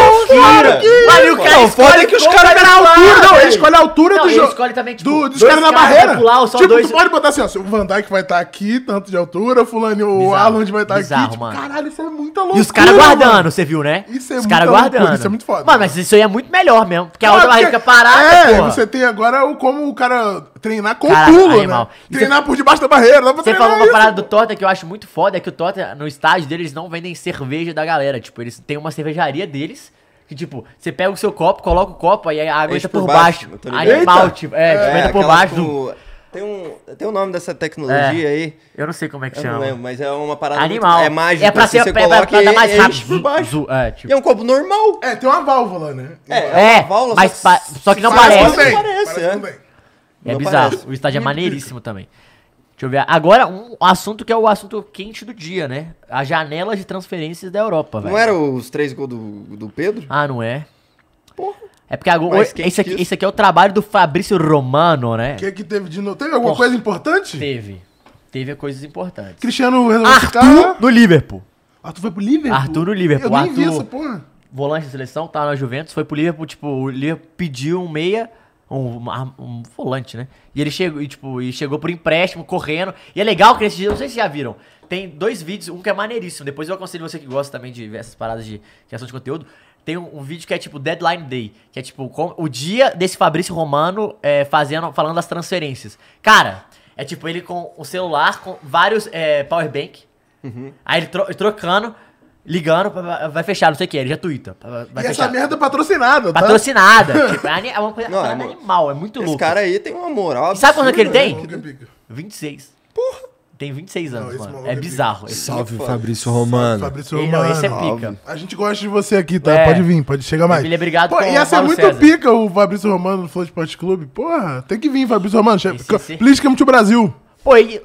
[SPEAKER 2] Loucura!
[SPEAKER 5] Mano, e o cara
[SPEAKER 2] Não, foda é que os caras
[SPEAKER 5] escolhe
[SPEAKER 2] na
[SPEAKER 5] qual
[SPEAKER 2] altura,
[SPEAKER 5] vai
[SPEAKER 3] não, é
[SPEAKER 5] pular,
[SPEAKER 3] ele escolhe a altura
[SPEAKER 5] Não,
[SPEAKER 3] do
[SPEAKER 5] ele
[SPEAKER 3] jogo.
[SPEAKER 5] escolhe também, tipo,
[SPEAKER 3] Do, dos
[SPEAKER 5] dois
[SPEAKER 3] caras na
[SPEAKER 5] caras
[SPEAKER 3] barreira.
[SPEAKER 5] pra pular, ou só
[SPEAKER 3] tipo,
[SPEAKER 5] dois-
[SPEAKER 3] tu pode botar assim, ó, se o Van Dijk vai estar aqui, tanto de altura, fulano, o
[SPEAKER 5] Bizarro,
[SPEAKER 3] Haaland vai estar aqui.
[SPEAKER 5] bizarro,
[SPEAKER 3] Tipo,
[SPEAKER 5] mano.
[SPEAKER 3] caralho, isso é muita loucura.
[SPEAKER 5] E os caras guardando,
[SPEAKER 3] mano.
[SPEAKER 5] você viu, né?
[SPEAKER 3] Isso é
[SPEAKER 5] os caras
[SPEAKER 3] muita loucura,
[SPEAKER 5] guardando.
[SPEAKER 3] isso é muito foda.
[SPEAKER 5] Mano, mas isso aí é muito melhor mesmo. Porque a
[SPEAKER 3] Claro,
[SPEAKER 5] outra barreira fica
[SPEAKER 3] porque-
[SPEAKER 5] parada,
[SPEAKER 3] É,
[SPEAKER 5] porra.
[SPEAKER 3] você tem agora o, como o cara treinar com
[SPEAKER 5] Caralho,
[SPEAKER 3] pulo,
[SPEAKER 5] animal.
[SPEAKER 3] né?
[SPEAKER 5] E
[SPEAKER 3] Treinar
[SPEAKER 5] você-
[SPEAKER 3] por debaixo da barreira, dá pra
[SPEAKER 5] Você
[SPEAKER 3] treinar
[SPEAKER 5] falou uma
[SPEAKER 3] isso,
[SPEAKER 5] parada do Tottenham que eu acho muito foda, é que o Tottenham, no estádio deles, não vendem cerveja da galera. Tipo, eles têm uma cervejaria deles, que tipo, você pega o seu copo, coloca o copo, aí a água
[SPEAKER 4] Enche
[SPEAKER 5] entra por baixo.
[SPEAKER 3] tá
[SPEAKER 4] eu tô tá ligado.
[SPEAKER 5] Animal,
[SPEAKER 4] Eita!
[SPEAKER 5] tipo, é, tipo, entra por
[SPEAKER 4] aquela
[SPEAKER 5] baixo. do-
[SPEAKER 4] com- Tem um, tem um nome dessa tecnologia
[SPEAKER 5] É.
[SPEAKER 4] aí.
[SPEAKER 5] Eu não sei como é que
[SPEAKER 4] Eu
[SPEAKER 5] chama.
[SPEAKER 4] não lembro, mas é uma parada
[SPEAKER 5] Animal.
[SPEAKER 4] muito- é mágica.
[SPEAKER 5] É pra
[SPEAKER 4] assim,
[SPEAKER 5] ser-
[SPEAKER 4] você
[SPEAKER 5] é pra- pra
[SPEAKER 4] coloca
[SPEAKER 5] dar
[SPEAKER 4] e-
[SPEAKER 5] mais
[SPEAKER 4] e enche
[SPEAKER 5] rápido.
[SPEAKER 4] por baixo.
[SPEAKER 5] Zu- é, tipo-
[SPEAKER 4] E é um copo normal.
[SPEAKER 3] É, tem uma válvula, né?
[SPEAKER 5] É, mas pa- só que não parece.
[SPEAKER 3] também,
[SPEAKER 4] Parece, é.
[SPEAKER 3] também.
[SPEAKER 5] É
[SPEAKER 4] Não
[SPEAKER 5] bizarro.
[SPEAKER 4] parece.
[SPEAKER 5] O estádio é
[SPEAKER 4] Muito
[SPEAKER 5] maneiríssimo também. Deixa eu ver. Agora, um assunto que é o assunto quente do dia, né? A janela de transferências da Europa, velho.
[SPEAKER 4] Não eram os três gols do, do Pedro?
[SPEAKER 5] Ah, não é? É porque agora.
[SPEAKER 4] Mas quem
[SPEAKER 5] Esse aqui,
[SPEAKER 4] quis?
[SPEAKER 5] esse aqui é o trabalho do Fabrício Romano, né?
[SPEAKER 3] O que que teve de novo? Teve alguma
[SPEAKER 5] Porra.
[SPEAKER 3] coisa importante?
[SPEAKER 5] Teve. Teve coisas importantes.
[SPEAKER 3] Cristiano resolveu
[SPEAKER 5] Arthur
[SPEAKER 4] tá
[SPEAKER 3] ficar.
[SPEAKER 5] no Liverpool.
[SPEAKER 3] Arthur foi pro Liverpool?
[SPEAKER 5] Arthur no Liverpool.
[SPEAKER 3] Eu nem
[SPEAKER 5] Arthur,
[SPEAKER 3] vi essa porra.
[SPEAKER 5] volante da seleção, tá na Juventus, foi pro Liverpool, tipo, o Liverpool pediu um meia, um, uma- um volante, né? E ele chegou, e, tipo, e chegou por empréstimo, correndo. E é legal que nesse dia, não sei se vocês já viram, tem dois vídeos, um que é maneiríssimo, depois eu aconselho você que gosta também de ver essas paradas de criação de conteúdo, tem um, um vídeo que é tipo Deadline Day, que é tipo com- o dia desse Fabrício Romano é, fazendo, falando das transferências. Cara, é tipo ele com o celular, com vários é, powerbank, aí ele tro- trocando, ligando, pá, pá, vai fechar, não sei o que, ele já twitta. pá, pá, Vai
[SPEAKER 3] e
[SPEAKER 5] fechar.
[SPEAKER 3] essa merda é patrocinada, tá?
[SPEAKER 5] Patrocinada. tipo, é ani- é uma coisa é uma parada animal, é muito
[SPEAKER 4] Esse
[SPEAKER 5] louco.
[SPEAKER 4] cara um aí tem uma moral.
[SPEAKER 5] E sabe quanto é que ele tem?
[SPEAKER 4] absurda, né?
[SPEAKER 5] 26. Tem 26 anos,
[SPEAKER 3] esse
[SPEAKER 5] mano.
[SPEAKER 3] maluco
[SPEAKER 5] É
[SPEAKER 3] é pica.
[SPEAKER 5] bizarro. Esse
[SPEAKER 2] Salve,
[SPEAKER 5] maluco é foda.
[SPEAKER 2] Fabrício Romano.
[SPEAKER 3] Fabrício
[SPEAKER 5] Ele não,
[SPEAKER 3] Romano.
[SPEAKER 5] esse é pica.
[SPEAKER 3] A gente gosta de você aqui, tá?
[SPEAKER 5] É.
[SPEAKER 3] Pode vir, pode chegar mais.
[SPEAKER 5] Emília, obrigado
[SPEAKER 3] Pô,
[SPEAKER 5] com
[SPEAKER 3] e
[SPEAKER 5] o
[SPEAKER 3] essa é
[SPEAKER 5] Mauro
[SPEAKER 3] muito
[SPEAKER 5] César.
[SPEAKER 3] pica, o Fabrício Romano no Flow Esporte Clube. Porra, tem que vir, Fabrício Romano. Che...
[SPEAKER 5] Esse, esse.
[SPEAKER 3] Please come to Brasil.
[SPEAKER 5] Pô, e...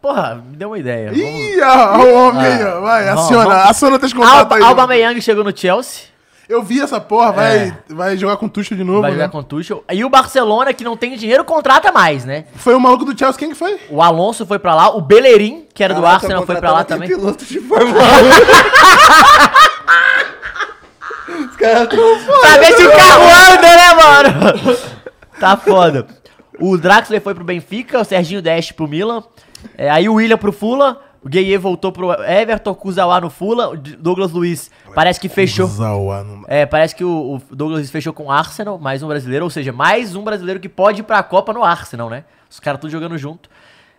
[SPEAKER 5] Porra, me deu uma ideia. Vamos-
[SPEAKER 3] Ih, ó, ó, o homem aí, ó.
[SPEAKER 5] Ah,
[SPEAKER 3] vai,
[SPEAKER 5] vamos-
[SPEAKER 3] aciona,
[SPEAKER 5] vamos-
[SPEAKER 3] aciona teus contatos aí.
[SPEAKER 5] Alba, Alba
[SPEAKER 3] mano.
[SPEAKER 5] Meyang chegou no Chelsea.
[SPEAKER 3] Eu vi essa porra, vai,
[SPEAKER 5] É.
[SPEAKER 3] vai jogar com o Tuchel de novo,
[SPEAKER 5] vai jogar
[SPEAKER 3] né?
[SPEAKER 5] com o Tuchel. E o Barcelona, que não tem dinheiro, contrata mais, né?
[SPEAKER 3] Foi o maluco do Chelsea, quem que foi?
[SPEAKER 5] O Alonso foi pra lá, o Bellerin, que era do
[SPEAKER 4] Caraca,
[SPEAKER 5] Arsenal, foi pra
[SPEAKER 4] Tá contratando
[SPEAKER 5] lá
[SPEAKER 4] até
[SPEAKER 5] também.
[SPEAKER 4] piloto de Fórmula 1. Os caras tão
[SPEAKER 5] Pra ver se o carro anda, né, mano? Tá foda. O Draxler foi pro Benfica, o Serginho Deste pro Milan. É, aí o William pro Fula, o Gueye voltou pro Everton, Kuzawa no Fula, o D- Douglas Luiz parece que fechou.
[SPEAKER 3] Zawa não
[SPEAKER 5] É, parece que o, o Douglas Luiz fechou com o Arsenal, mais um brasileiro, ou seja, mais um brasileiro que pode ir pra Copa no Arsenal, né? Os caras tudo jogando junto.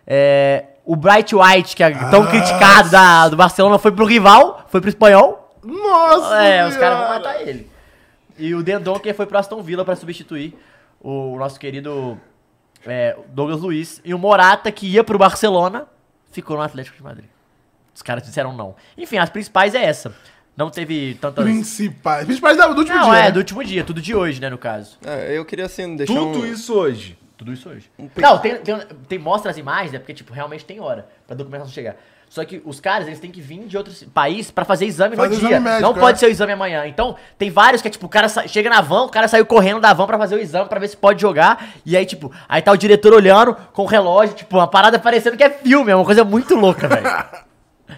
[SPEAKER 5] É, o Bright White, que é tão criticado da- do Barcelona, foi pro rival, foi pro espanhol.
[SPEAKER 3] Nossa!
[SPEAKER 5] É, os caras vão
[SPEAKER 3] senhora.
[SPEAKER 5] matar ele. E o Dendonker foi pro Aston Villa pra substituir o nosso querido é, Douglas Luiz. E o Morata, que ia pro Barcelona, ficou no Atlético de Madrid. Os caras disseram não. Enfim, as principais é essa. Não teve tantas...
[SPEAKER 3] Principais. Principais da- do último
[SPEAKER 5] não,
[SPEAKER 3] dia.
[SPEAKER 5] é,
[SPEAKER 3] né?
[SPEAKER 5] do último dia. Tudo de hoje, né, no caso.
[SPEAKER 4] É, eu queria assim deixar
[SPEAKER 2] Tudo
[SPEAKER 4] um-
[SPEAKER 2] isso hoje.
[SPEAKER 5] Tudo isso hoje. Não, tem, tem, tem- mostra as imagens, né? Porque, tipo, realmente tem hora pra documentação chegar. Só que os caras, eles têm que vir de outro país pra fazer exame
[SPEAKER 3] Fazer
[SPEAKER 5] no dia.
[SPEAKER 3] exame médico,
[SPEAKER 5] não
[SPEAKER 3] é.
[SPEAKER 5] pode ser o exame amanhã. Então, tem vários que é, tipo, o cara sa- chega na van, o cara saiu correndo da van pra fazer o exame, pra ver se pode jogar. E aí, tipo, aí tá o diretor olhando com o relógio, tipo, uma parada parecendo que é filme, é uma coisa muito louca, velho.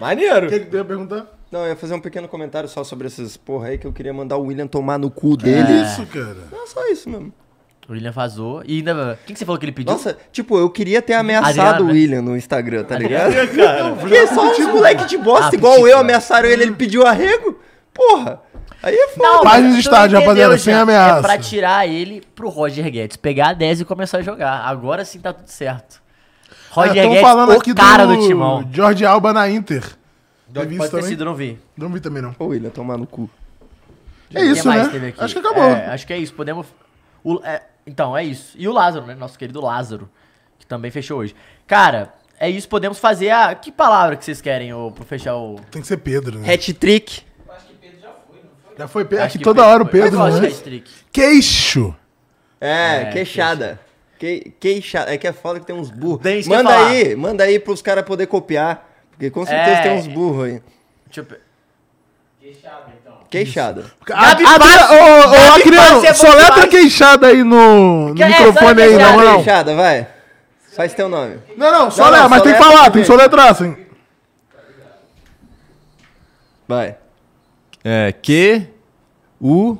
[SPEAKER 4] Maneiro!
[SPEAKER 3] O que que tu ia perguntar?
[SPEAKER 4] Não, eu ia fazer um pequeno comentário só sobre esses porra aí que eu queria mandar o William tomar no cu
[SPEAKER 5] É.
[SPEAKER 4] dele.
[SPEAKER 3] Isso, cara.
[SPEAKER 4] Não, só isso mesmo.
[SPEAKER 5] O William vazou. E ainda. O que, que você falou que ele pediu?
[SPEAKER 4] Nossa, tipo, eu queria ter ameaçado
[SPEAKER 5] Adriano,
[SPEAKER 4] o
[SPEAKER 5] né?
[SPEAKER 4] William no Instagram, tá ligado?
[SPEAKER 5] cara.
[SPEAKER 4] Porque só uns moleque de bosta,
[SPEAKER 5] Ah,
[SPEAKER 4] igual
[SPEAKER 5] pedido,
[SPEAKER 4] eu,
[SPEAKER 5] né?
[SPEAKER 4] ameaçaram ele, ele pediu arrego. Porra! Aí é foda.
[SPEAKER 5] Não,
[SPEAKER 3] Paz nos
[SPEAKER 5] mas tu
[SPEAKER 3] estádios,
[SPEAKER 5] não entendeu,
[SPEAKER 3] rapaziada, sem
[SPEAKER 5] Jean.
[SPEAKER 3] ameaça.
[SPEAKER 5] É pra tirar ele pro Roger Guedes, pegar a 10 e começar a jogar. Agora sim tá tudo certo. Roger
[SPEAKER 3] Estão
[SPEAKER 5] Guedes,
[SPEAKER 3] É, falando
[SPEAKER 5] é o
[SPEAKER 3] aqui
[SPEAKER 5] cara
[SPEAKER 3] do,
[SPEAKER 5] do, timão.
[SPEAKER 3] Jorge Alba na Inter. Teve
[SPEAKER 5] Pode
[SPEAKER 3] isso
[SPEAKER 5] ter
[SPEAKER 3] também?
[SPEAKER 5] sido, não vi.
[SPEAKER 3] Não vi também, não.
[SPEAKER 4] Ô, William, tomar no cu.
[SPEAKER 3] É
[SPEAKER 5] Quem
[SPEAKER 3] isso,
[SPEAKER 5] mais teve
[SPEAKER 3] né?
[SPEAKER 5] aqui?
[SPEAKER 3] Acho que acabou.
[SPEAKER 5] É, acho que é isso. Podemos. o- é, então, é isso. E o Lázaro, né? Nosso querido Lázaro, que também fechou hoje. Cara, é isso. Podemos fazer a. Que palavra que vocês querem ô, pra fechar o.
[SPEAKER 3] Tem que ser Pedro, né?
[SPEAKER 4] Hat-trick.
[SPEAKER 3] Já foi Pedro.
[SPEAKER 5] Acho
[SPEAKER 3] Aqui
[SPEAKER 5] que
[SPEAKER 3] toda hora o Pedro,
[SPEAKER 5] Eu gosto de
[SPEAKER 3] né?
[SPEAKER 5] hat-trick.
[SPEAKER 3] Queixo.
[SPEAKER 4] É,
[SPEAKER 5] É,
[SPEAKER 4] queixada. Que, queixada. É que é foda que tem uns burros.
[SPEAKER 5] Tem isso que eu ia
[SPEAKER 4] Manda
[SPEAKER 5] falar.
[SPEAKER 4] aí, manda aí pros caras poder copiar. Porque com certeza
[SPEAKER 5] É.
[SPEAKER 4] tem uns burros aí.
[SPEAKER 5] Deixa eu pe-
[SPEAKER 4] Queixada.
[SPEAKER 5] Gabi
[SPEAKER 3] Ah,
[SPEAKER 5] Paz-
[SPEAKER 3] para- Ô, ô,
[SPEAKER 5] Gabi
[SPEAKER 3] Acriano,
[SPEAKER 5] Paz é bom
[SPEAKER 3] soletra
[SPEAKER 5] demais.
[SPEAKER 3] queixada aí no, no
[SPEAKER 5] Que é,
[SPEAKER 3] microfone
[SPEAKER 5] soletra
[SPEAKER 3] aí, na
[SPEAKER 5] queixada.
[SPEAKER 3] moral.
[SPEAKER 4] Queixada, vai. Faz teu nome.
[SPEAKER 3] Não, não, só
[SPEAKER 4] Não,
[SPEAKER 3] lê,
[SPEAKER 4] não,
[SPEAKER 3] mas tem que
[SPEAKER 4] soletra
[SPEAKER 3] falar, tem
[SPEAKER 4] também.
[SPEAKER 3] que soletrar, assim.
[SPEAKER 4] Vai.
[SPEAKER 8] É Q, U,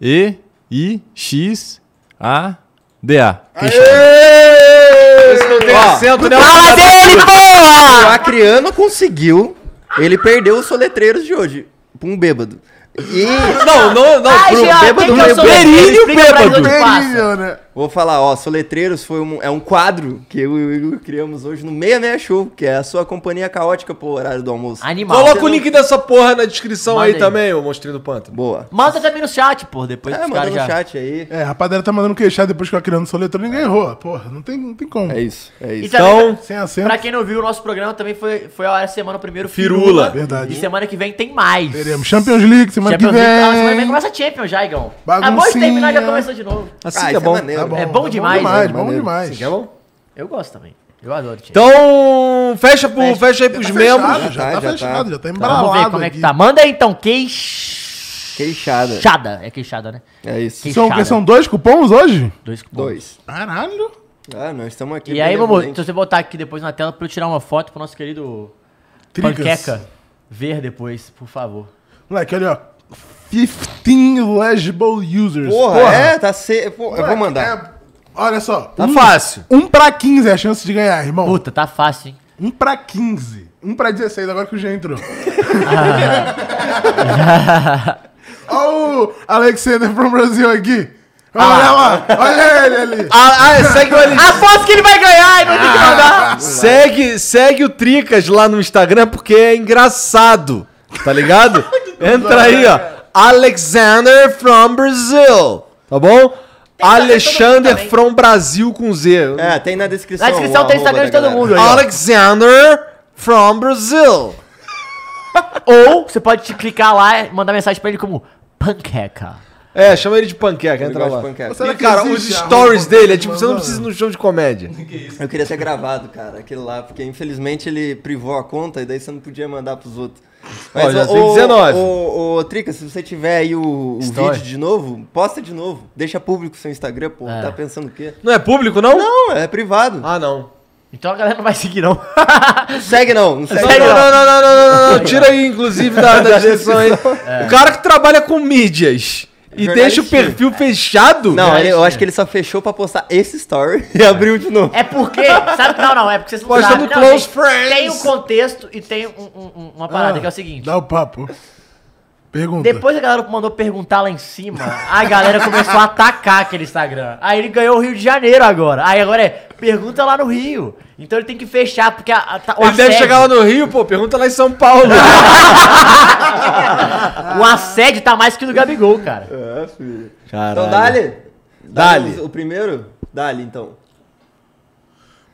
[SPEAKER 8] E, I, X, A, D, A.
[SPEAKER 2] Esse não tem acento, né?
[SPEAKER 5] Fala dele, porra!
[SPEAKER 4] O Acriano conseguiu. Ele perdeu os soletreiros de hoje. Pra um bêbado. E.
[SPEAKER 2] Não, não, não.
[SPEAKER 5] Ai,
[SPEAKER 2] pro
[SPEAKER 5] Jean,
[SPEAKER 2] bêbado,
[SPEAKER 5] quem que eu sou?
[SPEAKER 2] Perilho
[SPEAKER 5] Explica pra
[SPEAKER 2] bêbado.
[SPEAKER 5] gente onde passa.
[SPEAKER 3] Terrível, né?
[SPEAKER 4] Vou falar, ó, Soletreiros foi um, é um quadro que eu e o Igor criamos hoje no Meia Meia Show, que é a sua companhia caótica pro horário do almoço.
[SPEAKER 5] Animal.
[SPEAKER 2] Coloca o link dessa porra na descrição
[SPEAKER 5] Manda
[SPEAKER 2] aí,
[SPEAKER 5] aí.
[SPEAKER 2] também, ô monstrinho do pântano.
[SPEAKER 4] Boa.
[SPEAKER 5] Manda também no chat, pô. Depois
[SPEAKER 4] É,
[SPEAKER 5] os
[SPEAKER 4] manda
[SPEAKER 5] caras
[SPEAKER 4] no
[SPEAKER 5] já.
[SPEAKER 4] chat aí.
[SPEAKER 3] É, a rapaziada tá mandando queixar depois que eu criando soletrou, ninguém errou. Porra, não tem, não tem como.
[SPEAKER 4] É isso, é
[SPEAKER 5] E
[SPEAKER 4] isso.
[SPEAKER 5] também,
[SPEAKER 2] Então,
[SPEAKER 3] Sem acento.
[SPEAKER 5] pra quem não viu, o nosso programa também foi, foi a hora semana, o primeiro
[SPEAKER 2] Firula.
[SPEAKER 3] Verdade.
[SPEAKER 5] E semana que vem tem mais.
[SPEAKER 3] Teremos Champions League semana
[SPEAKER 5] Champions
[SPEAKER 3] que vem.
[SPEAKER 5] League. Ah, semana que vem começa a Champions já, Igão. Acabou de
[SPEAKER 3] Baguncinha.
[SPEAKER 5] terminar, já começou de novo.
[SPEAKER 2] assim
[SPEAKER 4] Ah,
[SPEAKER 2] que é
[SPEAKER 4] isso
[SPEAKER 2] bom.
[SPEAKER 4] maneiro.
[SPEAKER 3] Tá
[SPEAKER 5] É bom
[SPEAKER 3] Bom
[SPEAKER 5] demais,
[SPEAKER 3] demais,
[SPEAKER 5] né?
[SPEAKER 3] tá bom
[SPEAKER 4] Maneiro.
[SPEAKER 3] demais.
[SPEAKER 2] Assim que é bom.
[SPEAKER 5] Eu gosto também. Eu adoro Champions.
[SPEAKER 2] Então, fecha, pro, fecha. aí pros
[SPEAKER 3] Já tá
[SPEAKER 2] membros.
[SPEAKER 3] fechado, já,
[SPEAKER 4] Já
[SPEAKER 3] tá,
[SPEAKER 4] tá, já
[SPEAKER 3] fechado,
[SPEAKER 4] tá.
[SPEAKER 3] já tá
[SPEAKER 5] Então,
[SPEAKER 3] embalado.
[SPEAKER 5] vamos ver como é que
[SPEAKER 3] aqui.
[SPEAKER 5] tá. Manda aí então, queix...
[SPEAKER 4] Queixada.
[SPEAKER 5] Queixada. É queixada, né?
[SPEAKER 4] É isso.
[SPEAKER 3] São,
[SPEAKER 5] Fechada.
[SPEAKER 3] são dois cupons hoje?
[SPEAKER 5] Dois cupons.
[SPEAKER 4] Dois.
[SPEAKER 3] Caralho.
[SPEAKER 4] Ah, nós estamos aqui.
[SPEAKER 5] E
[SPEAKER 4] bem
[SPEAKER 5] aí, meu amor, se
[SPEAKER 4] benevolentes.
[SPEAKER 5] você botar aqui depois na tela pra eu tirar uma foto pro nosso querido
[SPEAKER 3] Tricas.
[SPEAKER 5] Panqueca ver depois, por favor.
[SPEAKER 3] Moleque, olha, ó. 15 legible users.
[SPEAKER 4] Porra, é, tá se... Pô, eu vou mandar.
[SPEAKER 3] É, olha só.
[SPEAKER 2] Tá fácil.
[SPEAKER 3] Um pra 15 é a chance de ganhar, irmão.
[SPEAKER 5] Puta, tá fácil, hein?
[SPEAKER 3] Um pra 15. Um pra 16, agora que o Jean entrou. Olha o Alexander from Brasil aqui. Olha lá, olha ele ali.
[SPEAKER 2] Ah, ah, segue o LG.
[SPEAKER 5] Aposto que ele vai ganhar e não tem que mandar.
[SPEAKER 2] Ah, Segue, segue o Tricas lá no Instagram porque é engraçado, tá ligado? Entra aí, ó. Alexander from Brazil, tá bom? Alexander from Brasil com Z.
[SPEAKER 4] É, tem na descrição.
[SPEAKER 5] Na descrição
[SPEAKER 4] o
[SPEAKER 5] tem
[SPEAKER 4] arroba
[SPEAKER 5] Instagram de
[SPEAKER 4] da
[SPEAKER 5] todo
[SPEAKER 4] galera.
[SPEAKER 5] mundo aí. ó.
[SPEAKER 2] Alexander from Brazil.
[SPEAKER 5] Ou você pode te clicar lá e mandar mensagem pra ele como panqueca.
[SPEAKER 2] É, chama ele de panqueca, entra
[SPEAKER 4] Gosto de
[SPEAKER 2] lá.
[SPEAKER 4] panqueca.
[SPEAKER 3] Será
[SPEAKER 2] E,
[SPEAKER 3] que
[SPEAKER 2] cara, os
[SPEAKER 3] existe a
[SPEAKER 2] stories
[SPEAKER 3] roupa
[SPEAKER 2] dele é
[SPEAKER 3] que
[SPEAKER 2] tipo,
[SPEAKER 3] ele
[SPEAKER 2] você não
[SPEAKER 3] mandou?
[SPEAKER 2] precisa ir no show de comédia.
[SPEAKER 4] Eu queria ter gravado, cara, aquele lá, porque infelizmente ele privou a conta e daí você não podia mandar pros outros.
[SPEAKER 2] Ó, já
[SPEAKER 4] ô,
[SPEAKER 2] tem
[SPEAKER 4] ô,
[SPEAKER 2] 19.
[SPEAKER 4] Ô, ô, Trica, se você tiver aí o, o
[SPEAKER 5] Story.
[SPEAKER 4] vídeo de novo, posta de novo. Deixa público seu Instagram, pô. Tá pensando o quê?
[SPEAKER 2] Não é público, não?
[SPEAKER 4] Não, é privado.
[SPEAKER 2] Ah, não.
[SPEAKER 5] Então a galera não vai seguir, não.
[SPEAKER 4] Segue não, não
[SPEAKER 2] Não,
[SPEAKER 4] segue
[SPEAKER 2] não, não,
[SPEAKER 4] não.
[SPEAKER 2] não, não, não, não, não, não. Tira aí, inclusive, da, da descrição aí. O cara que trabalha com mídias. E deixa o perfil fechado?
[SPEAKER 4] Não, ele- eu acho que ele só fechou pra postar esse story e abriu de novo.
[SPEAKER 5] É porque, sabe? Não, não, é porque vocês não
[SPEAKER 4] Postando
[SPEAKER 5] sabem. Não,
[SPEAKER 4] close
[SPEAKER 5] tem-
[SPEAKER 4] friends.
[SPEAKER 5] Tem um contexto e tem um- um- uma
[SPEAKER 2] Ah,
[SPEAKER 5] parada que é o seguinte.
[SPEAKER 3] Dá o papo. Pergunta.
[SPEAKER 5] Depois a galera mandou perguntar lá em cima, a galera começou a atacar aquele Instagram. Aí ele ganhou o Rio de Janeiro agora. Aí agora é, pergunta lá no Rio. Então ele tem que fechar, porque a, a, tá- o
[SPEAKER 2] Ele deve
[SPEAKER 5] assédio-
[SPEAKER 2] chegar lá no Rio, pô, pergunta lá em São Paulo.
[SPEAKER 5] o assédio tá mais que o do Gabigol, cara.
[SPEAKER 4] É, filho.
[SPEAKER 2] Caralho.
[SPEAKER 4] Então, Dali.
[SPEAKER 2] Dali.
[SPEAKER 4] O primeiro? Dali, então.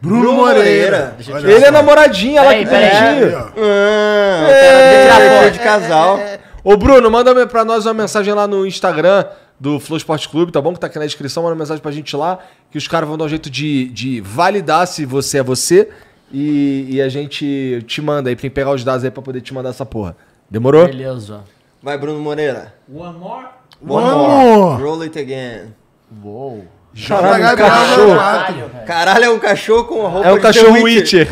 [SPEAKER 3] Bruno,
[SPEAKER 4] Bruno
[SPEAKER 3] Moreira.
[SPEAKER 4] Moreira.
[SPEAKER 3] Olha só.
[SPEAKER 2] Ele é namoradinha lá
[SPEAKER 5] Peraí,
[SPEAKER 2] que
[SPEAKER 5] peraí.
[SPEAKER 2] curtiu.
[SPEAKER 3] Aí, ó.
[SPEAKER 4] Ah,
[SPEAKER 2] É,
[SPEAKER 4] cara,
[SPEAKER 2] é,
[SPEAKER 4] é, de casal.
[SPEAKER 2] Ô, Bruno, manda me- pra nós uma mensagem lá no Instagram do Flow Esporte Clube, tá bom? Que tá aqui na descrição, manda uma mensagem pra gente lá, que os caras vão dar um jeito de, de validar se você é você e, e a gente te manda aí, tem que pegar os dados aí pra poder te mandar essa porra. Demorou?
[SPEAKER 5] Beleza.
[SPEAKER 4] Vai, Bruno Moreira.
[SPEAKER 6] One more.
[SPEAKER 4] One
[SPEAKER 3] Vamos!
[SPEAKER 4] more. Roll it again.
[SPEAKER 5] Uou.
[SPEAKER 3] Tá
[SPEAKER 2] Caralho, um
[SPEAKER 3] Gabriel
[SPEAKER 2] cachorro.
[SPEAKER 3] Zanerato.
[SPEAKER 4] Caralho, é um cachorro com a roupa
[SPEAKER 2] É um
[SPEAKER 4] de
[SPEAKER 2] cachorro
[SPEAKER 4] The
[SPEAKER 2] Witcher.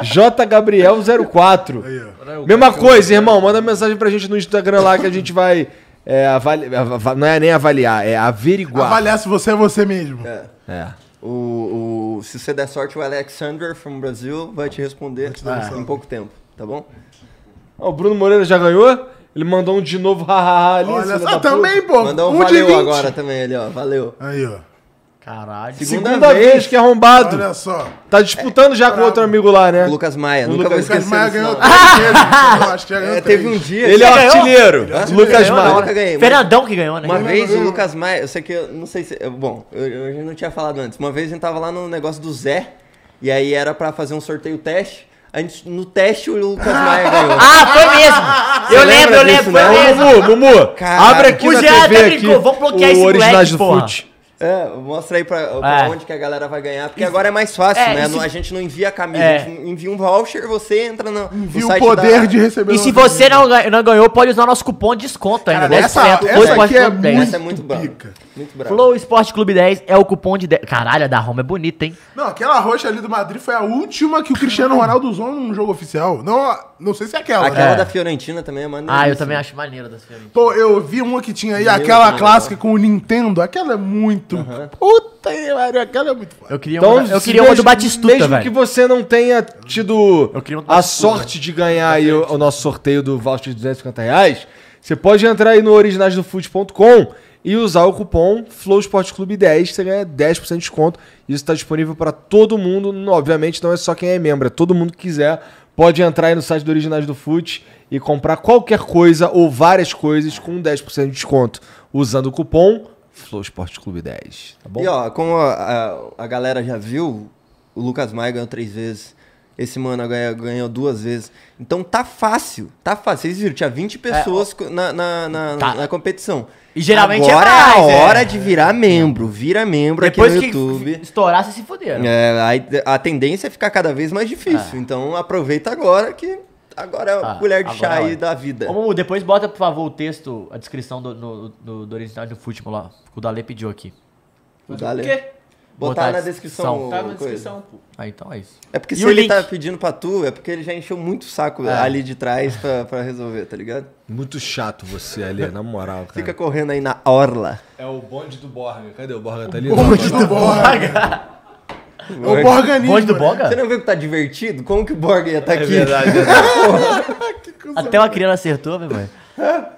[SPEAKER 2] É. J. Gabriel 04.
[SPEAKER 3] Aí, ó.
[SPEAKER 2] Mesma coisa, irmão. Manda mensagem pra gente no Instagram lá que a gente vai. é, avali- ava- Não é nem avaliar, é averiguar.
[SPEAKER 3] Avaliar se você é você mesmo.
[SPEAKER 2] É.
[SPEAKER 4] O, o- se você der sorte, o Alexander from Brasil vai te responder em pouco tempo, tá bom?
[SPEAKER 2] Ó, o Bruno Moreira já ganhou. Ele mandou um de novo, hahaha ali.
[SPEAKER 3] Olha
[SPEAKER 2] filha
[SPEAKER 3] só,
[SPEAKER 2] da puta.
[SPEAKER 3] também, pô.
[SPEAKER 4] Mandar um,
[SPEAKER 3] um de
[SPEAKER 4] valeu
[SPEAKER 3] 20.
[SPEAKER 4] agora também ali, ó. Valeu.
[SPEAKER 3] Aí, ó.
[SPEAKER 5] Caralho.
[SPEAKER 2] Segunda,
[SPEAKER 4] Segunda
[SPEAKER 2] vez. que é arrombado.
[SPEAKER 3] Olha só.
[SPEAKER 2] Tá disputando já com outro amigo lá, né?
[SPEAKER 4] O Lucas Maia,
[SPEAKER 2] O
[SPEAKER 4] nunca
[SPEAKER 2] Lucas-
[SPEAKER 4] vou
[SPEAKER 3] Lucas
[SPEAKER 4] esquecer
[SPEAKER 3] Maia
[SPEAKER 4] disso,
[SPEAKER 3] ganhou
[SPEAKER 4] não.
[SPEAKER 3] três vezes. Eu acho que já ganhou
[SPEAKER 4] É,
[SPEAKER 3] três.
[SPEAKER 4] teve um dia...
[SPEAKER 2] Ele é o
[SPEAKER 5] ganhou?
[SPEAKER 2] artilheiro. Lucas
[SPEAKER 4] ganhou,
[SPEAKER 2] Maia.
[SPEAKER 4] não. nunca ganhei, mas-
[SPEAKER 5] Fernandão que ganhou, né?
[SPEAKER 4] Uma vez o Lucas Maia, eu sei que eu não sei se. eu- Bom, eu, eu já não tinha falado antes. Uma vez a gente tava lá no negócio do Zé, e aí era pra fazer um sorteio teste. A gente, no teste o Lucas Maia ganhou.
[SPEAKER 5] Ah, foi mesmo. eu lembro,
[SPEAKER 4] lembra
[SPEAKER 5] eu
[SPEAKER 4] disso,
[SPEAKER 5] lembro, foi
[SPEAKER 4] não?
[SPEAKER 5] mesmo.
[SPEAKER 2] Ô, né? Mumu, Mumu,
[SPEAKER 4] Caralho.
[SPEAKER 2] abre aqui
[SPEAKER 5] O
[SPEAKER 2] na
[SPEAKER 5] Jean até
[SPEAKER 2] TV aqui,
[SPEAKER 5] brincou, vamos bloquear esse
[SPEAKER 2] o Originais
[SPEAKER 5] moleque,
[SPEAKER 2] do
[SPEAKER 5] porra.
[SPEAKER 2] Fute.
[SPEAKER 4] É, mostra aí pra, pra
[SPEAKER 5] É.
[SPEAKER 4] onde que a galera vai ganhar, porque agora é mais fácil,
[SPEAKER 5] É,
[SPEAKER 4] né?
[SPEAKER 5] isso-
[SPEAKER 4] Não- a gente não envia a camisa,
[SPEAKER 5] É.
[SPEAKER 4] a gente envia um voucher, você entra no, no
[SPEAKER 3] Viu o poder
[SPEAKER 4] da-
[SPEAKER 3] de receber
[SPEAKER 5] E se
[SPEAKER 3] um-
[SPEAKER 5] você não, ganha- não ganhou, pode usar nosso cupom de desconto ainda.
[SPEAKER 3] Cara, essa,
[SPEAKER 5] 10%,
[SPEAKER 3] essa aqui é
[SPEAKER 5] 10%.
[SPEAKER 3] muito,
[SPEAKER 4] Essa é muito brava.
[SPEAKER 3] pica.
[SPEAKER 4] Muito bravo.
[SPEAKER 5] Flow Esporte Clube 10 é o cupom de 10. Caralho, a da Roma é bonita, hein?
[SPEAKER 3] Não, aquela roxa ali do Madrid foi a última que o Cristiano Ronaldo usou num jogo oficial. Não, não sei se é aquela.
[SPEAKER 4] Aquela
[SPEAKER 3] né?
[SPEAKER 4] da Fiorentina também é maneira.
[SPEAKER 5] Ah, eu também acho maneiro das Fiorentina.
[SPEAKER 3] Pô, eu vi uma que tinha aí, aquela
[SPEAKER 4] Deus.
[SPEAKER 3] clássica com o Nintendo. Aquela é muito. Puta que pariu, aquela é muito foda.
[SPEAKER 5] Eu queria
[SPEAKER 2] Então,
[SPEAKER 5] uma, eu queria uma do Batistuta,
[SPEAKER 2] Mesmo que
[SPEAKER 5] velho.
[SPEAKER 2] você não tenha tido
[SPEAKER 5] Eu queria uma do Tá
[SPEAKER 2] a
[SPEAKER 5] Batistuta.
[SPEAKER 2] sorte de ganhar aí o, o nosso sorteio do voucher de 250 reais, você pode entrar aí no originaisdofute.com e usar o cupom FlowSportClube10, você ganha 10% de desconto. Isso está disponível para todo mundo. Não, Obviamente não é só quem é membro, é todo mundo que quiser. Pode entrar aí no site do Originais do Fute e comprar qualquer coisa ou várias coisas com 10% de desconto usando o cupom FlowSportClube10, tá bom?
[SPEAKER 4] E ó, como a, a- a galera já viu, o Lucas Maia ganhou três vezes. Esse mano ganha- ganhou duas vezes. Então tá fácil, tá fácil. Vocês viram, tinha 20 pessoas co- na, na, na,
[SPEAKER 5] É, Tá.
[SPEAKER 4] na competição.
[SPEAKER 5] E geralmente é
[SPEAKER 4] Agora
[SPEAKER 5] mais,
[SPEAKER 4] a
[SPEAKER 5] é.
[SPEAKER 4] hora de virar membro. Vira membro
[SPEAKER 5] Depois
[SPEAKER 4] aqui no
[SPEAKER 5] que
[SPEAKER 4] YouTube.
[SPEAKER 5] estourar, vocês se fuderam.
[SPEAKER 4] É, aí a tendência é ficar cada vez mais difícil. Então aproveita agora que agora é a
[SPEAKER 5] Ah,
[SPEAKER 4] colher de chá
[SPEAKER 5] agora é a
[SPEAKER 4] aí
[SPEAKER 5] hora.
[SPEAKER 4] da vida.
[SPEAKER 5] Ô, Mumu, depois bota, por favor, o texto, a descrição do, no, do, do original do futebol lá. que O Dale pediu aqui.
[SPEAKER 4] Dale. Botar,
[SPEAKER 5] Botar
[SPEAKER 4] na
[SPEAKER 5] a
[SPEAKER 4] descrição. Tá
[SPEAKER 5] descrição.
[SPEAKER 4] na
[SPEAKER 6] pô.
[SPEAKER 5] Ah, então é isso.
[SPEAKER 4] É porque
[SPEAKER 5] E
[SPEAKER 4] se
[SPEAKER 5] o
[SPEAKER 4] ele
[SPEAKER 5] link?
[SPEAKER 4] tá pedindo pra tu, é porque ele já encheu muito o saco ali de trás pra, pra resolver, tá ligado?
[SPEAKER 2] Muito chato você ali, na moral, cara.
[SPEAKER 4] Fica correndo aí na orla.
[SPEAKER 2] É o bonde do Borga. Cadê o Borga? Tá ali?
[SPEAKER 3] Bonde do Borga. O Borganismo.
[SPEAKER 5] Bonde do
[SPEAKER 3] né?
[SPEAKER 5] Boga?
[SPEAKER 4] Você não viu que tá divertido? Como que o Borg ia estar tá aqui?
[SPEAKER 5] Até uma criança acertou, meu mãe.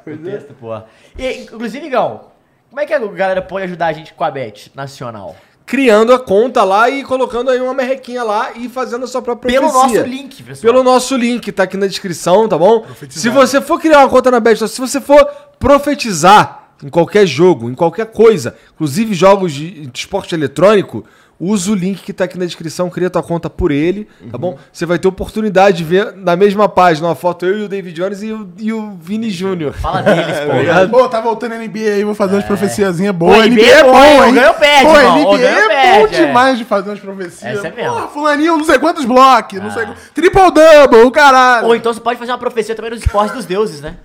[SPEAKER 5] o
[SPEAKER 3] é.
[SPEAKER 5] texto, porra. E, inclusive, Igão, como é que a galera pode ajudar a gente com a Bet Nacional?
[SPEAKER 2] Criando a conta lá e colocando aí uma merrequinha lá e fazendo a sua própria
[SPEAKER 5] Pelo
[SPEAKER 2] profecia.
[SPEAKER 5] nosso link, pessoal.
[SPEAKER 2] Pelo nosso link, tá aqui na descrição, tá bom?
[SPEAKER 3] Profetizar.
[SPEAKER 2] Se você for criar uma conta na Bet, se você for profetizar em qualquer jogo, em qualquer coisa, inclusive jogos de, de esporte eletrônico, usa o link que tá aqui na descrição, cria tua conta por ele, tá bom? Você vai ter oportunidade de ver na mesma página uma foto eu e o David Jones e o, e o Vini Júnior.
[SPEAKER 5] Fala deles,
[SPEAKER 2] é
[SPEAKER 5] porra.
[SPEAKER 3] Pô, tá voltando a NBA aí, vou fazer umas profeciazinhas
[SPEAKER 5] É. Pô,
[SPEAKER 3] boas.
[SPEAKER 5] NBA é bom,
[SPEAKER 3] hein?
[SPEAKER 5] ganhou, perde,
[SPEAKER 3] Pô,
[SPEAKER 5] irmão.
[SPEAKER 3] NBA
[SPEAKER 5] Ganhou,
[SPEAKER 3] é bom
[SPEAKER 5] perde, é.
[SPEAKER 3] demais de fazer umas profecias.
[SPEAKER 5] Essa é mesmo. Ah.
[SPEAKER 3] Porra, fulaninho, não sei quantos blocos, não sei quantos. Triple-double, o caralho.
[SPEAKER 5] Ou então você pode fazer uma profecia também nos esportes dos deuses, né?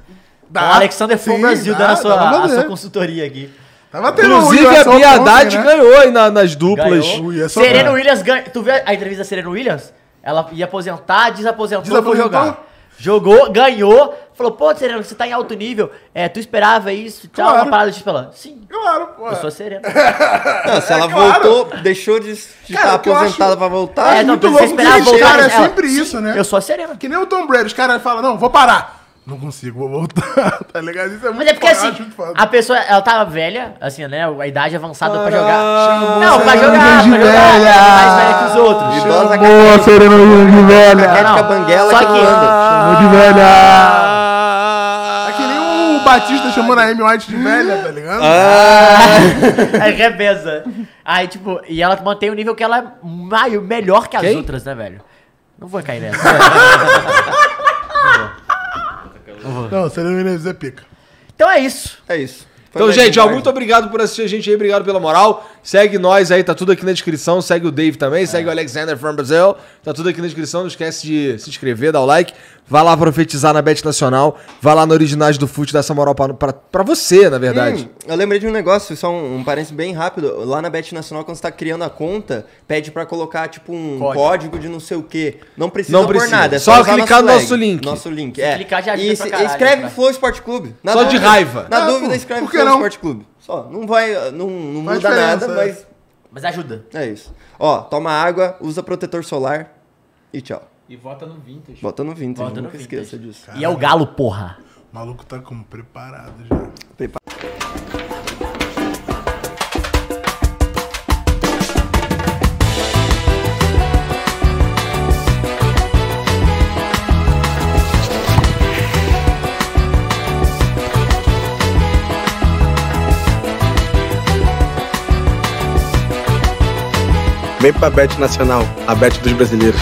[SPEAKER 3] Dá.
[SPEAKER 5] Com o Alexander From
[SPEAKER 3] Sim,
[SPEAKER 5] Brasil
[SPEAKER 3] dá,
[SPEAKER 5] dando a
[SPEAKER 3] dá pra
[SPEAKER 5] sua, a
[SPEAKER 3] fazer.
[SPEAKER 5] sua consultoria aqui.
[SPEAKER 3] Tava tendo um
[SPEAKER 2] Inclusive a
[SPEAKER 3] UFC ontem,
[SPEAKER 2] Bia Haddad
[SPEAKER 3] né?
[SPEAKER 2] ganhou aí na- nas duplas.
[SPEAKER 5] Ganhou.
[SPEAKER 3] Ui, essa-
[SPEAKER 5] Serena Williams ganha. Tu viu a entrevista da Serena Williams? Ela ia aposentar, desaposentou,
[SPEAKER 3] Desaposentou?
[SPEAKER 5] foi jogar. Jogou, ganhou, falou, pô, Sereno, você tá em alto nível, é, tu esperava isso, tchau,
[SPEAKER 3] Claro.
[SPEAKER 5] uma parada de falando. Sim,
[SPEAKER 3] Claro, pô.
[SPEAKER 5] eu sou Sereno.
[SPEAKER 4] Não, se ela
[SPEAKER 3] claro.
[SPEAKER 4] voltou, deixou de estar
[SPEAKER 3] Cara, o que eu
[SPEAKER 4] aposentada
[SPEAKER 3] acho-
[SPEAKER 4] pra voltar.
[SPEAKER 5] É, não,
[SPEAKER 3] Ah, muito
[SPEAKER 5] você
[SPEAKER 3] louco
[SPEAKER 5] esperava
[SPEAKER 3] que esses
[SPEAKER 5] voltar
[SPEAKER 3] caras é
[SPEAKER 5] nela.
[SPEAKER 3] sempre isso, né?
[SPEAKER 5] Eu sou a Serena.
[SPEAKER 3] Que nem o Tom Brady, os caras falam, não, vou parar. Não consigo, vou voltar, tá ligado? Isso é muito
[SPEAKER 5] Mas é porque
[SPEAKER 3] foda, eu
[SPEAKER 5] assim,
[SPEAKER 3] acho muito foda.
[SPEAKER 5] a pessoa, ela tava velha, assim, né, a idade avançada pra
[SPEAKER 4] Caralho.
[SPEAKER 5] jogar. Não, pra jogar, pra
[SPEAKER 3] de
[SPEAKER 5] jogar,
[SPEAKER 3] velha.
[SPEAKER 5] ela é mais velha que os outros.
[SPEAKER 4] Idosa
[SPEAKER 3] Boa, Serena de velha.
[SPEAKER 2] Ah.
[SPEAKER 4] Caquética
[SPEAKER 5] Não,
[SPEAKER 4] banguela
[SPEAKER 5] só
[SPEAKER 4] que
[SPEAKER 5] que-
[SPEAKER 4] não anda.
[SPEAKER 3] Chamou de velha. É que nem o
[SPEAKER 5] Ah,
[SPEAKER 3] Batista chamando a Amy White de velha, tá ligado?
[SPEAKER 2] Ah.
[SPEAKER 5] Aí reveza. É Aí, tipo, e ela mantém o nível que ela é mai- melhor que as outras, né, velho? Não vou cair nessa.
[SPEAKER 3] Não, Serena Menezes é pica.
[SPEAKER 5] então é isso.
[SPEAKER 4] É isso. Foi
[SPEAKER 2] Então,
[SPEAKER 4] mais
[SPEAKER 2] gente, ó,
[SPEAKER 4] demais.
[SPEAKER 2] muito obrigado por assistir a gente aí, obrigado pela moral. Segue nós aí, tá tudo aqui na descrição. Segue o Dave também,
[SPEAKER 3] É.
[SPEAKER 2] segue o Alexander from Brazil. Tá tudo aqui na descrição, não esquece de se inscrever, dar o like. Vai lá profetizar na Bet Nacional, vai lá no Originais do Fute, dá essa moral pra, pra, pra você, na verdade.
[SPEAKER 4] Hum, eu lembrei de um negócio, só um, um parênteses bem rápido. Lá na Bet Nacional, quando você tá criando a conta, pede pra colocar, tipo, um código, de não sei o quê. Não precisa
[SPEAKER 2] Não
[SPEAKER 4] pôr
[SPEAKER 2] precisa.
[SPEAKER 4] nada. É
[SPEAKER 2] Só
[SPEAKER 4] usar
[SPEAKER 2] clicar no
[SPEAKER 4] tag,
[SPEAKER 2] nosso link.
[SPEAKER 4] Nosso link, é.
[SPEAKER 5] clicar, já ajuda
[SPEAKER 4] e,
[SPEAKER 5] pra
[SPEAKER 4] se-
[SPEAKER 5] caralho,
[SPEAKER 4] escreve
[SPEAKER 5] cara.
[SPEAKER 4] Flow Esporte Clube. Na
[SPEAKER 2] Só de raiva.
[SPEAKER 4] Na
[SPEAKER 3] Ah,
[SPEAKER 4] dúvida,
[SPEAKER 3] pô,
[SPEAKER 4] escreve
[SPEAKER 3] por que
[SPEAKER 4] Flow
[SPEAKER 3] não?
[SPEAKER 4] Esporte Clube. Só, não vai, não, não
[SPEAKER 3] Faz
[SPEAKER 4] muda
[SPEAKER 3] diferença,
[SPEAKER 4] nada,
[SPEAKER 3] é.
[SPEAKER 4] mas
[SPEAKER 5] Mas ajuda.
[SPEAKER 4] é isso. Ó, toma água, usa protetor solar e tchau.
[SPEAKER 6] E vota no Vintage.
[SPEAKER 4] Bota no vintage,
[SPEAKER 5] Bota no
[SPEAKER 4] nunca
[SPEAKER 5] vintage.
[SPEAKER 4] esqueça disso.
[SPEAKER 5] E é o galo, porra.
[SPEAKER 3] O maluco tá como preparado já.
[SPEAKER 1] Vem pra Bet Nacional, a Bet dos brasileiros.